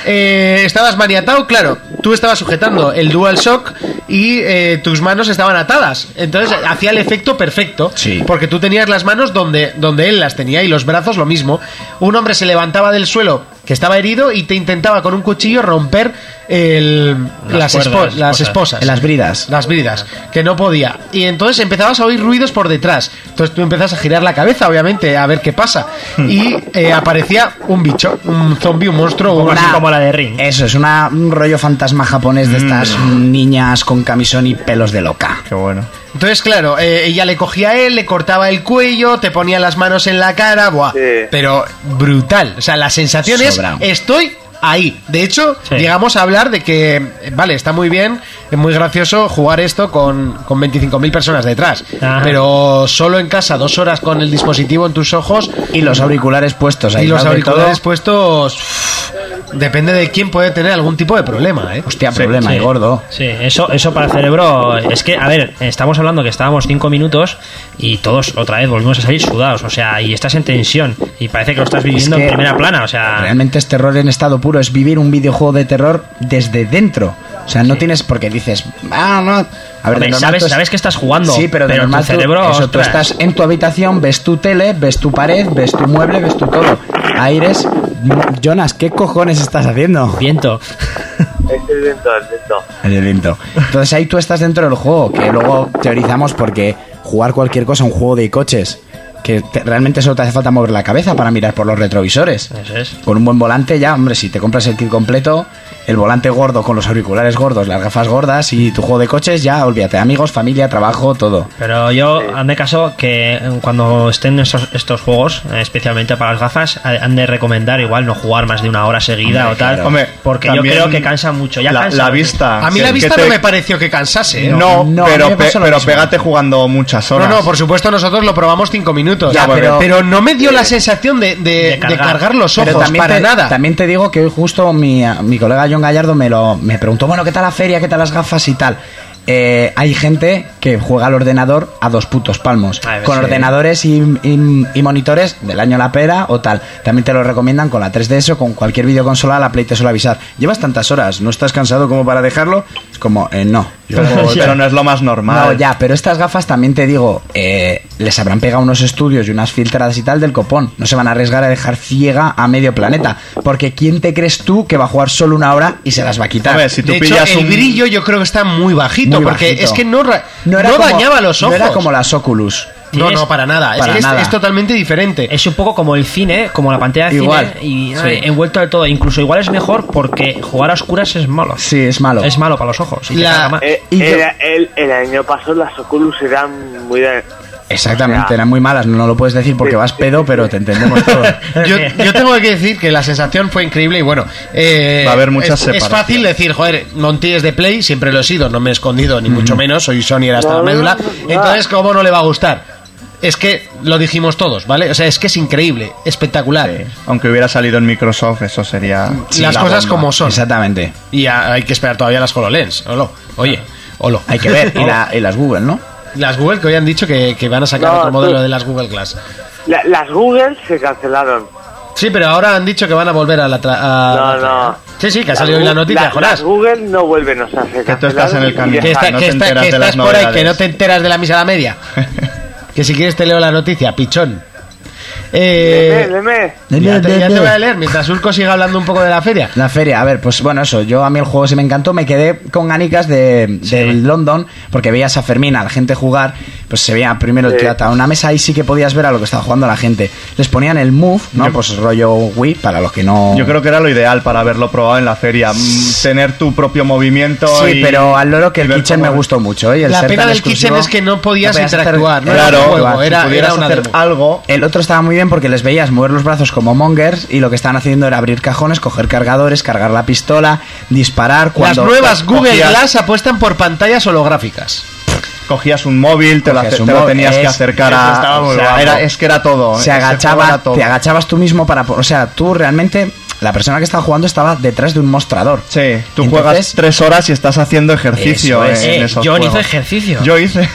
Speaker 2: Eh, estabas maniatado, claro. Tú estabas sujetando el Dual Shock y eh, tus manos estaban atadas. Entonces eh, hacía el efecto perfecto.
Speaker 4: Sí.
Speaker 2: Porque tú tenías las manos donde, donde él las tenía y los brazos lo mismo. Un hombre se levantaba del suelo que estaba herido y te intentaba con un cuchillo romper el- las,
Speaker 5: Las cuerdas,
Speaker 2: espo- las
Speaker 5: cosas.
Speaker 2: esposas.
Speaker 4: En las bridas.
Speaker 2: Las bridas, que no podía. Y entonces empezabas a oír ruidos por detrás. Entonces tú empezas a girar la cabeza, obviamente, a ver qué pasa.
Speaker 5: Hmm.
Speaker 2: Y eh, aparecía un bicho, un zombie, un monstruo, un...
Speaker 5: Así como la de Ring.
Speaker 4: Eso, es una, un rollo fantasma japonés
Speaker 5: Mm.
Speaker 4: de estas niñas con camisón y pelos de loca.
Speaker 6: Qué bueno.
Speaker 2: Entonces, claro, eh, ella le cogía a él, le cortaba el cuello, te ponía las manos en la cara, buah.
Speaker 3: Sí.
Speaker 2: Pero brutal. O sea, la sensación es,
Speaker 4: Sobrao.
Speaker 2: estoy ahí. De hecho,
Speaker 5: Sí.
Speaker 2: llegamos a hablar de que, eh, vale, está muy bien, es muy gracioso jugar esto con, con 25.000 personas detrás.
Speaker 5: Ajá.
Speaker 2: Pero solo en casa, dos horas con el dispositivo en tus ojos
Speaker 4: Y los auriculares puestos ahí.
Speaker 2: y los
Speaker 4: ¿no? De
Speaker 2: auriculares
Speaker 4: todo. pues,
Speaker 2: puestos... uff, depende de quién puede tener algún tipo de problema, ¿eh?
Speaker 4: Hostia, problema,
Speaker 5: sí.
Speaker 4: y gordo.
Speaker 5: Sí, eso, eso para el cerebro. Es que, a ver, estamos hablando que estábamos cinco minutos y todos otra vez volvimos a salir sudados. O sea, y estás en tensión y parece que lo estás viviendo
Speaker 4: Es que
Speaker 5: en primera plana. O sea,
Speaker 4: Realmente es terror en estado puro, es vivir un videojuego de terror desde dentro. O sea, no tienes porque dices, ah, no. A ver, de
Speaker 5: Hombre,
Speaker 4: normal
Speaker 5: sabes-
Speaker 4: tú es-
Speaker 5: sabes que estás jugando,
Speaker 4: Sí, pero, de
Speaker 5: pero tu
Speaker 4: normal tú-
Speaker 5: cerebro,
Speaker 4: eso, tú
Speaker 5: ostras.
Speaker 4: estás en tu habitación, ves tu tele, ves tu pared, ves tu mueble, ves tu todo. Aires, "Mm, Jonas, ¿qué cojones estás haciendo?
Speaker 5: viento.
Speaker 3: Este es dentro, es dentro.
Speaker 4: En el intro. Entonces ahí tú estás dentro del juego, que luego teorizamos porque jugar cualquier cosa, un juego de coches, que te- realmente solo te hace falta mover la cabeza para mirar por los retrovisores.
Speaker 5: Eso es.
Speaker 4: Con un buen volante ya, hombre, si te compras el kit completo el volante gordo con los auriculares gordos, las gafas gordas y tu juego de coches, ya olvídate, amigos, familia, trabajo, todo.
Speaker 5: Pero yo, hazme caso que eh, cuando estén estos, estos juegos, eh, especialmente para las gafas, eh, han de recomendar igual no jugar más de una hora seguida o tal.
Speaker 6: Hombre,
Speaker 5: porque yo
Speaker 6: también
Speaker 5: creo que cansa mucho. Ya
Speaker 6: la,
Speaker 5: cansa,
Speaker 6: la
Speaker 5: porque-
Speaker 6: vista.
Speaker 2: A mí la
Speaker 6: que-
Speaker 2: vista
Speaker 6: que te-
Speaker 2: no me pareció que cansase. ¿eh?
Speaker 4: No, a
Speaker 6: No,
Speaker 4: mí me
Speaker 6: pero, pe-
Speaker 4: pasó lo
Speaker 6: pero
Speaker 4: mismo.
Speaker 6: pégate jugando muchas
Speaker 2: No,
Speaker 6: horas.
Speaker 2: no, por supuesto nosotros lo probamos cinco minutos.
Speaker 4: Ya,
Speaker 2: pero,
Speaker 4: pero-
Speaker 2: pero no me dio la sensación de, de- de cargar.
Speaker 5: cargar.
Speaker 2: los
Speaker 4: Pero
Speaker 2: ojos, para
Speaker 4: te,
Speaker 2: nada.
Speaker 4: También te digo que hoy justo mi, mi colega John Gallardo me, lo, me preguntó, bueno, ¿qué tal la feria? ¿Qué tal las gafas y tal? Eh, hay gente que juega al ordenador a dos putos palmos,
Speaker 5: Ay,
Speaker 4: con
Speaker 5: sí.
Speaker 4: ordenadores y, y- y monitores del año la pera o tal. También te lo recomiendan con la 3DS o con cualquier videoconsola, la Play te suele avisar. Llevas tantas horas, ¿no estás cansado como para dejarlo? Es como, eh, no.
Speaker 6: Pero, pero no es lo más normal.
Speaker 4: No, ya, pero estas gafas también te digo, eh, les habrán pegado unos estudios y unas filtradas y tal del copón. No se van a arriesgar a dejar ciega a medio planeta. Porque ¿quién te crees tú que va a jugar solo una hora y se las va a quitar?
Speaker 6: Hombre, si tú
Speaker 2: de hecho, eh,
Speaker 6: pillas
Speaker 2: el
Speaker 6: un
Speaker 2: brillo yo creo que está muy bajito,
Speaker 4: Muy
Speaker 2: porque
Speaker 4: bajito.
Speaker 2: es que no, ra- no,
Speaker 4: era como-
Speaker 2: dañaba los ojos.
Speaker 4: No era como las Oculus.
Speaker 2: no,
Speaker 5: Sí,
Speaker 2: no,
Speaker 5: es-
Speaker 2: para nada.
Speaker 4: para
Speaker 2: es, que es-
Speaker 4: nada.
Speaker 2: es totalmente diferente.
Speaker 5: Es un poco como el cine, como la pantalla de
Speaker 4: Igual,
Speaker 5: cine. Y
Speaker 4: sí.
Speaker 5: ay, envuelto de todo. Incluso igual es mejor porque jugar a oscuras es malo.
Speaker 4: Sí, es malo.
Speaker 5: Es malo para los ojos. y te
Speaker 2: La-
Speaker 5: carga más.
Speaker 3: Eh,
Speaker 4: Y yo-
Speaker 3: era- el, el año pasado las Oculus eran muy de-
Speaker 4: Exactamente,
Speaker 3: Ya.
Speaker 4: eran muy malas. No, no lo puedes decir porque
Speaker 3: Sí,
Speaker 4: vas
Speaker 3: sí,
Speaker 4: pedo,
Speaker 3: sí,
Speaker 4: pero
Speaker 3: sí.
Speaker 4: te entendemos todo.
Speaker 2: Yo, yo tengo que decir que la sensación fue increíble y bueno, eh,
Speaker 6: Va a haber muchas
Speaker 2: es, es
Speaker 6: separaciones.
Speaker 2: fácil decir, joder, Monty es de Play, siempre lo he sido, no me he escondido, ni mucho menos, soy Sony era hasta la
Speaker 3: No, no,
Speaker 2: médula,
Speaker 3: no, no.
Speaker 2: entonces ¿cómo no le va a gustar? Es que lo dijimos todos, ¿vale? O sea, es que es increíble, espectacular.
Speaker 6: Aunque hubiera salido en Microsoft, eso sería.
Speaker 2: Las
Speaker 6: la
Speaker 2: cosas
Speaker 6: bomba.
Speaker 2: como son.
Speaker 4: Exactamente.
Speaker 2: Y a- hay que esperar todavía las HoloLens, olo. Oye, olo.
Speaker 4: Hay que ver. Y, la- y las Google, ¿no?
Speaker 2: Las Google que hoy han dicho que, que van a sacar
Speaker 3: No,
Speaker 2: otro modelo
Speaker 3: tú-
Speaker 2: de las Google Glass.
Speaker 3: La- las Google se cancelaron.
Speaker 2: Sí, pero ahora han dicho que van a volver a la... tra- a-
Speaker 3: No,
Speaker 2: a la-
Speaker 3: no.
Speaker 2: Sí, sí, que Ah, ha salido hoy la
Speaker 3: Gu-
Speaker 2: noticia,
Speaker 3: la-
Speaker 2: Jonás.
Speaker 3: Las Google no vuelven, o sea, se
Speaker 6: Que tú estás en el
Speaker 3: cancelaron y
Speaker 6: camino.
Speaker 3: ya
Speaker 2: que,
Speaker 6: Ah,
Speaker 2: está-
Speaker 6: no
Speaker 2: que
Speaker 6: te
Speaker 2: está-
Speaker 6: enteras
Speaker 2: que
Speaker 6: de
Speaker 2: estás
Speaker 6: las
Speaker 2: por ahí,
Speaker 6: novedades.
Speaker 2: que no te enteras de la misa a la media. que si quieres te leo la noticia, pichón. Eh,
Speaker 3: Leme, leme.
Speaker 2: ya, te, ya te voy a leer mientras Urco siga hablando un poco de la feria.
Speaker 4: La feria, a ver, pues bueno, eso, yo a mí el juego sí me encantó, me quedé con ganicas de, de London, porque veías a Fermín, a la gente jugar, pues se veía primero el
Speaker 3: Sí.
Speaker 4: teatro, a una mesa ahí sí que podías ver a lo que estaba jugando la gente. Les ponían el move, ¿no? pues rollo Wii, para los que no...
Speaker 6: Yo creo que era lo ideal para haberlo probado en la feria. Mm, Tener tu propio movimiento.
Speaker 4: Sí,
Speaker 6: y-
Speaker 4: pero al loro que
Speaker 6: y
Speaker 4: el
Speaker 6: ver
Speaker 4: kitchen
Speaker 6: cómo-
Speaker 4: me gustó mucho, ¿eh? Y el
Speaker 2: La
Speaker 4: ser
Speaker 2: pena
Speaker 4: tan
Speaker 2: del
Speaker 4: exclusivo,
Speaker 2: kitchen es que no podías
Speaker 4: hacer-
Speaker 2: interactuar, no
Speaker 6: Claro,
Speaker 2: un juego,
Speaker 6: si
Speaker 2: era-
Speaker 6: pudieras
Speaker 2: era una
Speaker 6: hacer
Speaker 2: demo.
Speaker 6: algo.
Speaker 4: El otro estaba muy bien porque les veías mover los brazos como mongers y lo que estaban haciendo era abrir cajones, coger cargadores, cargar la pistola, disparar cuando...
Speaker 2: Las nuevas Google
Speaker 6: cogías-
Speaker 2: Glass apuestan por pantallas holográficas.
Speaker 6: Cogías un móvil, te, lo,
Speaker 4: Cogías
Speaker 6: ace-
Speaker 4: un
Speaker 6: te lo
Speaker 4: móvil,
Speaker 6: tenías que
Speaker 4: es-
Speaker 6: acercar
Speaker 4: eso
Speaker 6: a.
Speaker 4: estaba muy
Speaker 6: o sea,
Speaker 4: guapo.
Speaker 6: era- es que era todo. ¿eh?
Speaker 4: se
Speaker 6: ese juego
Speaker 4: agachaba,
Speaker 6: era todo.
Speaker 4: te agachabas tú mismo para, po- o sea, tú realmente la persona que estaba jugando estaba detrás de un mostrador.
Speaker 6: Sí, tú
Speaker 4: Entonces,
Speaker 6: juegas tres horas y estás haciendo ejercicio
Speaker 4: Eso es.
Speaker 6: en,
Speaker 5: Eh,
Speaker 6: esos
Speaker 5: John hizo
Speaker 6: juegos.
Speaker 5: ejercicio.
Speaker 6: Yo hice.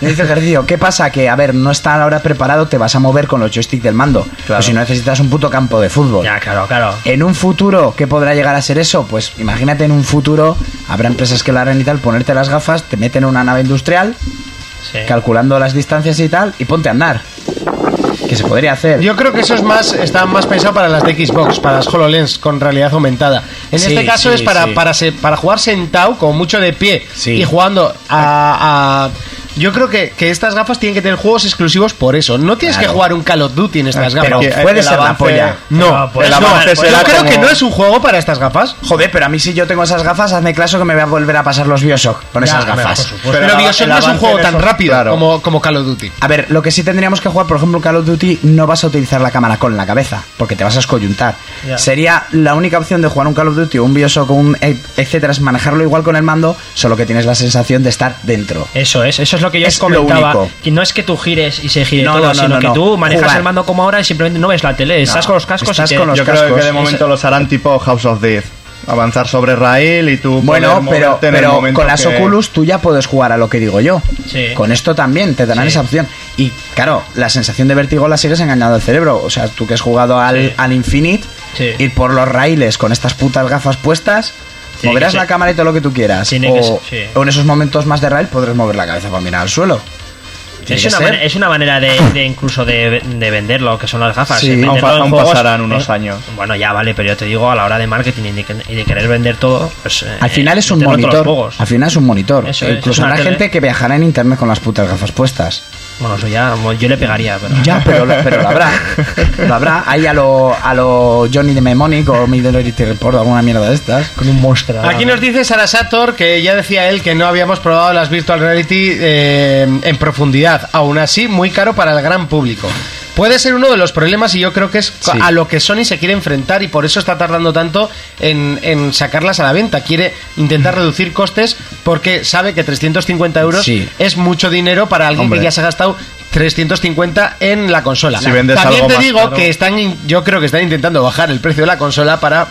Speaker 4: le dice ejercicio, ¿qué pasa? Que a ver, no está ahora preparado, te vas a mover con los joysticks del mando. O si no necesitas un puto campo de fútbol.
Speaker 5: Ya, claro, claro.
Speaker 4: En un futuro, ¿qué podrá llegar a ser eso? Pues imagínate en un futuro, habrá empresas que lo harán y tal, ponerte las gafas, te meten en una nave industrial,
Speaker 6: Eh.
Speaker 5: Sí.
Speaker 4: calculando las distancias y tal, y ponte a andar. Que se podría hacer.
Speaker 2: Yo creo que eso es más, está más pensado para las de Xbox, para las HoloLens con realidad aumentada. En
Speaker 4: Sí,
Speaker 2: este caso
Speaker 4: sí,
Speaker 2: es para,
Speaker 4: sí.
Speaker 2: para, se- para jugar sentado, con mucho de pie,
Speaker 4: Sí.
Speaker 2: y jugando a... a- yo creo que, que estas gafas tienen que tener juegos exclusivos por eso. No tienes
Speaker 4: Claro.
Speaker 2: que jugar un Call of Duty en estas gafas.
Speaker 4: Pero
Speaker 6: Que-
Speaker 4: puede
Speaker 6: el
Speaker 4: ser la
Speaker 6: avance-
Speaker 4: polla.
Speaker 2: no,
Speaker 5: Ah, pues
Speaker 2: el
Speaker 5: no,
Speaker 2: avance
Speaker 5: pues
Speaker 2: será yo
Speaker 6: no.
Speaker 2: creo
Speaker 6: como-
Speaker 2: que no es un juego para estas gafas.
Speaker 4: Joder, pero a mí si yo tengo esas gafas, hazme claro que me voy a volver a pasar los Bioshock con esas
Speaker 2: Ya, por
Speaker 4: gafas.
Speaker 2: supuesto.
Speaker 6: Pero
Speaker 2: Pero
Speaker 6: el
Speaker 2: Bioshock no es un
Speaker 6: avance
Speaker 2: juego
Speaker 6: en
Speaker 2: tan
Speaker 6: esos-
Speaker 2: rápido
Speaker 6: claro.
Speaker 2: como, como Call of Duty.
Speaker 4: A ver, lo que sí tendríamos que jugar, por ejemplo, Call of Duty, no vas a utilizar la cámara con la cabeza, porque te vas a escoyuntar.
Speaker 5: Ya.
Speaker 4: Sería la única opción de jugar un Call of Duty, o un Bioshock, o un e- etcétera, es manejarlo igual con el mando, solo que tienes la sensación de estar dentro.
Speaker 5: Eso es, eso es lo que yo
Speaker 4: Es
Speaker 5: os comentaba.
Speaker 4: lo único.
Speaker 5: Que no es que tú gires y se gire
Speaker 4: No,
Speaker 5: todo,
Speaker 4: no, no,
Speaker 5: sino
Speaker 4: no,
Speaker 5: que
Speaker 4: no.
Speaker 5: tú manejas
Speaker 4: Jugar.
Speaker 5: el mando como ahora y simplemente no ves la tele, estás con los cascos
Speaker 4: estás
Speaker 5: y te-
Speaker 4: con los
Speaker 6: Yo
Speaker 4: cascos.
Speaker 6: creo que de momento los harán tipo House of Death. Avanzar sobre rail y tú.
Speaker 4: Bueno,
Speaker 6: poder
Speaker 4: pero,
Speaker 6: moverte en el
Speaker 4: pero
Speaker 6: momento
Speaker 4: con las
Speaker 6: que-
Speaker 4: Oculus tú ya puedes jugar a lo que digo yo.
Speaker 5: Sí.
Speaker 4: Con esto también te darán
Speaker 5: Sí.
Speaker 4: esa opción. Y claro, la sensación de vértigo la sigues engañando al cerebro. O sea, tú que has jugado al,
Speaker 5: Sí.
Speaker 4: al Infinite,
Speaker 5: Sí.
Speaker 4: ir por los raíles con estas putas gafas puestas,
Speaker 5: Tiene
Speaker 4: moverás
Speaker 5: que
Speaker 4: la
Speaker 5: ser.
Speaker 4: cámara y todo lo que tú quieras.
Speaker 5: Tiene que
Speaker 4: o,
Speaker 5: ser, sí.
Speaker 4: o en esos momentos más de rail podrás mover la cabeza para mirar al suelo. Tiene
Speaker 5: Es
Speaker 4: que
Speaker 5: una,
Speaker 4: ser.
Speaker 5: manera, eh, es una manera de, de incluso de, de venderlo, que son las gafas.
Speaker 4: Sí,
Speaker 5: eh,
Speaker 4: aún
Speaker 5: venderlo
Speaker 6: pa-
Speaker 5: en
Speaker 6: aún
Speaker 5: juegos, eh,
Speaker 6: pasarán unos años.
Speaker 5: Bueno, ya vale, pero yo te digo, a la hora de marketing y de, que- y de querer vender todo, pues... eh,
Speaker 4: Al final es un
Speaker 5: meterlo a todos los
Speaker 4: monitor.
Speaker 5: juegos.
Speaker 4: Al final es un monitor. E
Speaker 5: Eso es,
Speaker 4: Incluso
Speaker 5: es una
Speaker 4: habrá
Speaker 5: tele.
Speaker 4: gente que viajará en internet con las putas gafas puestas.
Speaker 5: Bueno, eso ya, mo- yo le pegaría, pero.
Speaker 4: Ya, pero, lo- pero lo habrá. Lo habrá. Ahí a lo, a lo Johnny de Memonic o Minority Report o alguna mierda de estas.
Speaker 5: Con un monstruo.
Speaker 2: Aquí nos dice Sara Sator que ya decía él que no habíamos probado las Virtual Reality eh, en profundidad. Aún así, muy caro para el gran público. Puede ser uno de los problemas y yo creo que es
Speaker 4: Sí.
Speaker 2: a lo que Sony se quiere enfrentar y por eso está tardando tanto en, en sacarlas a la venta. Quiere intentar reducir costes porque sabe que 350 euros
Speaker 4: Sí.
Speaker 2: es mucho dinero para alguien
Speaker 4: Hombre.
Speaker 2: que ya se ha gastado 350 en la consola.
Speaker 6: Si vendes
Speaker 2: También
Speaker 6: algo
Speaker 2: te
Speaker 6: más
Speaker 2: digo
Speaker 6: caro.
Speaker 2: que están, in- yo creo que están intentando bajar el precio de la consola para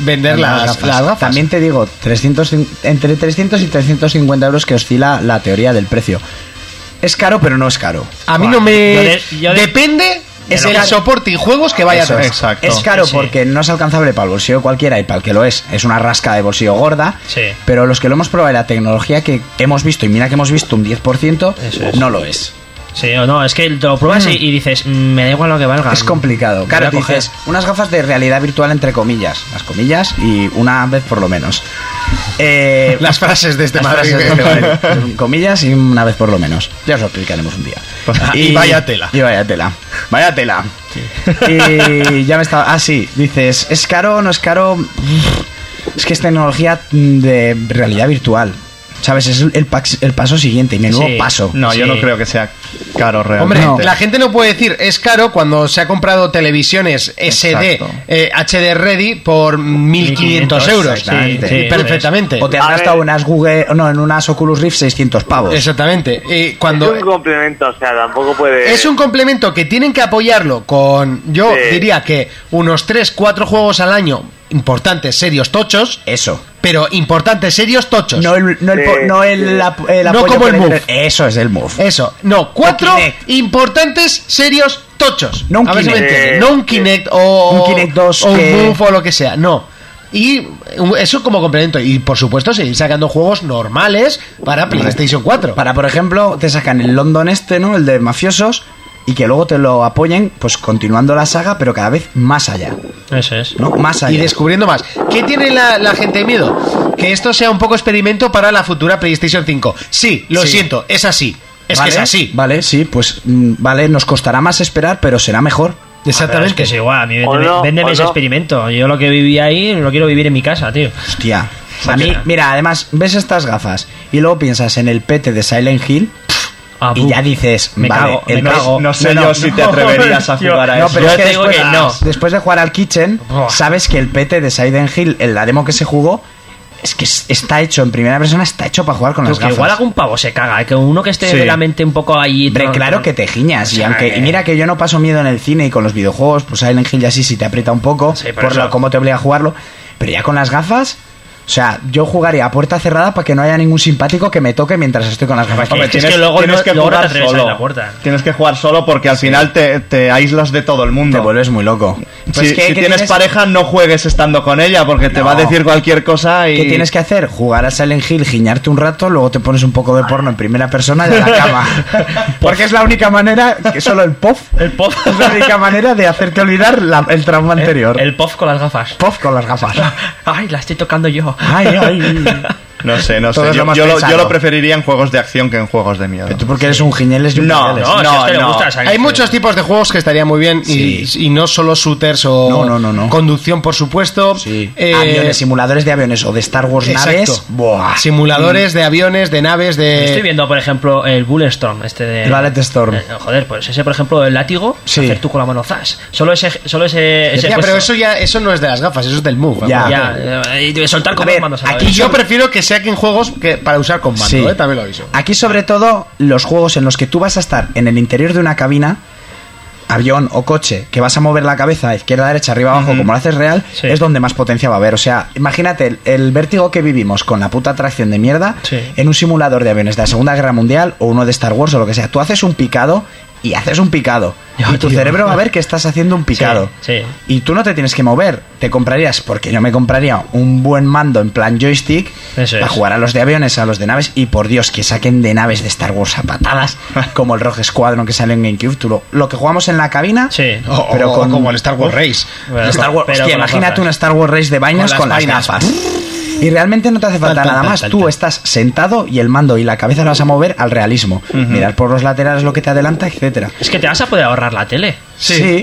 Speaker 2: vender las, las gafas.
Speaker 4: También te digo, 300, entre 300 y 350 euros que oscila la teoría del precio. Es caro, pero no es caro.
Speaker 2: A mí no
Speaker 5: Bueno,
Speaker 2: me.
Speaker 5: yo de- yo de-
Speaker 2: Depende es
Speaker 5: Pero
Speaker 2: el
Speaker 5: bueno.
Speaker 2: soporte y juegos que vaya a
Speaker 4: Eso
Speaker 2: tener.
Speaker 4: es.
Speaker 6: Exacto.
Speaker 4: Es caro
Speaker 5: Sí.
Speaker 4: porque no es alcanzable para el bolsillo de cualquiera y para el que lo es. Es una rasca de bolsillo gorda.
Speaker 5: Sí.
Speaker 4: Pero los que lo hemos probado y la tecnología que hemos visto, y mira que hemos visto un 10%,
Speaker 5: Eso es.
Speaker 4: no lo es.
Speaker 5: Sí, o no, es que te lo pruebas y, y dices, "Mm, me da igual lo que valga.
Speaker 4: Es complicado.
Speaker 5: Voy
Speaker 4: Claro,
Speaker 5: a
Speaker 4: tú
Speaker 5: coger.
Speaker 4: dices unas gafas de realidad virtual entre comillas. Las comillas y una vez por lo menos. Eh,
Speaker 2: Las frases de este
Speaker 4: las
Speaker 2: Madrid.
Speaker 4: frases de este Madrid. comillas y una vez por lo menos. Ya os lo explicaremos un día.
Speaker 2: Pues, Y vaya tela.
Speaker 4: Y vaya tela. Vaya tela. Y ya me estaba... Ah, sí. Dices, ¿es caro o no es caro? Es que es tecnología de realidad virtual. ¿Sabes? Es el, pax- el paso siguiente. Y mi nuevo
Speaker 5: Sí.
Speaker 4: paso.
Speaker 6: No, yo
Speaker 5: Sí.
Speaker 6: no creo que sea caro
Speaker 2: Hombre,
Speaker 6: realmente.
Speaker 2: la gente no puede decir es caro cuando se ha comprado televisiones SD
Speaker 6: Exacto.
Speaker 2: eh, HD Ready por 1.500 euros.
Speaker 4: Exactamente.
Speaker 5: Sí, sí,
Speaker 2: perfectamente.
Speaker 4: O te
Speaker 3: A
Speaker 4: has
Speaker 3: ver.
Speaker 4: gastado unas Google... No, en unas Oculus Rift 600 pavos.
Speaker 2: Exactamente. Y cuando,
Speaker 3: Es un complemento, o sea, tampoco puede...
Speaker 2: Es un complemento que tienen que apoyarlo con, yo
Speaker 3: Sí.
Speaker 2: diría que unos 3, 4 juegos al año importantes, serios, tochos,
Speaker 4: Eso.
Speaker 2: pero importantes, serios, tochos.
Speaker 4: No el, no el, po-
Speaker 3: Sí.
Speaker 4: no el, ap- el
Speaker 2: No
Speaker 4: apoyo
Speaker 2: como
Speaker 4: que
Speaker 2: el
Speaker 4: le-
Speaker 2: Move.
Speaker 4: Eso es el move.
Speaker 2: Eso, no, cuatro
Speaker 4: Un Kinect.
Speaker 2: importantes, serios, tochos.
Speaker 4: No un
Speaker 2: A ver si me
Speaker 4: Kinect.
Speaker 2: entiendes.
Speaker 3: Eh,
Speaker 2: No un Kinect o
Speaker 4: Un Kinect 2
Speaker 2: o un
Speaker 4: que-
Speaker 2: Move o lo que sea, no. Y eh, eso como complemento. Y por supuesto, seguir sacando juegos normales para PlayStation 4.
Speaker 4: Para, por ejemplo, te sacan el London este, ¿no? El de mafiosos. Y que luego te lo apoyen, pues continuando la saga, pero cada vez más allá.
Speaker 5: Eso es.
Speaker 4: ¿No? Más
Speaker 2: y
Speaker 4: allá.
Speaker 2: descubriendo más. ¿Qué tiene la, la gente de miedo? Que esto sea un poco experimento para la futura PlayStation 5. Sí, lo
Speaker 4: Sí.
Speaker 2: siento, es así. Es
Speaker 4: ¿Vale?
Speaker 2: que es así.
Speaker 4: Vale, sí, pues mm, vale, nos costará más esperar, pero será mejor.
Speaker 5: Exactamente. Es que es igual, a mí véndeme,
Speaker 3: O no,
Speaker 5: véndeme
Speaker 3: o
Speaker 5: ese
Speaker 3: no.
Speaker 5: experimento. Yo lo que viví ahí lo quiero vivir en mi casa, tío.
Speaker 4: Hostia. A
Speaker 5: Hostia.
Speaker 4: mí, mira, además, ves estas gafas y luego piensas en el pete de Silent Hill
Speaker 5: Ah,
Speaker 4: y
Speaker 5: bu.
Speaker 4: ya dices,
Speaker 5: Me
Speaker 4: vale,
Speaker 5: cago,
Speaker 4: el
Speaker 5: me
Speaker 4: pez-
Speaker 5: cago.
Speaker 6: No sé yo si te
Speaker 5: no,
Speaker 6: atreverías a
Speaker 5: tío.
Speaker 6: jugar a
Speaker 5: No,
Speaker 6: eso.
Speaker 5: pero
Speaker 4: Yo
Speaker 5: es que
Speaker 4: te digo
Speaker 5: después-
Speaker 4: que
Speaker 5: no.
Speaker 4: Después de jugar al Kitchen,
Speaker 5: Buah.
Speaker 4: sabes que el pete de Silent Hill, en la demo que se jugó, es que es- está hecho en primera persona, está hecho para jugar con
Speaker 5: Tú,
Speaker 4: las
Speaker 5: Pues que
Speaker 4: gafas.
Speaker 5: igual algún pavo se caga, eh, que uno que esté
Speaker 6: Sí.
Speaker 5: de la mente un poco allí.
Speaker 4: Hombre,
Speaker 5: tron,
Speaker 4: claro
Speaker 5: tron.
Speaker 4: que te giñas.
Speaker 5: O
Speaker 4: Y,
Speaker 5: sea,
Speaker 4: aunque,
Speaker 5: que-
Speaker 4: y mira que yo no paso miedo en el cine y con los videojuegos, pues Silent Hill y así si te aprieta un poco
Speaker 5: Sí, por
Speaker 4: por lo,
Speaker 5: eso.
Speaker 4: cómo te obliga a jugarlo. Pero ya con las gafas, o sea, yo jugaría a puerta cerrada para que no haya ningún simpático que me toque mientras estoy con las gafas.
Speaker 5: Hombre,
Speaker 4: puestas.
Speaker 5: Es que luego no- luego no te atreves a abrir la puerta.
Speaker 6: Tienes que jugar solo porque al final te, te aíslas de todo el mundo.
Speaker 4: Te vuelves muy loco. Pues
Speaker 6: si
Speaker 4: ¿qué-
Speaker 6: si
Speaker 4: qué
Speaker 6: tienes, pareja, no juegues estando con ella porque te
Speaker 4: No.
Speaker 6: va a decir cualquier cosa y.
Speaker 4: ¿Qué tienes que hacer? Jugar a Silent Hill, giñarte un rato, luego te pones un poco de porno en primera persona y a la cama. Porque es la única manera, que solo el POF,
Speaker 5: El pop.
Speaker 4: es la única manera de hacerte olvidar la- el trauma anterior.
Speaker 5: El pop con las gafas.
Speaker 4: POF con las gafas.
Speaker 5: Ay, la estoy tocando yo.
Speaker 4: Ay, ay.
Speaker 6: No sé, no sé.
Speaker 4: Todos lo
Speaker 6: Yo,
Speaker 4: hemos
Speaker 6: yo lo,
Speaker 4: pensado.
Speaker 6: yo lo preferiría en juegos de acción que en juegos de miedo.
Speaker 4: Pero tú porque eres un giñeles y un
Speaker 6: No,
Speaker 4: giñeles.
Speaker 5: No, si
Speaker 6: No,
Speaker 5: a este le
Speaker 6: no.
Speaker 5: gusta. o sea, que-
Speaker 2: Hay muchos tipos de juegos que estaría muy bien y-
Speaker 4: Sí.
Speaker 2: y, no solo shooters o
Speaker 4: No, no, no, no.
Speaker 2: conducción, por supuesto.
Speaker 4: Sí.
Speaker 2: Eh,
Speaker 4: aviones, simuladores de aviones o de Star Wars
Speaker 2: exacto.
Speaker 4: naves. Buah. Mm.
Speaker 2: Simuladores de aviones, de naves, de...
Speaker 5: Estoy viendo, por ejemplo, el Bulletstorm, este de...
Speaker 4: El Bulletstorm.
Speaker 5: Eh, joder, pues ese, por ejemplo, el látigo,
Speaker 4: Sí.
Speaker 5: hacer tú con la mano zas. Solo ese... Solo ese, ese
Speaker 2: Ya,
Speaker 5: pues,
Speaker 2: pero eso ya eso no es de las gafas, eso es del move.
Speaker 4: Ya.
Speaker 5: Ya, eh, y soltar
Speaker 4: A ver,
Speaker 5: comandos a la
Speaker 4: aquí
Speaker 5: vez.
Speaker 2: Yo prefiero que sea que en juegos que para usar con mando,
Speaker 4: Sí.
Speaker 2: eh, también lo aviso.
Speaker 4: Aquí sobre todo los juegos en los que tú vas a estar en el interior de una cabina, avión o coche, que vas a mover la cabeza izquierda, derecha, arriba, abajo, como lo haces real,
Speaker 5: Sí.
Speaker 4: es donde más potencia va a haber. O sea, imagínate el, el vértigo que vivimos con la puta tracción de mierda
Speaker 5: Sí.
Speaker 4: en un simulador de aviones de la Segunda Guerra Mundial o uno de Star Wars o lo que sea. Tú haces un picado y haces un picado.
Speaker 5: Ya,
Speaker 4: y tu
Speaker 5: tío.
Speaker 4: cerebro va a ver que estás haciendo un picado.
Speaker 5: Sí, sí.
Speaker 4: Y tú no te tienes que mover. Te comprarías, porque yo me compraría un buen mando en plan joystick
Speaker 5: Eso
Speaker 4: para
Speaker 5: es.
Speaker 4: jugar a los de aviones, a los de naves, y por Dios, que saquen de naves de Star Wars a patadas, como el Rogue Squadron que salió en GameCube, tú lo, lo que jugamos en la cabina,
Speaker 5: Sí.
Speaker 2: O- o como el Star Wars Race.
Speaker 5: Bueno,
Speaker 4: Star Wars,
Speaker 5: pero
Speaker 4: hostia,
Speaker 5: con las
Speaker 4: imagínate
Speaker 5: gafas.
Speaker 4: un Star Wars Race de baños
Speaker 2: Con
Speaker 4: con
Speaker 2: las vainas.
Speaker 4: las, gafas. Y realmente no te hace falta
Speaker 5: Tal, tal,
Speaker 4: nada
Speaker 5: tal,
Speaker 4: más.
Speaker 5: tal,
Speaker 4: Tú
Speaker 5: tal.
Speaker 4: estás sentado y el mando y la cabeza la vas a mover al realismo. Mirar por los laterales lo que te adelanta, etcétera.
Speaker 5: Es que te vas a poder ahorrar la tele.
Speaker 4: Sí,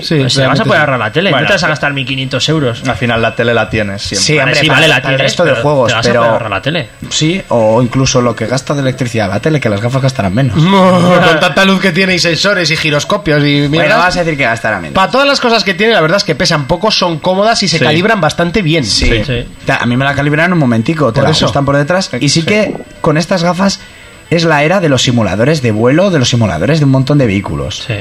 Speaker 2: sí.
Speaker 5: Pues te vas
Speaker 2: realmente
Speaker 5: a poder
Speaker 2: sí.
Speaker 5: ahorrar la tele.
Speaker 6: Bueno,
Speaker 5: no te vas a gastar 1.500 euros.
Speaker 6: Al final la tele la tienes siempre.
Speaker 4: Sí, hombre,
Speaker 5: sí,
Speaker 4: para-
Speaker 5: vale la
Speaker 4: para
Speaker 5: tele.
Speaker 4: el resto de
Speaker 5: pero
Speaker 4: juegos,
Speaker 5: te vas a
Speaker 4: pero
Speaker 5: poder ahorrar la tele.
Speaker 4: sí, o incluso lo que gasta de electricidad la tele, que las gafas gastarán menos.
Speaker 2: Con tanta luz que tiene y sensores y giroscopios y
Speaker 4: Bueno,
Speaker 2: mierdas.
Speaker 4: vas a decir que gastarán menos.
Speaker 2: Para todas las cosas que tiene, la verdad es que pesan poco, son cómodas y se
Speaker 6: Sí.
Speaker 2: calibran bastante bien.
Speaker 4: Sí.
Speaker 5: Sí.
Speaker 4: Ta- A mí me la calibraron un momentico, te
Speaker 2: Por
Speaker 4: la
Speaker 2: eso.
Speaker 4: ajustan por detrás. Y sí
Speaker 6: Sí.
Speaker 4: que con estas gafas es la era de los simuladores de vuelo, de los simuladores de un montón de vehículos.
Speaker 5: Sí.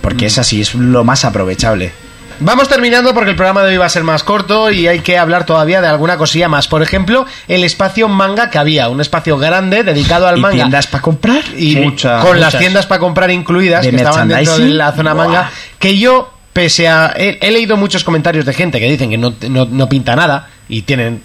Speaker 4: Porque es así, es lo más aprovechable.
Speaker 2: Vamos terminando porque el programa de hoy va a ser más corto y hay que hablar todavía de alguna cosilla más. Por ejemplo, el espacio manga que había, un espacio grande dedicado al
Speaker 4: y
Speaker 2: manga.
Speaker 4: tiendas para comprar.
Speaker 2: y
Speaker 6: Sí, mucha-
Speaker 2: con las
Speaker 5: muchas.
Speaker 2: tiendas para comprar incluidas
Speaker 4: De
Speaker 2: que estaban dentro de
Speaker 4: merchandising.
Speaker 2: la zona manga
Speaker 4: Buah.
Speaker 2: que yo pese a he, he leído muchos comentarios de gente que dicen que no, no, no pinta nada y tienen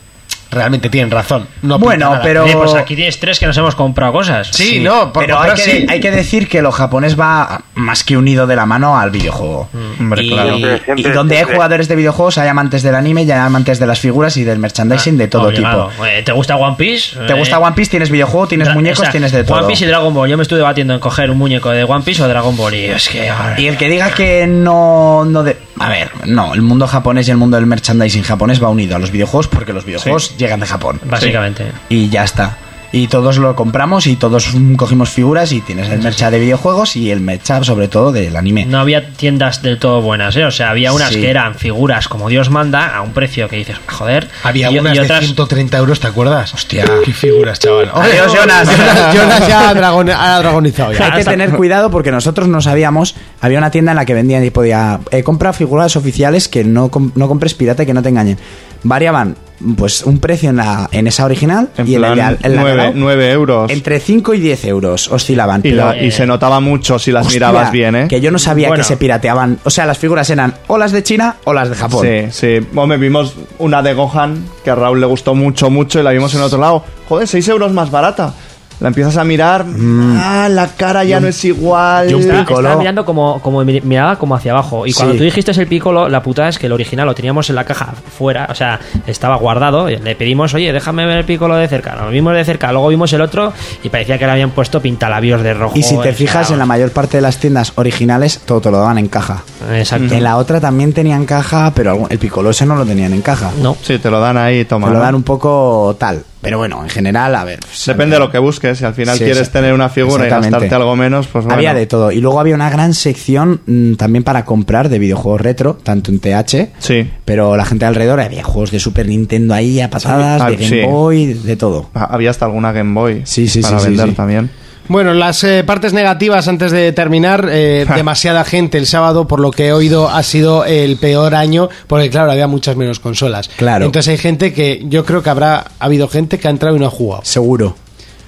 Speaker 2: realmente tienen razón no pinta
Speaker 4: Bueno,
Speaker 2: nada.
Speaker 4: pero-
Speaker 5: Oye, pues aquí tienes tres que nos hemos comprado cosas.
Speaker 2: sí, no por
Speaker 4: pero hay
Speaker 2: comprar
Speaker 4: que,
Speaker 2: sí.
Speaker 4: hay que decir que lo japonés va más que unido de la mano al videojuego.
Speaker 6: Mm. Hombre,
Speaker 4: y, y
Speaker 6: claro.
Speaker 3: Siempre, siempre,
Speaker 4: donde hay
Speaker 3: siempre.
Speaker 4: jugadores de videojuegos hay amantes del anime, y hay amantes de las figuras y del merchandising de todo
Speaker 5: Ah, Obligado.
Speaker 4: tipo.
Speaker 5: Eh, ¿Te gusta One Piece? Eh,
Speaker 4: ¿Te gusta One Piece? Tienes videojuego, tienes muñecos, tienes de todo.
Speaker 5: One Piece y Dragon Ball. Yo me estuve debatiendo en coger un muñeco de One Piece o Dragon Ball. Y es que. ah, ahora-
Speaker 4: Y el que diga que no, no de... A ver, no, el mundo japonés y el mundo del merchandising japonés va unido a los videojuegos porque los videojuegos llegan de Japón.
Speaker 5: Básicamente.
Speaker 4: Y ya está. Y todos lo compramos y todos mm, cogimos figuras y tienes el mercha de videojuegos y el mercha sobre todo del anime.
Speaker 5: No había tiendas del todo buenas, ¿eh? O sea, había unas
Speaker 4: Sí.
Speaker 5: que eran figuras como Dios manda, a un precio que dices, joder.
Speaker 2: había
Speaker 5: y,
Speaker 2: unas
Speaker 5: y
Speaker 2: de
Speaker 5: otras.
Speaker 2: 130 euros ¿te acuerdas?
Speaker 4: Hostia.
Speaker 2: qué figuras chaval
Speaker 4: Adiós, Jonas.
Speaker 2: Jonas, Jonas ya ha, dragon- ha dragonizado ya.
Speaker 4: Hay que
Speaker 5: hasta-
Speaker 4: tener cuidado porque nosotros no sabíamos. Había una tienda en la que vendían y podía eh, comprar figuras oficiales que no, com- no compres pirata y que no te engañen. Variaban pues un precio en, la, en esa original
Speaker 6: En
Speaker 4: y en la,
Speaker 6: plan,
Speaker 4: de- en la de al
Speaker 6: nueve
Speaker 4: lado,
Speaker 6: nueve euros.
Speaker 4: Entre 5 y 10 euros oscilaban.
Speaker 6: Y,
Speaker 4: pero-
Speaker 6: la- y se notaba mucho si las
Speaker 4: Hostia,
Speaker 6: mirabas bien, ¿eh?
Speaker 4: Que yo no sabía
Speaker 5: Bueno.
Speaker 4: que se pirateaban. O sea, las figuras eran o las de China o las de Japón.
Speaker 6: Sí, sí. Hombre, vimos una de Gohan que a Raúl le gustó mucho, mucho y la vimos en otro lado. Joder, 6 euros más barata. La empiezas a mirar.
Speaker 4: Mm.
Speaker 6: Ah, la cara ya no es igual.
Speaker 4: y un
Speaker 5: Estaba-
Speaker 4: Piccolo.
Speaker 5: estaba mirando como, como mi- miraba como hacia abajo. Y cuando
Speaker 4: Sí.
Speaker 5: tú dijiste el pícolo, la putada es que el original lo teníamos en la caja fuera, o sea, estaba guardado. y Le pedimos, oye, déjame ver el pícolo de cerca. Lo vimos de cerca, luego vimos el otro y parecía que le habían puesto pintalabios de rojo.
Speaker 4: Y si te
Speaker 5: o sea,
Speaker 4: fijas, en la mayor parte de las tiendas originales todo te lo daban en caja.
Speaker 5: Exacto.
Speaker 4: En la otra también tenían caja, pero algún- el picoloso no lo tenían en caja.
Speaker 5: No.
Speaker 6: Sí, te lo dan ahí, toma.
Speaker 4: Te lo
Speaker 6: ¿no?
Speaker 4: dan un poco tal. Pero bueno, en general, a ver. pues,
Speaker 6: Depende de lo que busques. Si al final
Speaker 4: Sí,
Speaker 6: quieres
Speaker 4: exacto.
Speaker 6: tener una figura y
Speaker 4: Exactamente.
Speaker 6: gastarte algo menos, pues bueno.
Speaker 4: Había de todo. Y luego había una gran sección mm, también para comprar de videojuegos retro, tanto en TH.
Speaker 6: Sí.
Speaker 4: Pero la gente alrededor había juegos de Super Nintendo ahí a patadas,
Speaker 6: Ah,
Speaker 4: de Game
Speaker 6: sí.
Speaker 4: Boy, de todo.
Speaker 6: Ha- Había hasta alguna Game Boy
Speaker 4: Sí, sí,
Speaker 6: para
Speaker 4: sí, sí,
Speaker 6: vender
Speaker 4: sí.
Speaker 6: también.
Speaker 2: Bueno, las eh, partes negativas antes de terminar. eh, demasiada gente el sábado, por lo que he oído, ha sido el peor año, porque claro, había muchas menos consolas.
Speaker 4: Claro.
Speaker 2: Entonces hay gente que yo creo que habrá habido gente que ha entrado y no ha jugado.
Speaker 4: Seguro.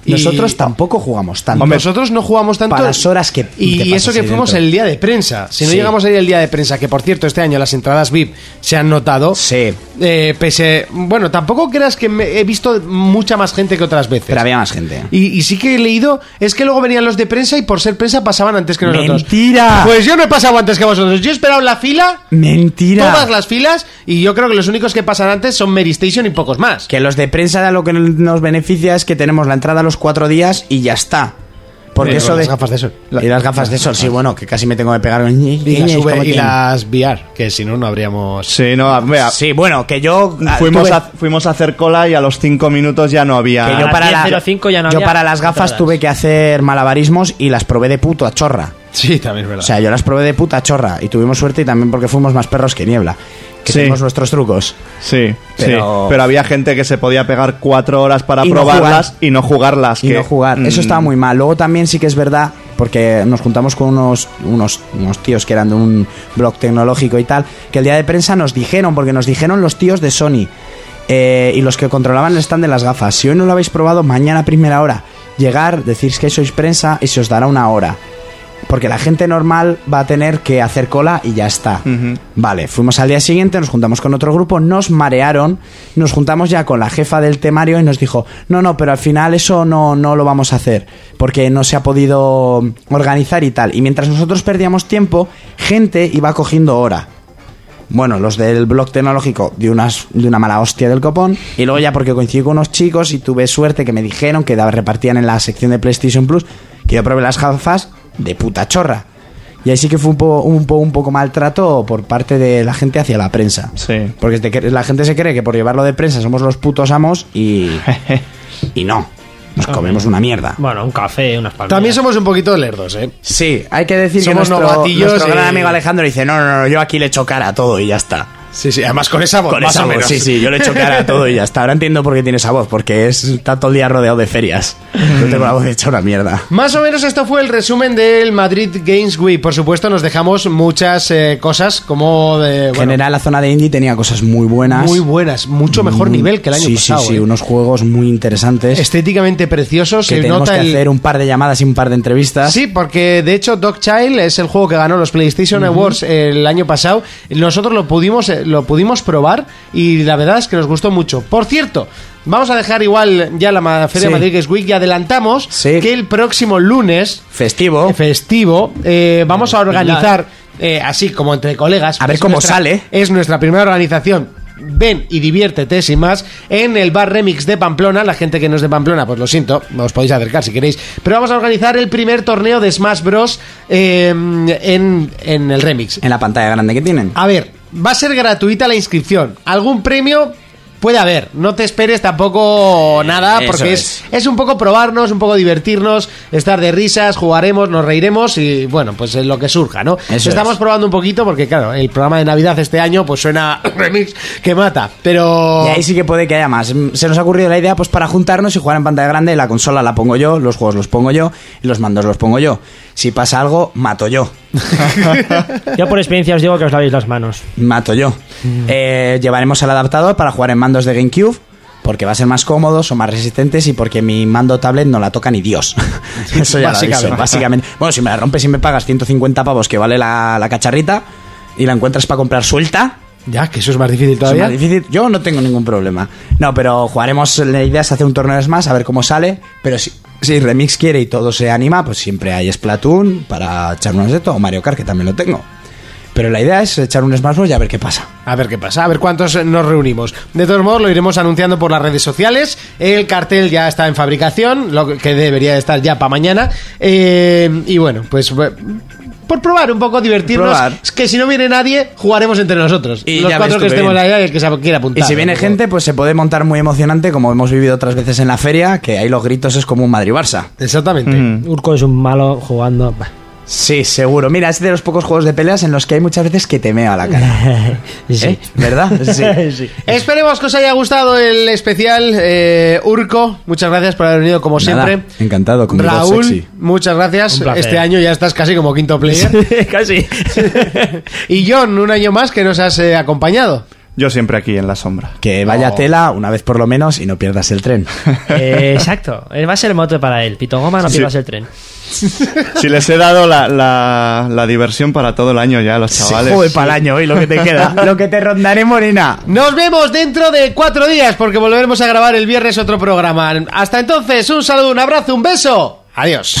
Speaker 2: Y-
Speaker 4: Nosotros tampoco jugamos tanto.
Speaker 2: Nosotros no jugamos tanto.
Speaker 4: Para las horas que
Speaker 2: Y,
Speaker 4: te
Speaker 2: y
Speaker 4: pasas
Speaker 2: eso que
Speaker 4: ahí
Speaker 2: fuimos
Speaker 4: dentro.
Speaker 2: el día de prensa. Si no
Speaker 4: Sí.
Speaker 2: llegamos a ir el día de prensa, que por cierto, este año las entradas VIP se han notado.
Speaker 4: Sí.
Speaker 2: Eh, pese. Bueno, tampoco creas que me- he visto mucha más gente que otras veces.
Speaker 4: Pero había más gente.
Speaker 2: Y, y sí que he leído, es que luego venían los de prensa y por ser prensa pasaban antes que nosotros.
Speaker 4: ¡Mentira!
Speaker 2: Pues yo no he pasado antes que vosotros. Yo he esperado la fila,
Speaker 4: Mentira.
Speaker 2: todas las filas, y yo creo que los únicos que pasan antes son Mary Station y pocos más.
Speaker 4: Que los de prensa lo que nos beneficia es que tenemos la entrada a los cuatro días y ya está. Porque
Speaker 2: Pero
Speaker 4: eso de...
Speaker 2: las gafas de sol.
Speaker 4: Y las gafas de sol, sí, bueno, que casi me tengo que pegar un...
Speaker 2: Y las,
Speaker 4: ¿Cómo
Speaker 2: V- y
Speaker 4: tienen?
Speaker 2: las VR, que si no, no habríamos...
Speaker 6: Sí, no, a- vea,
Speaker 4: Sí, bueno, que yo... ah,
Speaker 6: fuimos,
Speaker 4: tuve-
Speaker 6: a, fuimos a hacer cola y a los 5 minutos ya no había.
Speaker 4: que yo
Speaker 5: las
Speaker 4: para, la-
Speaker 5: 10.05 ya no
Speaker 4: yo
Speaker 5: había
Speaker 4: para las gafas
Speaker 5: entradas.
Speaker 4: tuve que hacer malabarismos y las probé de puto a chorra.
Speaker 2: Sí, también es verdad.
Speaker 4: O sea, yo las probé de puta chorra y tuvimos suerte y también porque fuimos más perros que niebla. Que
Speaker 6: Sí.
Speaker 4: tenemos nuestros trucos.
Speaker 6: Sí,
Speaker 4: Pero-
Speaker 6: sí. Pero había gente que se podía pegar cuatro horas para
Speaker 4: Y no
Speaker 6: probarlas
Speaker 4: jugar.
Speaker 6: y no jugarlas.
Speaker 4: Y
Speaker 6: que-
Speaker 4: no jugar. Eso
Speaker 6: Mm,
Speaker 4: estaba muy mal. Luego también sí que es verdad, porque nos juntamos con unos, unos, unos tíos que eran de un blog tecnológico y tal, que el día de prensa nos dijeron, porque nos dijeron los tíos de Sony eh, y los que controlaban el stand de las gafas, si hoy no lo habéis probado, mañana a primera hora, llegar, decís que sois prensa y se os dará una hora. Porque la gente normal va a tener que hacer cola y ya está.
Speaker 6: Ujú.
Speaker 4: Vale, fuimos al día siguiente, nos juntamos con otro grupo, nos marearon, nos juntamos ya con la jefa del temario y nos dijo, no, no, pero al final eso no, no lo vamos a hacer, porque no se ha podido organizar y tal. Y mientras nosotros perdíamos tiempo, gente iba cogiendo hora. Bueno, los del blog tecnológico de, unas, de una mala hostia del copón. Y luego ya porque coincidí con unos chicos y tuve suerte que me dijeron que daba- repartían en la sección de PlayStation Plus que yo probé las gafas de puta chorra. Y ahí sí que fue un, po- un, po- un poco maltrato por parte de la gente hacia la prensa.
Speaker 6: Sí.
Speaker 4: Porque te cre- la gente se cree que por llevarlo de prensa somos los putos amos y, y no. Nos comemos una mierda.
Speaker 5: Bueno, un café, unas palmas.
Speaker 2: También somos un poquito lerdos, ¿eh?
Speaker 4: Sí, hay que decir
Speaker 2: Somos
Speaker 4: que nuestro,
Speaker 2: novatillos
Speaker 4: nuestro
Speaker 2: y-
Speaker 4: gran amigo Alejandro dice, no, no, no, yo aquí le echo cara a todo y ya está.
Speaker 2: Sí, sí, además con esa voz,
Speaker 4: Con
Speaker 2: más
Speaker 4: esa
Speaker 2: o
Speaker 4: voz,
Speaker 2: menos.
Speaker 4: sí, sí, yo le echo cara a todo y ya está. Ahora entiendo por qué tiene esa voz, porque es, está todo el día rodeado de ferias. Yo tengo la voz hecha una mierda.
Speaker 2: Más o menos esto fue el resumen del Madrid Games Week. Por supuesto, nos dejamos muchas eh, cosas como de,
Speaker 4: En
Speaker 2: bueno,
Speaker 4: general, la zona de indie tenía cosas muy buenas.
Speaker 2: muy buenas, mucho mejor
Speaker 4: Muy-
Speaker 2: nivel que el año
Speaker 4: Mm, sí,
Speaker 2: pasado.
Speaker 4: Sí, sí,
Speaker 2: ¿eh?
Speaker 4: unos juegos muy interesantes.
Speaker 2: Estéticamente preciosos.
Speaker 4: que
Speaker 2: se
Speaker 4: tenemos
Speaker 2: nota
Speaker 4: que
Speaker 2: el-
Speaker 4: hacer un par de llamadas y un par de entrevistas.
Speaker 2: Sí, porque de hecho Dog Child es el juego que ganó los PlayStation Awards eh, el año pasado. Nosotros lo pudimos, eh, lo pudimos probar y la verdad es que nos gustó mucho. Por cierto, vamos a dejar igual ya la ma- Feria
Speaker 4: Sí.
Speaker 2: Madrid Games Week y adelantamos
Speaker 4: Sí.
Speaker 2: que el próximo lunes
Speaker 4: Festivo.
Speaker 2: festivo eh, vamos a organizar eh, así como entre colegas. pues
Speaker 4: A ver
Speaker 2: es
Speaker 4: cómo
Speaker 2: nuestra-
Speaker 4: sale.
Speaker 2: Es nuestra primera organización. Ven y diviértete sin más en el bar Remix de Pamplona. La gente que no es de Pamplona, pues lo siento, os podéis acercar si queréis. Pero vamos a organizar el primer torneo de Smash Bros. eh, en, en el Remix.
Speaker 4: En la pantalla grande que tienen.
Speaker 2: A ver, va a ser gratuita la inscripción. ¿Algún premio? Puede haber, no te esperes tampoco nada,
Speaker 4: Eso
Speaker 2: porque es,
Speaker 4: es.
Speaker 2: es un poco probarnos, un poco divertirnos, estar de risas, jugaremos, nos reiremos y bueno, pues es lo que surja, ¿no?
Speaker 4: Eso
Speaker 2: Estamos
Speaker 4: es.
Speaker 2: probando un poquito porque, claro, el programa de Navidad este año pues suena remix que mata, pero...
Speaker 4: Y ahí sí que puede que haya más. Mm, Se nos ha ocurrido la idea pues para juntarnos y jugar en pantalla grande. La consola la pongo yo, los juegos los pongo yo y los mandos los pongo yo. Si pasa algo, mato yo.
Speaker 5: Yo por experiencia os digo que os lavéis las manos.
Speaker 4: Mato yo.
Speaker 2: Mm.
Speaker 4: Eh, llevaremos el adaptador para jugar en mandos de GameCube. Porque va a ser más cómodos o más resistentes y porque mi mando tablet no la toca ni Dios. Eso ya lo aviso,
Speaker 2: Básicamente.
Speaker 4: básicamente. Bueno, si me la rompes y me pagas 150 pavos que vale la, la cacharrita y la encuentras para comprar suelta,
Speaker 2: Ya, que eso es más difícil
Speaker 4: Es
Speaker 2: todavía.
Speaker 4: más difícil. Yo no tengo ningún problema. No, pero jugaremos. La idea es hacer un torneo de Smash, a ver cómo sale. Pero si, si Remix quiere y todo se anima, pues siempre hay Splatoon para echar unas de todo. O Mario Kart, que también lo tengo. Pero la idea es echar un Smash Bros. y a ver qué pasa.
Speaker 2: A ver qué pasa, a ver cuántos eh, nos reunimos. De todos modos, lo iremos anunciando por las redes sociales. El cartel ya está en fabricación, lo que debería estar ya para mañana. Eh, y bueno, pues bu- por probar un poco, divertirnos.
Speaker 4: Probar.
Speaker 2: Es que si no viene nadie, jugaremos entre nosotros.
Speaker 4: Y
Speaker 2: Los
Speaker 4: ya
Speaker 2: cuatro
Speaker 4: ves tú
Speaker 2: que
Speaker 4: qué
Speaker 2: estemos
Speaker 4: bien.
Speaker 2: allá y el que se quiera apuntar.
Speaker 4: Y si viene
Speaker 2: ¿no?
Speaker 4: gente, pues se puede montar muy emocionante, como hemos vivido otras veces en la feria, que ahí los gritos es como un Madrid-Barça.
Speaker 2: Exactamente.
Speaker 5: Urco es un malo jugando. Bah.
Speaker 4: Sí, seguro. Mira, es de los pocos juegos de peleas en los que hay muchas veces que temeo a la cara.
Speaker 5: Sí.
Speaker 4: ¿Eh? ¿Verdad? Sí.
Speaker 5: Sí.
Speaker 2: Esperemos que os haya gustado el especial eh, Urco. Muchas gracias por haber venido como
Speaker 4: Nada,
Speaker 2: siempre.
Speaker 4: encantado, con mi voz
Speaker 2: Raúl,
Speaker 4: sexy.
Speaker 2: muchas gracias.
Speaker 5: Un placer.
Speaker 2: Este año ya estás casi como quinto player.
Speaker 4: ¿Eh?
Speaker 5: Casi.
Speaker 2: Y John, un año más que nos has eh, acompañado.
Speaker 6: Yo siempre aquí en la sombra.
Speaker 4: Que vaya tela una vez por lo menos y no pierdas el tren.
Speaker 5: Eh, exacto. Eh, Va a ser el mote para él. Pito Goma, no
Speaker 6: Sí.
Speaker 5: pierdas el tren.
Speaker 6: Si les he dado la, la- la diversión para todo el año ya a los chavales.
Speaker 4: Joder, para el año hoy lo que te queda. lo que te rondaré, Morina.
Speaker 2: Nos vemos dentro de cuatro días porque volveremos a grabar el viernes otro programa. Hasta entonces, un saludo, un abrazo, un beso. Adiós.